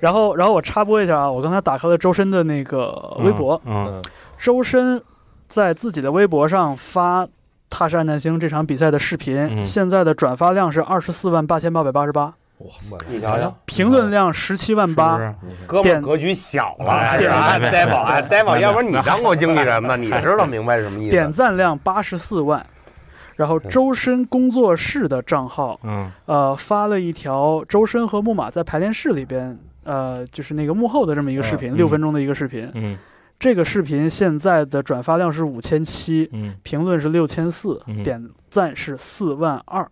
S6: 然后然后我插播一下啊，我刚才打开了周深的那个微博，
S5: 嗯，
S4: 嗯
S6: 周深在自己的微博上发
S1: 踏实爱南星这场比赛的视频，
S5: 嗯
S1: 现在的转发量是二十四万八千八百八十八，
S3: 你瞧瞧，
S1: 评论量十七
S6: 嗯
S1: 万
S5: 是不
S1: 八，
S5: 嗯是？
S3: 哥们
S1: 点
S3: 儿格局小了，
S5: 哎
S3: 是吧？
S5: 别别
S3: 呆宝，哎呆宝，
S5: 别
S3: 要不然你当过经纪人吗？你知道明白是什么意
S1: 点
S3: 思？
S1: 赞量八十四万。然后周深工作室的账号，
S5: 嗯，
S1: 呃，发了一条周深和木马在排练室里边，呃，就是那个幕后的这么一个视频，
S5: 嗯
S1: 六分钟的一个视频。
S5: 嗯
S1: 这个视频现在的转发量是五千七，
S5: 嗯
S1: 评论是六千四
S5: 嗯，
S1: 点赞是四万二，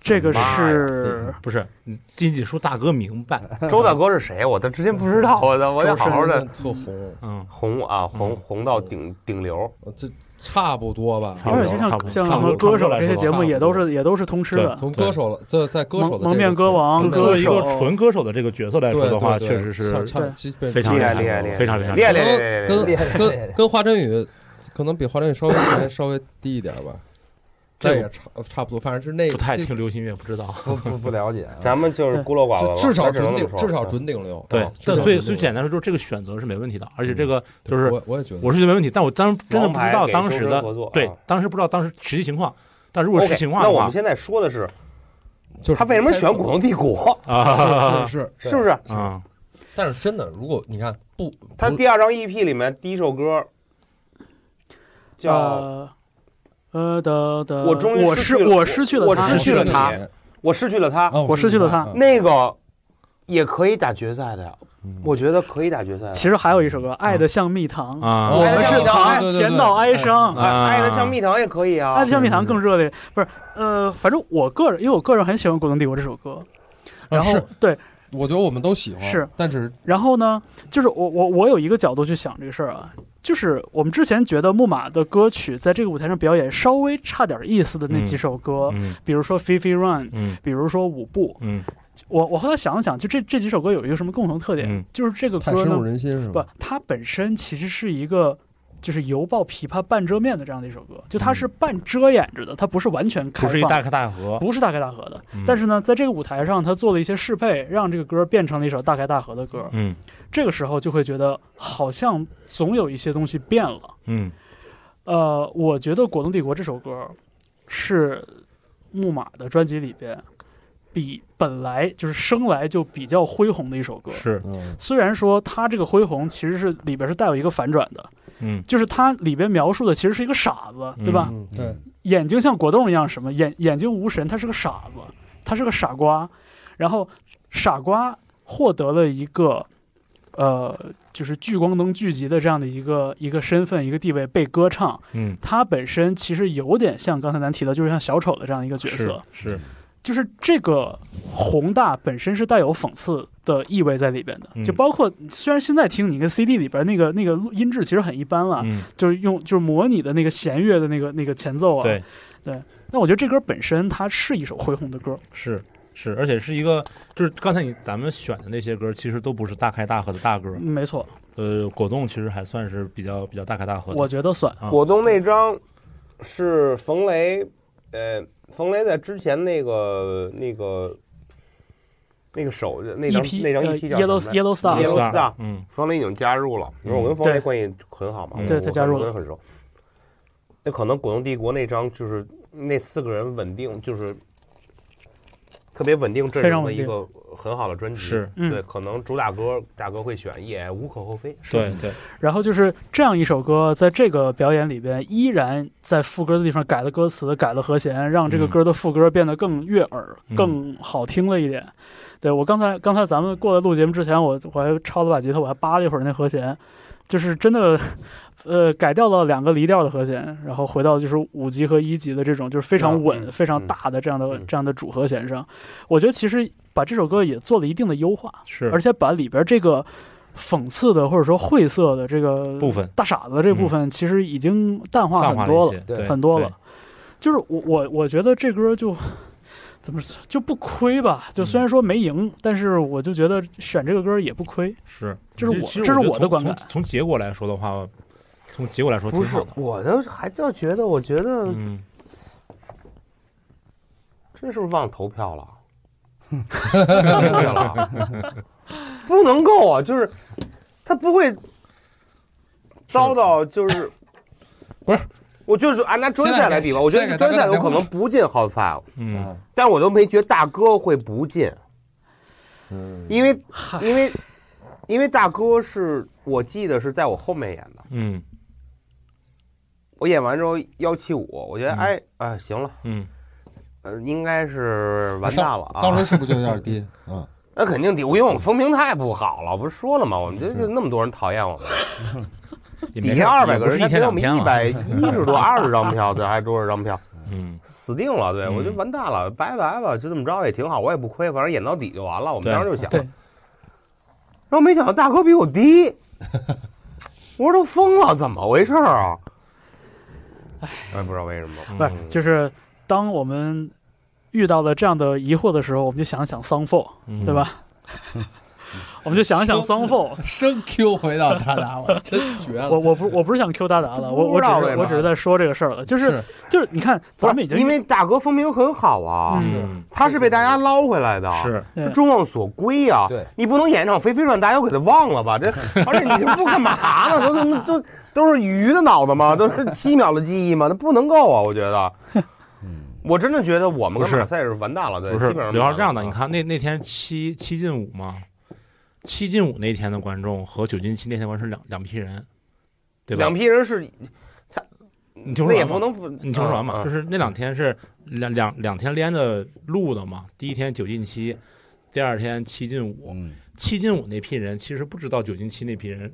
S1: 这个是
S5: 不是，你你得说大哥明白，
S3: 周大哥是谁？我都之前不知道，我都我得好好的
S4: 特红，
S5: 嗯，
S3: 红啊，红
S5: 嗯
S3: 红到顶顶流。
S4: 呃这差不多吧。
S5: 差
S1: 而且
S5: 不多
S1: 就
S5: 嗯差不多
S1: 像像
S5: 差
S1: 什
S5: 不多
S1: 么歌手
S5: 差不多
S1: 这些节目也都是也都是通吃的，
S4: 从歌手了，这在歌手的
S1: 蒙蒙面歌王
S5: 从
S1: 歌
S5: 做一个
S1: 手
S5: 纯歌手的这个角色
S4: 来
S5: 来说的话，确实是非常
S3: 厉害
S5: 厉
S3: 厉害
S5: 害
S3: 厉害，
S5: 非常厉害
S3: 厉害厉害厉害厉害
S4: 跟
S3: 厉害！
S4: 跟跟华晨宇，可能比华晨宇稍微还稍微低一点吧，但也差差不多，反正是那
S5: 不太
S4: 这
S5: 听流行音乐，不知道。
S2: 不不不了解啊，
S3: 咱们就是孤陋寡闻
S4: 就
S3: 了，
S4: 至少
S3: 那只能
S4: 准
S3: 这么
S4: 顶，
S3: 说
S4: 至少准顶流。
S5: 对
S3: 哦
S4: 啊，
S5: 但所以所以
S4: 至少
S5: 简单说，就是这个选择是没问题的，而且
S4: 嗯
S5: 这个
S4: 顶
S5: 就
S4: 流
S5: 是
S4: 我我也觉得
S5: 我是觉得没问题，但我当时真的不知道当时
S3: 王牌给周深
S5: 的
S3: 合作
S5: 对
S3: 啊，
S5: 当时不知道当时实际情况，但如果是
S3: OK，
S5: 情况
S3: 那
S5: 的
S3: 我
S5: 话
S3: 们现在说的是
S4: 就是
S3: 他为什么选《古龙帝国
S5: 啊
S4: 是是》，
S3: 是不是？
S4: 是
S5: 啊，
S4: 但是真的，如果你看不
S3: 他
S4: 不
S3: 第二张 EP 里面第一首歌叫
S1: 呃呃的的，
S3: 我终于
S1: 我
S3: 失去
S1: 失
S3: 了
S1: 我失去了
S3: 我
S1: 他，
S3: 失去了
S4: 你
S3: 他《我失去了他》，
S4: 啊，
S1: 我失去了他
S4: 啊
S3: 那个也可以打决赛的呀
S4: 嗯，
S3: 我觉得可以打决赛的。
S1: 其实还有一首歌《爱的像蜜糖》，
S5: 嗯啊，
S4: 哦
S1: 我们是
S4: 哎
S1: 糖
S4: 对对对
S1: 甜到哀伤。
S5: 啊
S3: 哎爱的像蜜糖也可以
S1: 爱
S3: 啊
S1: 的。像蜜
S5: 嗯
S1: 糖更热烈，不是？呃，反正我个人，因为我个人很喜欢《古龙帝国》这首歌。
S5: 啊
S1: 然后、
S4: 是
S1: 对，
S4: 我觉得我们都喜欢，
S1: 是，
S4: 但是
S1: 然后呢，就是我我我有一个角度去想这个事儿啊，就是我们之前觉得木马的歌曲在这个舞台上表演稍微差点意思的那几首歌，
S5: 嗯
S1: 比如说《Fifi Run》，
S5: 嗯
S1: 比如说《舞步》，
S5: 嗯
S1: 我我后来想了想，就这这几首歌有一个什么共同特点，
S5: 嗯
S1: 就是这个
S4: 太
S1: 歌
S4: 深入
S1: 呢，
S4: 人心是
S1: 不
S4: 吧？，
S1: 它本身其实是一个。就是犹抱琵琶半遮面的这样的一首歌，就它是半遮掩着的，它不是完全开
S5: 嗯不
S1: 放，
S5: 是一大开大合，
S1: 不是大开大合的。
S5: 嗯
S1: 但是呢，在这个舞台上，他做了一些适配，让这个歌变成了一首大开大合的歌。
S5: 嗯
S1: 这个时候就会觉得好像总有一些东西变了。
S5: 嗯
S1: 呃，我觉得《果冻帝国》这首歌是木马的专辑里边比本来就是生来就比较恢宏的一首歌。
S5: 是
S4: 嗯，
S1: 虽然说它这个恢宏其实是里边是带有一个反转的，
S5: 嗯
S1: 就是它里边描述的其实是一个傻子，对吧？
S4: 嗯，对，
S1: 眼睛像果冻一样，什么眼眼睛无神，他是个傻子，他是个傻瓜。然后傻瓜获得了一个呃，就是聚光灯聚集的这样的一个一个身份、一个地位被歌唱。
S5: 嗯
S1: 他本身其实有点像刚才咱提到，就是像小丑的这样一个角
S5: 是
S1: 色，
S5: 是
S1: 就是这个宏大本身是带有讽刺的意味在里边的。
S5: 嗯
S1: 就包括虽然现在听你跟 CD 里边那个那个录音质其实很一般了，
S5: 嗯
S1: 就是用就是模拟的那个弦乐的那个那个前奏啊，
S5: 对
S1: 那我觉得这歌本身它是一首恢宏的歌，
S5: 是。是，而且是一个，就是刚才你咱们选的那些歌，其实都不是大开大合的大歌。
S1: 没错，
S5: 呃，果冻其实还算是比较比较大开大合的。
S1: 我觉得算。
S3: 果冻那张是冯雷，呃，冯雷在之前那个那个那个手那张
S1: EP
S3: 那张
S1: 呃
S3: EP 叫什么来
S1: Yellow
S3: 着
S1: Yellow Star
S5: 也
S3: Yellow
S5: 是
S3: Star
S5: 啊，嗯
S3: 冯雷已经加入了，因为我跟冯雷关系很好嘛，
S5: 嗯
S3: 我
S5: 对
S3: 我
S1: 嗯他加入了
S3: 我跟他很熟。那可能《果冻帝国》那张就是那四个人稳定，就是特别稳定阵容的一个很好的专辑。
S5: 是
S1: 嗯
S3: 对，可能主打歌大哥会选，也无可厚非。
S5: 对对，
S1: 然后就是这样一首歌，在这个表演里边，依然在副歌的地方改了歌词，改了和弦，让这个歌的副歌变得更悦耳、
S5: 嗯
S1: 更好听了一点。对我刚才刚才咱们过来录节目之前，我我还抄了把吉他，我还扒了一会儿那和弦，就是真的。呃，改掉了两个离调的和弦，然后回到就是五级和一级的这种，就是非常稳、
S3: 嗯
S1: 非常
S3: 嗯
S1: 大的这样的、
S3: 嗯
S1: 这样的主和弦上。我觉得其实把这首歌也做了一定的优化，
S5: 是
S1: 而且把里边这个讽刺的或者说晦涩的这个
S5: 部分
S1: 大傻子这部分，其实已经淡化
S5: 淡
S1: 很
S5: 化
S1: 多
S5: 了
S1: 了，
S5: 一些，
S2: 对
S5: 对
S1: 很多了。。就是我我我觉得这歌就怎么说就不亏吧，就虽然说没赢，但是我就觉得选这个歌也不亏。
S5: 是，
S1: 这是
S5: 其实
S1: 我
S5: 其实
S1: 这是
S5: 觉得
S1: 我的
S5: 从
S1: 观
S5: 从
S1: 感
S5: 从结果来说的话，从结果来说挺
S3: 不是
S5: 好的，。
S3: 我都还就觉得，我觉得
S5: 嗯，
S3: 这是不是忘投票了？对了，不能够啊！就是他不会遭到，就是我就是按拿专赛来比吧，我觉
S4: 现在
S3: 得
S4: 给大
S3: 专赛有
S4: 哥打电话
S3: 可能不进 Hot Five，
S5: 嗯，
S4: 嗯
S3: 但是我都没觉得大哥会不进，
S4: 嗯，
S3: 因为因为因为大哥是我记得是在我后面演的，
S5: 嗯
S3: 我演完之后幺七五，我觉得
S5: 嗯
S3: 哎哎行了，
S5: 嗯，
S3: 呃应该是完蛋了啊，
S4: 当时是不是就有点低？嗯，
S3: 那肯定得，因为我们风评太不好了，不是说了吗？我们这这那么多人讨厌我们，
S5: 也
S3: 底
S5: 没事
S3: 下二百
S5: 也
S3: 个
S5: 不是
S3: 人，
S5: 一
S3: 才
S5: 天
S3: 给我
S5: 两
S3: 们
S5: 天
S3: 一
S5: 了，
S3: 百一 十多、二十张票，这还多少张票？
S5: 嗯，
S3: 死定了，对
S5: 嗯
S3: 我就完蛋了，拜拜吧，就这么着也挺好，我也不亏，反正演到底就完了。我们
S5: 对
S3: 当时就想，
S6: 对
S3: 然后没想到大哥比我 低，我说都疯了，怎么回事儿啊？哎，不知道为什么，
S6: 不是，就是当我们遇到了这样的疑惑的时候，我们就想想 s o n f o r
S5: 嗯
S6: 对？吧？我们就想想 s o n f o r
S4: 生 Q 回到达达，我真绝了。
S6: 我我不我不是想 Q 大达了，我我只
S3: 不知道为
S6: 是
S3: 嘛
S6: 我只是在说这个事儿了，就是就是你看咱们已
S3: 不
S6: 经
S3: 是因为大哥风评很好啊，
S6: 嗯
S5: 嗯，
S3: 他是被大家捞回来的，
S5: 是
S6: 对
S3: 众望所归呀、
S2: 对
S3: 你不能演一场飞飞传，大家都给他忘了 吧？这而且你这不干嘛呢？都都都都是鱼的脑子 吗？都是七秒的记忆吗？那不能够啊！我觉得，
S2: 嗯
S3: 我真的觉得我们
S5: 不是
S3: 跟马赛是完蛋了，对，
S5: 不是
S3: 基本上
S5: 刘浩
S3: 完蛋了啊
S5: 是这样的，你，看那那天七七进五嘛，七进五那天的观众和九进七那天的观众是两两批人，对吧？
S3: 两批人是，
S5: 你听
S3: 那
S5: 我说
S3: 也
S5: 完
S3: 不能
S5: 吗？
S3: 不，
S5: 你听我说完嘛，
S3: 嗯
S5: 就是那两天是两两两天连着录的嘛，第一天九进七，第二天七进五，
S2: 嗯，
S5: 七进五那批人其实不知道九进七那批人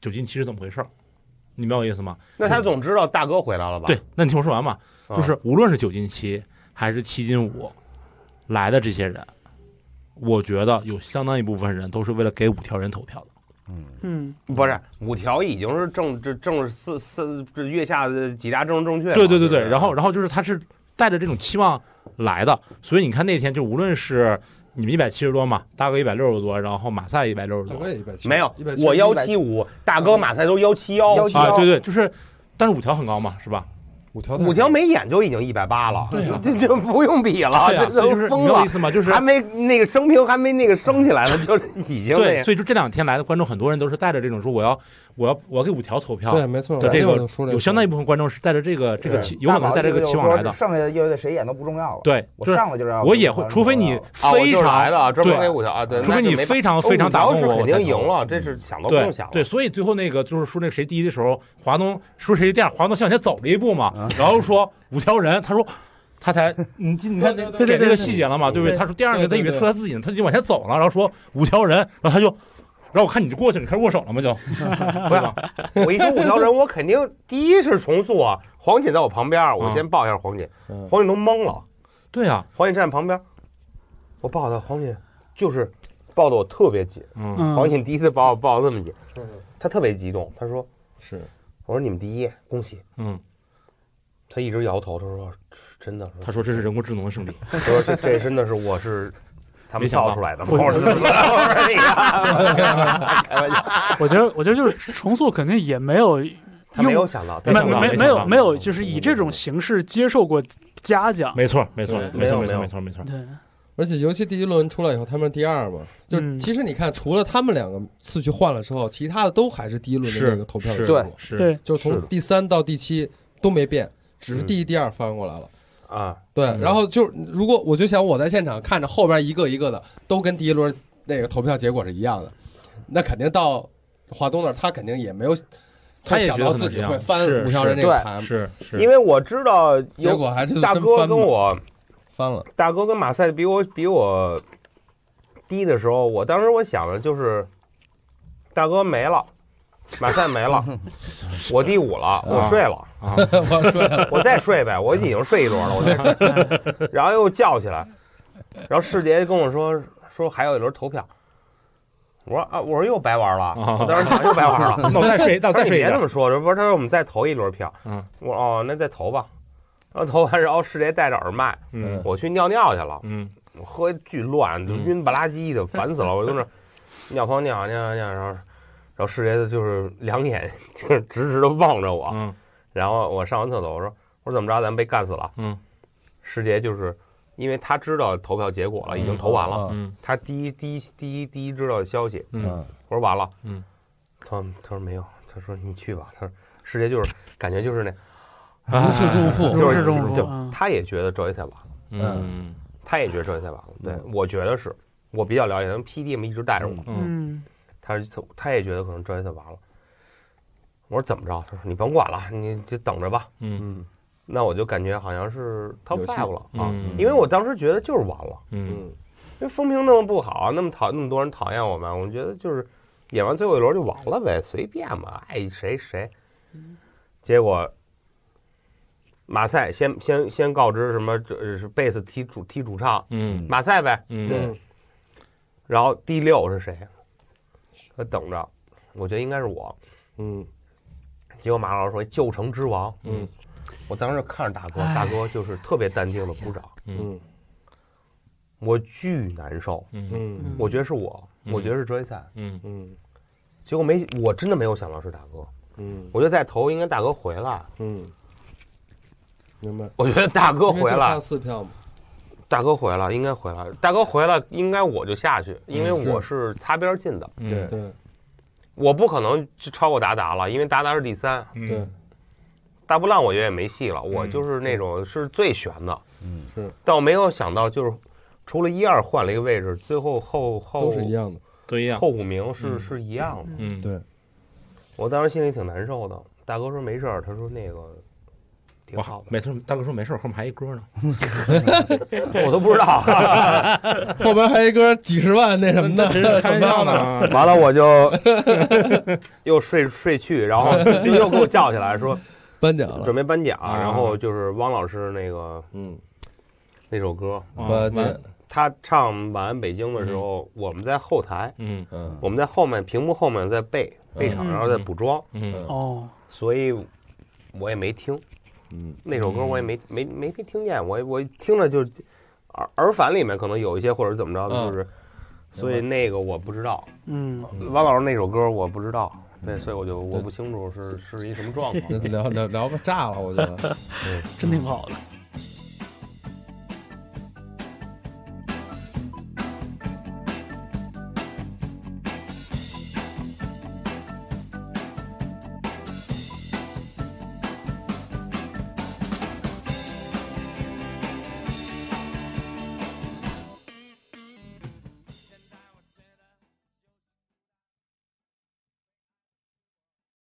S5: 九进七是怎么回事儿，你明白我意思吗？啊
S3: 那他总知道大哥回来了吧？
S5: 对，那你听我说完嘛，
S3: 嗯，
S5: 就是无论是九进七还是七进五来的这些人，我觉得有相当一部分人都是为了给五条人投票的。
S6: 嗯
S3: 不是五条已经是正这正四四这月下的几大政治正确嘛，
S5: 对对对
S3: 就
S5: 对，
S3: 是
S5: 然后然后就是他是带着这种期望来的，所以你看那天就无论是你们一百七十多嘛，大哥一百六十多，然后马赛一百六十
S4: 大
S5: 多
S4: 哥也一百七，
S3: 没有
S4: 一百，
S3: 我幺
S4: 七
S3: 七五，大哥马赛都幺七幺，
S2: 171
S5: 啊，对对，就是，但是五条很高嘛，是吧？
S4: 五条，
S3: 五条，没演就已经一百八了，
S5: 对啊呀
S3: 这这不用比了，
S5: 对呀，
S3: 啊这
S5: 所以
S3: 都
S5: 就是你
S3: 疯
S5: 明白
S3: 了
S5: 我意，思吗？就是
S3: 还没那个生平还没那个升起来呢，就已经那
S5: 对，
S3: 样。
S5: 所以就这两天来的观众，很多人都是带着这种说我要我要我要给五条投票，
S4: 啊对，没错，
S5: 对这
S4: 我
S5: 个
S4: 就说这
S5: 有相当一部分观众是带着这个这个期，有
S2: 大
S5: 可能
S2: 宝
S5: 是带着这
S2: 意
S5: 个
S2: 思
S5: 期
S2: 就是
S5: 望
S2: 说
S5: 来的。
S2: 剩下的乐队谁演都不重要了。，
S5: 对，
S2: 我
S5: 就是
S2: 上来就让
S5: 我也会，除非你
S3: 啊，我
S5: 非
S3: 就是来
S5: 常
S3: 了，专门
S5: 对
S3: 给五条啊，对，
S5: 除非
S3: 那就
S5: 你
S3: 没办哦
S5: 非常非常打
S3: 五
S5: 动
S3: 条是
S5: 我，我
S3: 肯
S5: 才
S3: 定
S5: 投
S3: 赢。了，这是想都不
S5: 对
S3: 用想了。
S5: 对，所以最后那个就是说那个谁第一的时候，华东说谁第二，华东向前走了一步
S3: 啊
S5: 嘛，然后说五条人，他说。他才，你你看
S4: 对对对
S5: 给这个细节了嘛，对不对？
S6: 对
S5: 他说第二个，
S4: 对
S5: 他
S4: 对
S5: 以为
S4: 对
S5: 是他自己呢，他就往前走了，然后说五条人，然后他就，然后我看你就过去了，你开始握手了 吗？就，对吧？
S3: 我一听五条人，我肯定第一是重塑啊。黄锦在我旁边，我
S5: 嗯
S3: 先抱一下黄锦，
S4: 嗯
S3: 黄锦都懵了。
S5: 对啊，
S3: 黄锦站旁边，我抱他，黄锦就是抱的我特别紧。
S5: 嗯，
S6: 嗯，
S3: 黄锦第一次把我抱得这么紧，他特别激动，他说
S4: 是，
S3: 我说你们第一，恭喜。
S5: 嗯，
S3: 他一直摇头，他说是真的，
S5: 他说这是人工智能的胜利，
S3: 他说这这真的是我是他们
S5: 没想到
S3: 造出来的，我说 开玩笑，
S6: 我觉得我觉得就是重塑肯定也没有
S3: 他没有
S6: 用
S3: 想到，
S5: 没
S6: 没
S5: 想到
S6: 没
S5: 没
S6: 没
S5: 想
S6: 有
S5: 到
S6: 没有就是以这种形式接受过嘉奖，
S5: 没错，没错，
S4: 对
S5: 没错，
S3: 没有
S5: 没错，
S3: 没有
S5: 没错，没错，
S6: 对
S4: 而且尤其第一轮出来以后，他们第二嘛，就是
S6: 嗯
S4: 其实你看，除了他们两个次序换了之后，其他的都还是第一轮的那
S5: 是
S4: 个投票结
S5: 是
S4: 果，
S2: 对
S5: 是，
S6: 对，
S4: 就是
S2: 是
S4: 从
S2: 的
S4: 第三到第七都没变，只是
S5: 嗯
S4: 第一、第二翻过来了。
S3: 啊，
S4: 对，然后就是如果我就想我在现场看着后边一个一个的都跟第一轮那个投票结果是一样的，那肯定到华东那儿他肯定也没有，
S5: 他也
S4: 想
S5: 觉得
S4: 到
S5: 可能
S4: 自
S5: 是
S4: 己
S5: 这样
S4: 会翻
S5: 是
S4: 五条人
S5: 是
S4: 那个
S3: 对
S4: 盘，
S5: 是是，
S3: 因为我知道
S4: 结
S3: 有
S4: 果还是
S3: 大
S4: 真
S3: 哥
S4: 翻
S3: 跟
S4: 嘛
S3: 我
S4: 翻了，
S3: 大哥跟马赛比我比我低的时候，我当时我想的就是大哥没了，马赛没 了，我第五了，我睡了。
S5: 啊，
S4: 我说了
S3: 我再睡呗，我已经睡一轮了，我再
S6: 哎
S3: 睡，然后又叫起来，然后世杰跟我说说还有一轮投票，我说啊，我说又白玩了，
S5: 啊
S3: 我当时想又白玩 了，
S5: 那我再睡，那我
S3: 他
S5: 再
S3: 说
S5: 睡
S3: 你别
S5: 一
S3: 这
S5: 觉，
S3: 么说，这不是他说我们再投一轮票，
S5: 嗯
S3: 我说哦那再投吧，然后投完然后世杰戴着耳麦，
S5: 嗯
S3: 我去尿尿去了，
S5: 嗯
S3: 我喝巨乱，就晕不拉几的，烦 死了，我就那尿泡尿尿尿，然后然后世杰就是两眼 就是直直的望着我，
S5: 嗯
S3: 然后我上完厕所，我说我说怎么着，咱们被干死了。
S5: 嗯，
S3: 师杰就是因为他知道投票结果了，已经投完
S4: 啊
S3: 了，，
S5: 嗯
S3: 他第一第一第一第一知道消息，
S5: 嗯，
S3: 我说完了，
S5: 嗯，
S3: 他他说没有，他说你去吧，他说师杰就是感觉就是那。
S4: 如释重负。
S6: 如
S3: 就
S6: 释
S3: 是
S6: 重负
S3: 就
S6: 嗯
S3: 他也觉得赵一太完了，
S5: 嗯
S3: 他也觉得赵一太完了。对
S2: 嗯，
S3: 我觉得是我比较了解，因为 PD 们一直带着我，
S5: 嗯
S6: 嗯，
S3: 他他也觉得可能赵一太完了。我说怎么着？他说你甭管了，你就等着吧。
S5: 嗯
S2: 嗯
S3: 那我就感觉好像是 top
S4: 有戏
S3: five 了啊，
S5: 嗯
S3: 因为我当时觉得就是完了。
S5: 嗯
S2: 嗯
S3: 因为风评那么不好，那么讨那么多人讨厌我们，我觉得就是演完最后一轮就完了呗，随便吧，爱谁谁。结果马赛先先先告知什么，这是贝斯踢主踢主唱
S5: 嗯
S3: 马赛呗，
S5: 嗯，
S2: 对
S3: 然后第六是谁？我等着，我觉得应该是我。
S4: 嗯
S3: 结果马老师说旧城之王，
S4: 嗯
S3: 我当时就看着大哥，大哥就是特别淡定的鼓掌，
S4: 嗯
S3: 我巨难受，
S5: 嗯
S4: 嗯
S3: 我觉得是我，
S5: 嗯
S3: 我觉得是追赛，
S5: 嗯
S4: 嗯
S3: 结果没，我真的没有想到是大哥。
S4: 嗯
S3: 我觉得在头应该大哥回来，
S4: 嗯，明白。
S3: 我觉得大哥
S4: 因为
S3: 回
S4: 嗯就差
S3: 来，
S4: 四票嘛。
S3: 大哥回来应该回来，大哥回来应该我就下去，因为
S4: 嗯是
S3: 我是擦边进的，
S5: 嗯
S4: 对
S3: 我不可能就超过达达了，因为达达是第三，
S5: 嗯
S4: 对，
S3: 大波浪我觉得也没戏了，
S4: 嗯
S3: 我就是那种是最悬的，
S2: 嗯
S4: 是
S3: 但我没有想到就是除了一二换了一个位置，最后后
S4: 都
S5: 哦
S3: 后
S4: 是一样的。
S5: 都一样，
S3: 后五名是
S5: 嗯
S3: 是一样的，
S5: 嗯
S4: 对，
S3: 我当时心里挺难受的。大哥说没事儿，他说那个挺
S5: 我
S3: 好的，
S5: 每次大哥说没事，后面还一歌呢，
S3: 我都不知道。
S4: 后边还有一歌几十万那什么 的，
S5: 只是开玩笑
S4: 怎么办
S5: 呢，
S3: 完了我就 又睡睡去，然 后又又给我叫起来说
S4: 颁奖了
S3: 准。备颁奖，
S5: 啊
S3: 然后就是汪老师那个
S4: 嗯，
S3: 那首歌，
S4: 我
S5: 哦完
S3: 他唱《晚安北京》的时候，我们在后台，
S5: 嗯
S4: 嗯
S3: 我们在后面屏幕后面在备备
S6: 嗯
S3: 场，然后再补妆，
S5: 嗯
S6: 哦，
S3: 所以我也没听
S4: 嗯
S3: 那首歌，我也没没没没听见，我我听了就耳耳返里面可能有一些或者怎么着的，
S4: 嗯
S3: 就是所以那个我不知道。
S6: 嗯，
S4: 嗯
S3: 汪老师那首歌我不知道，对，所以我就 我不清楚是是一什么状况。
S4: 聊聊聊个炸了，我觉得。
S6: 真挺好的。